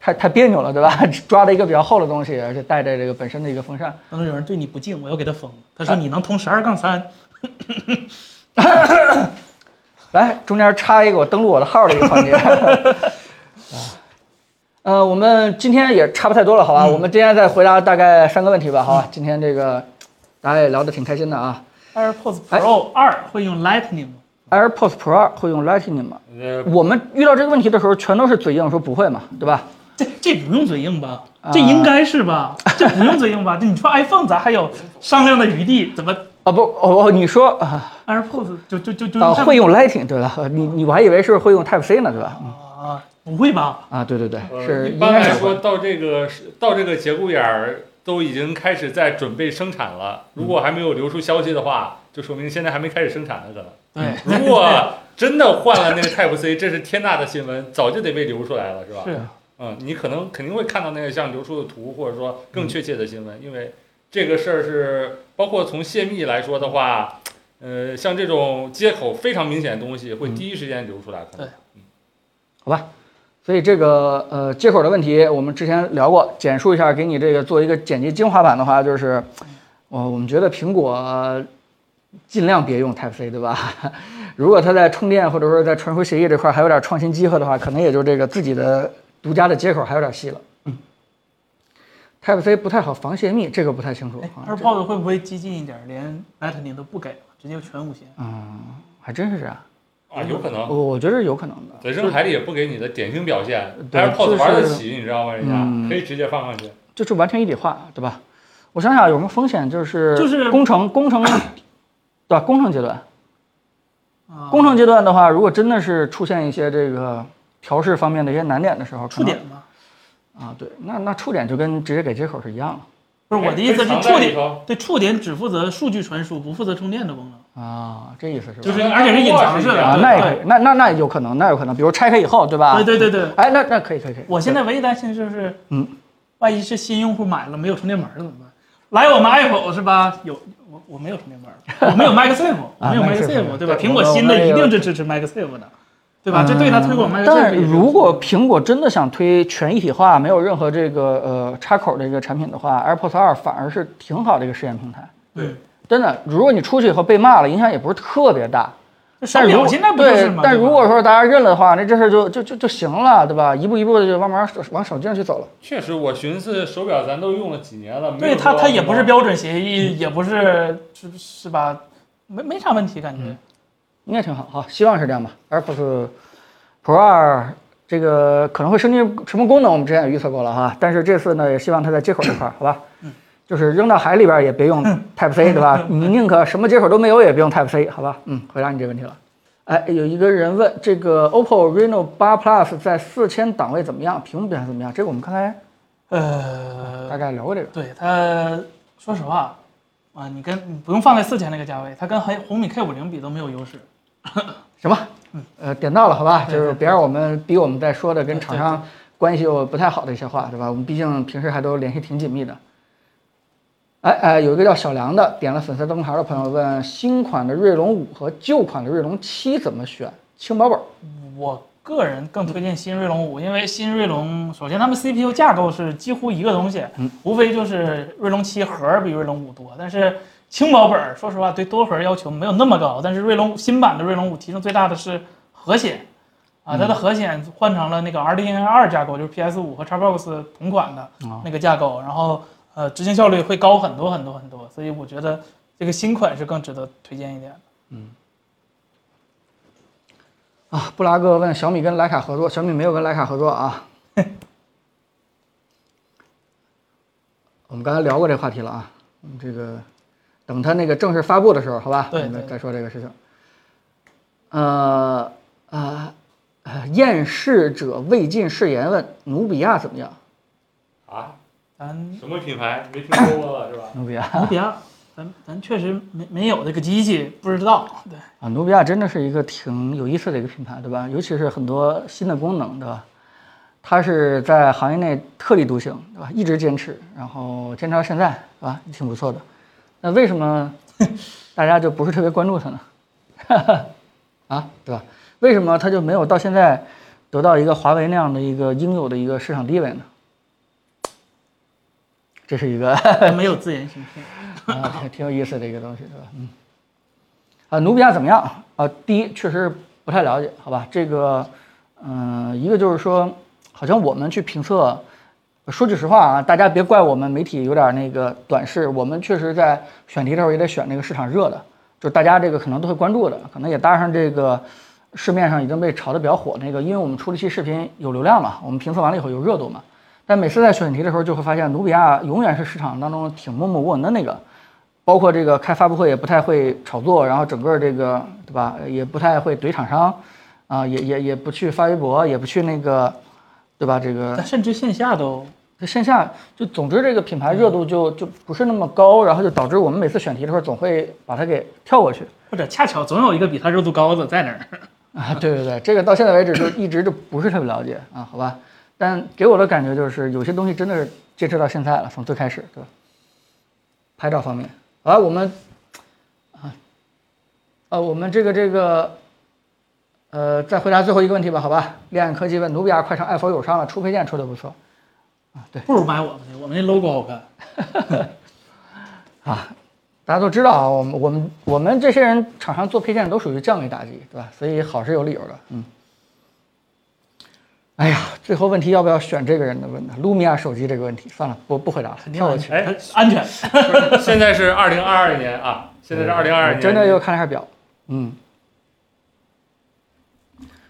S1: 太太别扭了，对吧？ *laughs* 抓着一个比较厚的东西，而且带着这个本身的一个风扇，
S3: 当时有人对你不敬，我要给他封了。他
S1: 哎
S3: 说你能通十二杠三，
S1: 来，中间插一个我登录我的号的一个环节。 *laughs* 呃，我们今天也差不太多了，好
S3: 嗯
S1: 吧？我们今天再回答大概三个问题吧，好吧？今天这个大家也聊得挺开心的啊。
S3: AirPods Pro 二会用 Lightning 吗？
S1: AirPods Pro 2会用 Lightning 吗？
S2: 呃，
S1: 我们遇到这个问题的时候，全都是嘴硬说不会嘛，对吧？
S3: 这这不用嘴硬吧？
S1: 啊
S3: 这应该是吧？这不用嘴硬吧？ *laughs* 这你说 iPhone 咱还有商量的余地，怎么
S1: 啊不，哦哦，你说啊、
S3: AirPods 就就就就
S1: 啊会用 Lightning 对吧？呃你你我还以为是会用 Type C 呢，对吧？嗯
S3: 啊？不会吧？
S1: 啊，对对对，
S2: 呃
S1: 是
S2: 一
S1: 应
S2: 般
S1: 该
S2: 来
S1: 是
S2: 说，
S1: 会。
S2: 到这个时到这个节骨眼儿，都已经开始在准备生产了。如果还没有流出消息的话，就说明现在还没开始生产呢，可能。
S3: 对， *laughs*
S2: *laughs* 如果真的换了那个 Type C，这是天大的新闻，早就得被流出来了，是吧？
S3: 是啊
S2: 嗯，你可能肯定会看到那个像流出的图，或者说更确切的新闻，因为这个事儿是包括从泄密来说的话，呃，像这种接口非常明显的东西会第一时间流出来。可能
S3: 对
S1: 好吧。所以这个呃接口的问题，我们之前聊过，简述一下，给你这个做一个剪辑精华版的话，就是，我、我们觉得苹果呃尽量别用 Type C，对吧？ *laughs* 如果它在充电或者说在传输协议这块还有点创新机会的话，可能也就这个自己的独家的接口还有点戏了。嗯，Type C 不太好防泄密，这个不太清楚
S3: 哎
S1: 啊。这
S3: ，AirPods 会不会激进一点，连 Lightning 都不给了，直接全无线？
S1: 嗯，还真是这样，
S3: 呃
S2: 啊，
S3: 嗯
S2: 有可能
S1: 我我觉得是有可能的。
S2: 在扔海里也不给你的典型表现
S1: 对
S2: ，AirPods
S1: 就是
S2: 玩得起，你知道吗？人
S1: 嗯
S2: 家可以直接放上去。
S1: 就是完全一体化，对吧？我想想有什么风险，就是
S3: 就是
S1: 工程工程， *coughs* 对吧？工程阶段，
S3: 啊，
S1: 工程阶段的话，如果真的是出现一些这个调试方面的一些难点的时候，可
S3: 触
S1: 能
S3: 点吗？
S1: 啊，对，那那触点就跟直接给接口是一样
S3: 不是我的意思是
S2: 哎可
S3: 触
S2: 以藏在里
S3: 点，
S2: 头
S3: 对触点只负责数据传输，不负责充电的功能。
S1: 的啊，这意思是吧？
S3: 就是而且是隐藏式的
S1: 啊，那也可以
S3: 对，
S1: 那那那有可能，那有可能，比如拆开以后，对吧？
S3: 对对对对，
S1: 哎，那那可以可以可以，
S3: 我现在唯一担心就是，
S1: 嗯，
S3: 万一是新用户买了没有充电板儿怎么办？来我们 Apple 是吧？有我我没有充电板儿，我
S1: *laughs*
S3: 没有 MagSafe，我没有
S1: MagSafe，
S3: MagSafe，对吧？
S1: 啊对
S3: 苹果
S1: 我们
S3: 新的
S1: 我们
S3: 一
S1: 也
S3: 定是支持 MagSafe 的，对吧？这对它推广
S1: 嗯
S3: MagSafe
S1: 但
S3: 也是
S1: 如果苹果真的想推全一体化，没有任何这个呃插口的一个产品的话，AirPods 二反而是挺好的一个试验平台。
S2: 对，
S1: 真的，如果你出去以后被骂了，影响也不是特别大。
S3: 手
S1: 但如
S3: 表
S1: 果
S3: 现在不就是
S1: 对
S3: 吗？，
S1: 但
S3: 对吧
S1: 如果说大家认了的话，那这事儿就就就就行了，对吧？一步一步的就慢慢往往手机上去走了。
S2: 确实，我寻思手表咱都用了几年了，没
S3: 对
S2: 有
S3: 它
S2: 说
S3: 它也不
S2: 什
S3: 是
S2: 么
S3: 标准协议，也不是是是吧？没没啥问题感觉。
S1: 应该挺好，好，希望是这样吧。AirPods Pro 二这个可能会升级什么功能，我们之前也预测过了哈。但是这次呢，也希望它在接口这块儿，好吧？就是扔到海里边儿也别用 Type C，对吧？你宁可什么接口都没有，也别用 Type C，好吧？嗯，回答你这个问题了。哎，有一个人问这个 OPPO Reno 8 Plus 在四千档位怎么样，屏幕表现怎么样？这个我们刚才
S3: 呃，
S1: 大概聊过这个。
S3: 对它，说实话，啊，你跟你不用放在四千那个价位，它跟红红米 K 5 0比都没有优势。
S1: 行吧，呃，点到了，好吧，就是别让我们逼我们再说的跟厂商关系又不太好的一些话，对吧？我们毕竟平时还都联系挺紧密的。哎哎，有一个叫小梁的点了粉丝灯牌的朋友问，新款的锐龙五和旧款的锐龙七怎么选？轻薄本儿，
S3: 我个人更推荐新锐龙五，因为新锐龙首先他们 CPU 架构是几乎一个东西，无非就是锐龙七核儿比锐龙五多，但是轻薄本儿说实话对多核儿要求没有那么高，但是锐龙新版的锐龙五提升最大的是核显。啊，它的核显换成了那个 RDNA 二架构，就是 PS 五和 Xbox 同款的那个架构，然后呃，执行效率会高很多很多很多，所以我觉得这个新款是更值得推荐一点的。
S1: 啊，布拉格问小米跟徕卡合作，小米没有跟徕卡合作啊。 *laughs* 我们刚才聊过这个话题了啊，我们这个等它那个正式发布的时候，好吧，
S3: 对
S1: 我们
S3: 对
S1: 再说这个事情。呃啊，呃厌世者未尽誓言问努比亚怎么样？
S2: 啊，
S3: 咱
S2: 什么品牌没听说过了是吧？
S1: 努比亚
S3: 努比亚，咱咱确实没没有这个机器，不知道。 *laughs* 对，
S1: 啊，努比亚真的是一个挺有意思的一个品牌，对吧？尤其是很多新的功能，对吧？它是在行业内特立独行，对吧？一直坚持，然后坚持到现在，对吧？挺不错的。那为什么大家就不是特别关注它呢？ *laughs* 啊，对吧？为什么它就没有到现在得到一个华为那样的一个应有的一个市场地位呢？这是一个
S3: 咱没有自研芯片。
S1: *laughs* 啊，挺挺有意思的一个东西，对吧？嗯。啊，努比亚怎么样？啊，第一确实不太了解，好吧？这个，嗯、一个就是说，好像我们去评测，说句实话啊，大家别怪我们媒体有点那个短视，我们确实在选题的时候也得选那个市场热的，就大家这个可能都会关注的，可能也搭上这个市面上已经被炒得比较火那个，因为我们出了期视频有流量嘛，我们评测完了以后有热度嘛。但每次在选题的时候，就会发现努比亚永远是市场当中挺默默无闻的那个，包括这个开发布会也不太会炒作，然后整个这个对吧，也不太会怼厂商，啊、也也也不去发微博，也不去那个，对吧？这个
S3: 咱甚至线下都
S1: 这线下就总之这个品牌热度就就不是那么高，然后就导致我们每次选题的时候总会把它给跳过去。
S3: 或者恰巧总有一个比它热度高的在那
S1: *laughs*
S3: 儿。
S1: 啊，对对对，这个到现在为止就一直就不是特别了解啊，好吧。但给我的感觉就是，有些东西真的是坚持到现在了，从最开始，对吧？拍照方面，好吧，我们啊，呃，我们这个这个，呃，再回答最后一个问题吧，好吧？恋爱科技问努比亚快上爱否友商了，出配件出的不错
S3: 不如买我们的，我们那 logo 好看。
S1: 啊。大家都知道啊，我们我们我们这些人厂商做配件都属于降维打击，对吧？所以好是有理由的，嗯。哎呀，最后问题要不要选这个人的问的？卢米亚手机这个问题，算了，不不回答了，
S3: 肯定
S1: 跳过
S3: 啊安
S1: 去。
S3: 全，安全。
S2: 不是现在是二零二二年啊，现在是二零
S3: 哎
S2: 二二
S1: 我
S2: 年，
S1: 哎真的又看了一下表，嗯。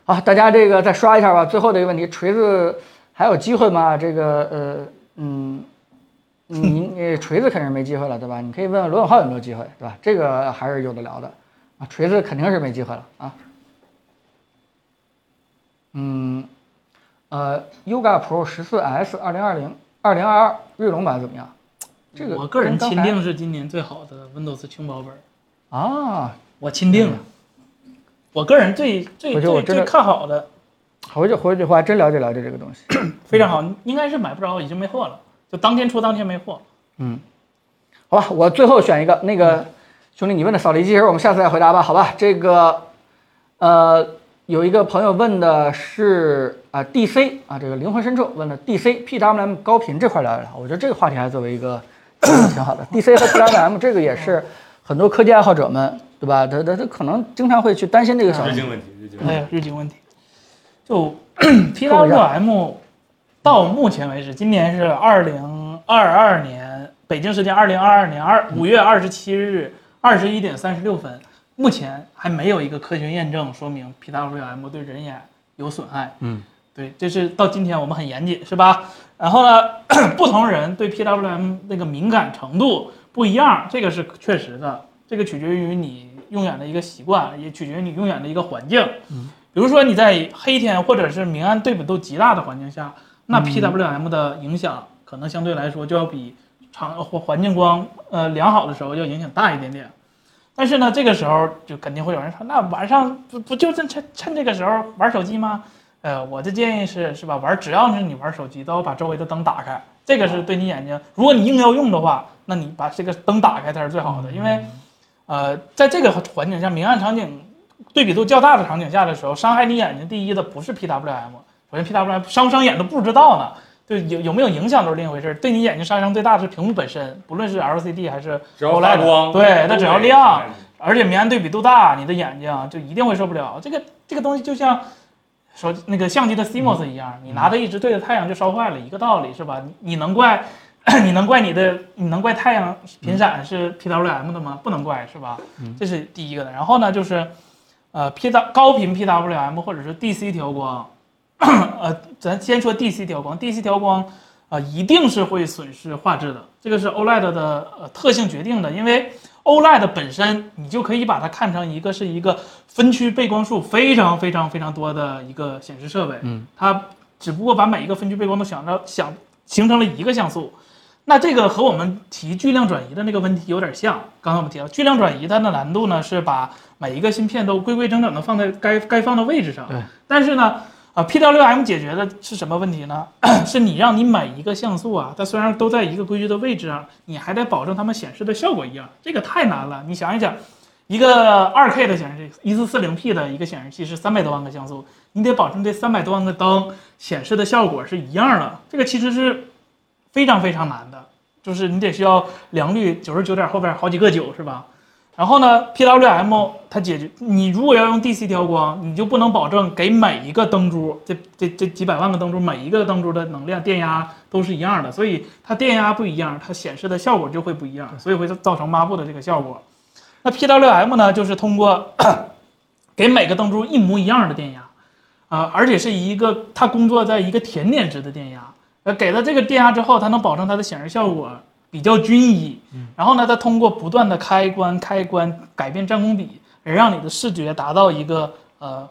S1: 好，大家这个再刷一下吧。最后的一个问题，锤子还有机会吗？这个呃嗯，你你锤子肯定是没机会了，对吧？你可以问问罗永浩有没有机会，对吧？这个还是有的聊的啊。锤子肯定是没机会了啊。嗯，呃，Yoga Pro 十四 S 二零二零二零二二锐龙版怎么样？这个
S3: 我个人
S1: 跟刚
S3: 钦
S1: 才
S3: 定是今年最好的 Windows 轻薄本儿，
S1: 啊，
S3: 我钦定了。我个人最最
S1: 我觉得我
S3: 最
S1: 真的
S3: 最看好的，
S1: 回去回去我还真了解了解这个东西。
S3: 非常好，
S1: 嗯
S3: 应该是买不着，已经没货了，就当天出当天没货。
S1: 好吧，我最后选一个，那个兄弟你问的扫雷机器人，我们下次再回答吧，好吧？这个，呃，有一个朋友问的是啊、DC 啊，这个灵魂深处问的 DC PWM 高频这块聊一聊，我觉得这个话题还作为一个挺好的。DC 和 PWM 这个也是很多科技爱好者们对吧？他他他可能经常会去担心这个小
S2: 日
S1: 问题。
S2: 经问题，日经问题。
S3: 还有哎日经问题。就 PWM 到目前为止，今年是二零二二年北京时间二零二二年二五月二十七日二十一点三十六分，目前还没有一个科学验证说明 PWM 对人眼有损害。
S1: 嗯，
S3: 对，这是到今天我们很严谨，是吧？然后呢， *clears throat* 不同人对 PWM 那个敏感程度不一样，这个是确实的，这个取决于你用眼的一个习惯，也取决于你用眼的一个环境。比如说你在黑天或者是明暗对比度极大的环境下，那 PWM 的影响可能相对来说就要比长环环境光呃良好的时候要影响大一点点。但是呢，这个时候就肯定会有人说，那晚上不不就趁趁趁这个时候玩手机吗？呃，我的建议是是吧，玩只要是你玩手机，都要把周围的灯打开，这个是对你眼睛，如果你硬要用的话，那你把这个灯打开才是最好的，因为呃，在这个环境下，明暗场景对比度较大的场景下的时候，伤害你眼睛第一的不是 PWM，首先 PWM 伤不伤眼都不知道呢，对有有没有影响都是另一回事儿，对你眼睛杀伤最大的是屏幕本身，不论是 LCD 还是
S2: 只要发光，
S3: 对它只要
S2: 都会
S3: 亮，而且明暗对比度大，你的眼睛就一定会受不了。这个这个东西就像手那个相机的 CMOS 一样，你拿着一直对着太阳就烧坏了，一个道理是吧？你你能怪 *coughs* 你能怪你的你能怪太阳频闪是 PWM 的吗？不能怪是吧？这是第一个的。然后呢，就是呃 P 大高频 PWM 或者是 DC 调光， *coughs* 呃，咱先说 DC 调光，DC 调光。啊、一定是会损失画质的，这个是 OLED 的呃特性决定的，因为 OLED E 本身，你就可以把它看成一个是一个分区背光数非常非常非常多的一个显示设备。
S1: 嗯，
S3: 它只不过把每一个分区背光都想到想形成了一个像素。那这个和我们提巨量转移的那个问题有点像。刚才我们提到巨量转移，它的难度呢是把每一个芯片都规规整整的放在该该放的位置上。
S1: 对。
S3: 但是呢，啊，P6M 解决的是什么问题呢？是你让你每一个像素啊，它虽然都在一个规矩的位置上，你还得保证它们显示的效果一样，这个太难了。你想一想，一个二 K 的显示器，一四四零 P 的一个显示器是三百多万个像素，你得保证这三百多万个灯显示的效果是一样的，这个其实是非常非常难的，就是你得需要良率九十九点后边好几个九是吧？然后呢，PWM 它解决你如果要用 DC 调光，你就不能保证给每一个灯珠，这这这几百万个灯珠，每一个灯珠的能量电压都是一样的，所以它电压不一样，它显示的效果就会不一样，所以会造成抹布的这个效果。那 PWM 呢，就是通过 *coughs* 给每个灯珠一模一样的电压，啊、而且是一个它工作在一个甜点值的电压，呃，给了这个电压之后，它能保证它的显示效果比较均一。然后呢，它通过不断的开关、开关改变占空比，而让你的视觉达到一个呃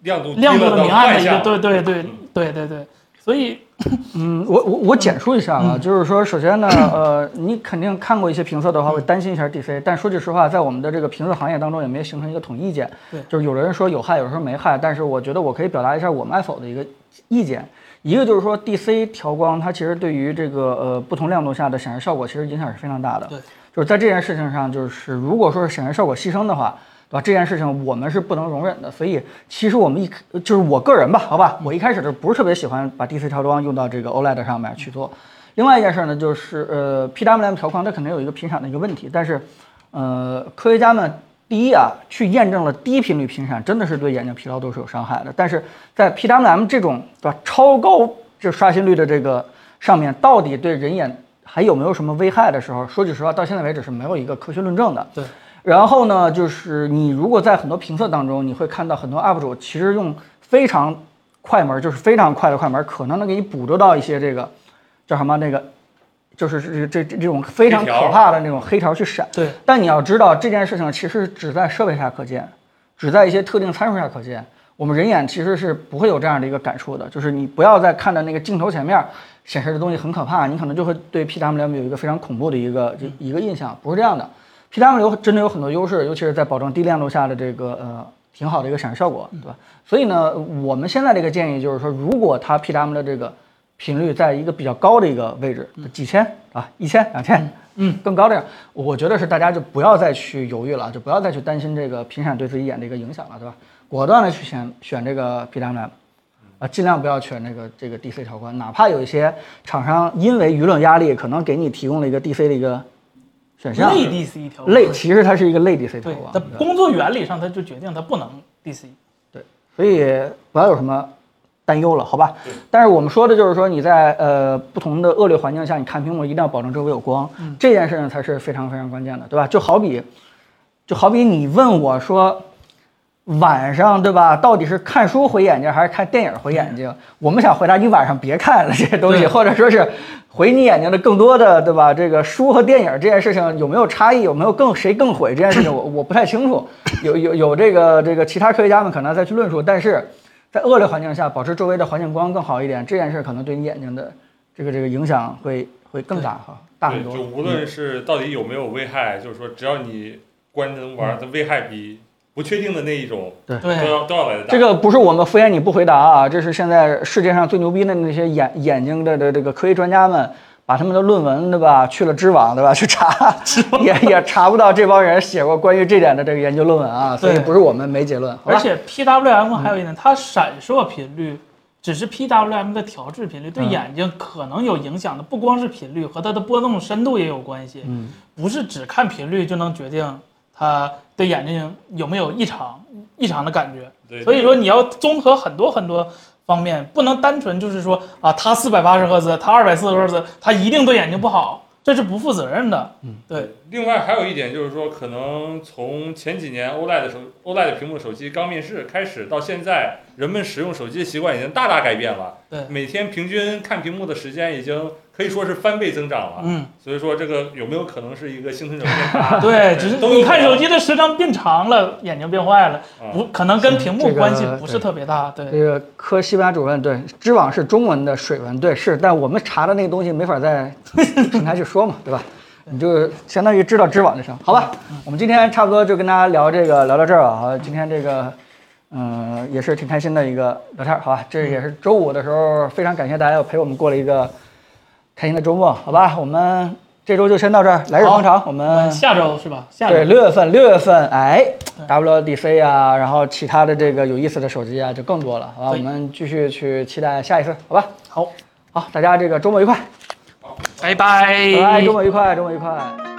S2: 亮度低
S3: 亮度
S2: 了
S3: 的
S2: 到
S3: 明暗的
S2: 幻
S3: 一个，
S2: 象
S3: 对对对对对对，所以
S1: 嗯，我我我简述一下
S3: 嗯
S1: 啊，就是说，首
S3: *coughs*
S1: 先呢，呃，你肯定看过一些评测的话，会
S3: 嗯
S1: 担心一下 DC，但说句实话，在我们的这个评测行业当中，也没形成一个统一意见。
S3: 对
S1: 就是有的人说有害，有人说没害，但是我觉得我可以表达一下我们爱否的一个意见。一个就是说，DC 调光它其实对于这个呃不同亮度下的显示效果，其实影响是非常大的。
S3: 对，
S1: 就是在这件事情上，就是如果说是显示效果牺牲的话，对吧？这件事情我们是不能容忍的。所以其实我们一就是我个人吧，好吧，我一开始就不是特别喜欢把 DC 调光用到这个 OLED 上面去做。另外一件事呢，就是呃 PWM 调光它肯定有一个频闪的一个问题，但是呃科学家们。第一啊，去验证了低频率频闪真的是对眼睛疲劳都是有伤害的。但是在 PWM 这种对吧超高这刷新率的这个上面，到底对人眼还有没有什么危害的时候，说句实话，到现在为止是没有一个科学论证的。
S3: 对。
S1: 然后呢，就是你如果在很多评测当中，你会看到很多 UP 主其实用非常快门，就是非常快的快门，可能能给你捕捉到一些这个叫什么那个，就是这这这这种非常
S2: 黑
S1: 可
S2: 条
S1: 怕的那种黑条去闪。
S3: 对
S1: 但你要知道，这件事情其实只在设备下可见，只在一些特定参数下可见。我们人眼其实是不会有这样的一个感触的，就是你不要再看到那个镜头前面显示的东西很可怕，你可能就会对 PWM 有一个非常恐怖的一个这一个印象，不是这样的。PWM 有真的有很多优势，尤其是在保证低亮度下的这个呃挺好的一个显示效果，对吧？所以呢，我们现在这个建议就是说，如果它 PWM 的这个频率在一个比较高的一个位置，
S3: 嗯
S1: 几千啊，一千、两千，嗯，更高这样，我觉得是大家就不要再去犹豫了，就不要再去担心这个频闪对自己眼的一个影响了，对吧？果断的去选选这个
S3: 嗯
S1: PWM，啊，尽量不要选这个这个 DC 条款，哪怕有一些厂商因为舆论压力，可能给你提供了一个 DC 的一个选项，
S3: 类 DC 调光
S1: 类，其实它是一个类 DC 条
S3: 对
S1: 款
S3: 它，工作原理上它就决定它不能 DC。
S1: 对，所以不要有什么担忧了，好吧？但是我们说的就是说你在呃不同的恶劣环境下，你看屏幕一定要保证周围有光，这件事情才是非常非常关键的，对吧？就好比，就好比你问我说，晚上对吧？到底是看书毁眼睛还是看电影毁眼睛？我们想回答你晚上别看了这些东西，
S3: 对
S1: 或者说是毁你眼睛的更多的对吧？这个书和电影这件事情有没有差异？有没有更谁更毁这件事情我我不太清楚。有有有这个这个其他科学家们可能再去论述，但是在恶劣环境下保持周围的环境光更好一点，这件事可能对你眼睛的这个这个影响会会更大哈，大很
S2: 对，
S1: 多。
S2: 就无论是到底有没有危害，就是说只要你关灯玩儿，它危害比不确定的那一种都
S3: 对，
S2: 要都要来的大。
S1: 这个不是我们敷衍你不回答啊，这是现在世界上最牛逼的那些眼眼睛的的这个科学专家们，把他们的论文对吧，去了知网对吧，去查，也也查不到这帮人写过关于这点的这个研究论文啊，所以
S3: 对
S1: 不是我们没结论，好
S3: 而
S1: 吧？
S3: 且 PWM 还有一点，它闪烁频率只是 PWM 的调制频率，对
S1: 嗯
S3: 眼睛可能有影响的，不光是频率，和它的波动深度也有关系。
S1: 嗯，
S3: 不是只看频率就能决定它对眼睛有没有异常异常的感觉。
S2: 对，
S3: 所以说你要综合很多很多方面，不能单纯就是说啊，它四百八十赫兹，它二百四十赫兹，它一定对眼睛不好，这是不负责任的。对，
S2: 另外还有一点就是说，可能从前几年 OLED 的手 OLED 屏幕手机刚面世开始到现在，人们使用手机的习惯已经大大改变了。
S3: 对
S2: 每天平均看屏幕的时间已经可以说是翻倍增长了。
S3: 嗯，
S2: 所以说这个有没有可能是一个幸存者偏差？
S3: 对，只是
S2: 都有
S3: 你看手机的时长变长了，眼睛变坏了，
S2: 啊
S3: 不可能跟屏
S1: 这
S3: 幕
S1: 个
S3: 关系不是特别大。对，
S1: 这个科西班牙主任对知网是中文的水文对是，但我们查的那个东西没法在平台去说嘛，对吧？你就相当于知道知网这事儿，好吧？我们今天差不多就跟大家聊这个聊到这儿啊，好今天这个。嗯，也是挺开心的一个聊天儿，好吧？这也是周五的时候，非常感谢大家又陪我们过了一个开心的周末，好吧？我们这周就先到这儿，来日方长，我们
S3: 下周是吧？下
S1: 对，
S3: 周
S1: 六月份，六月份，哎，WDC 啊，然后其他的这个有意思的手机啊，就更多了，好吧？我
S3: 对
S1: 们继续去期待下一次，好吧？
S3: 好，
S1: 好，大家这个周末愉快，
S3: 拜拜，哎
S1: 拜拜，周末愉快，周末愉快。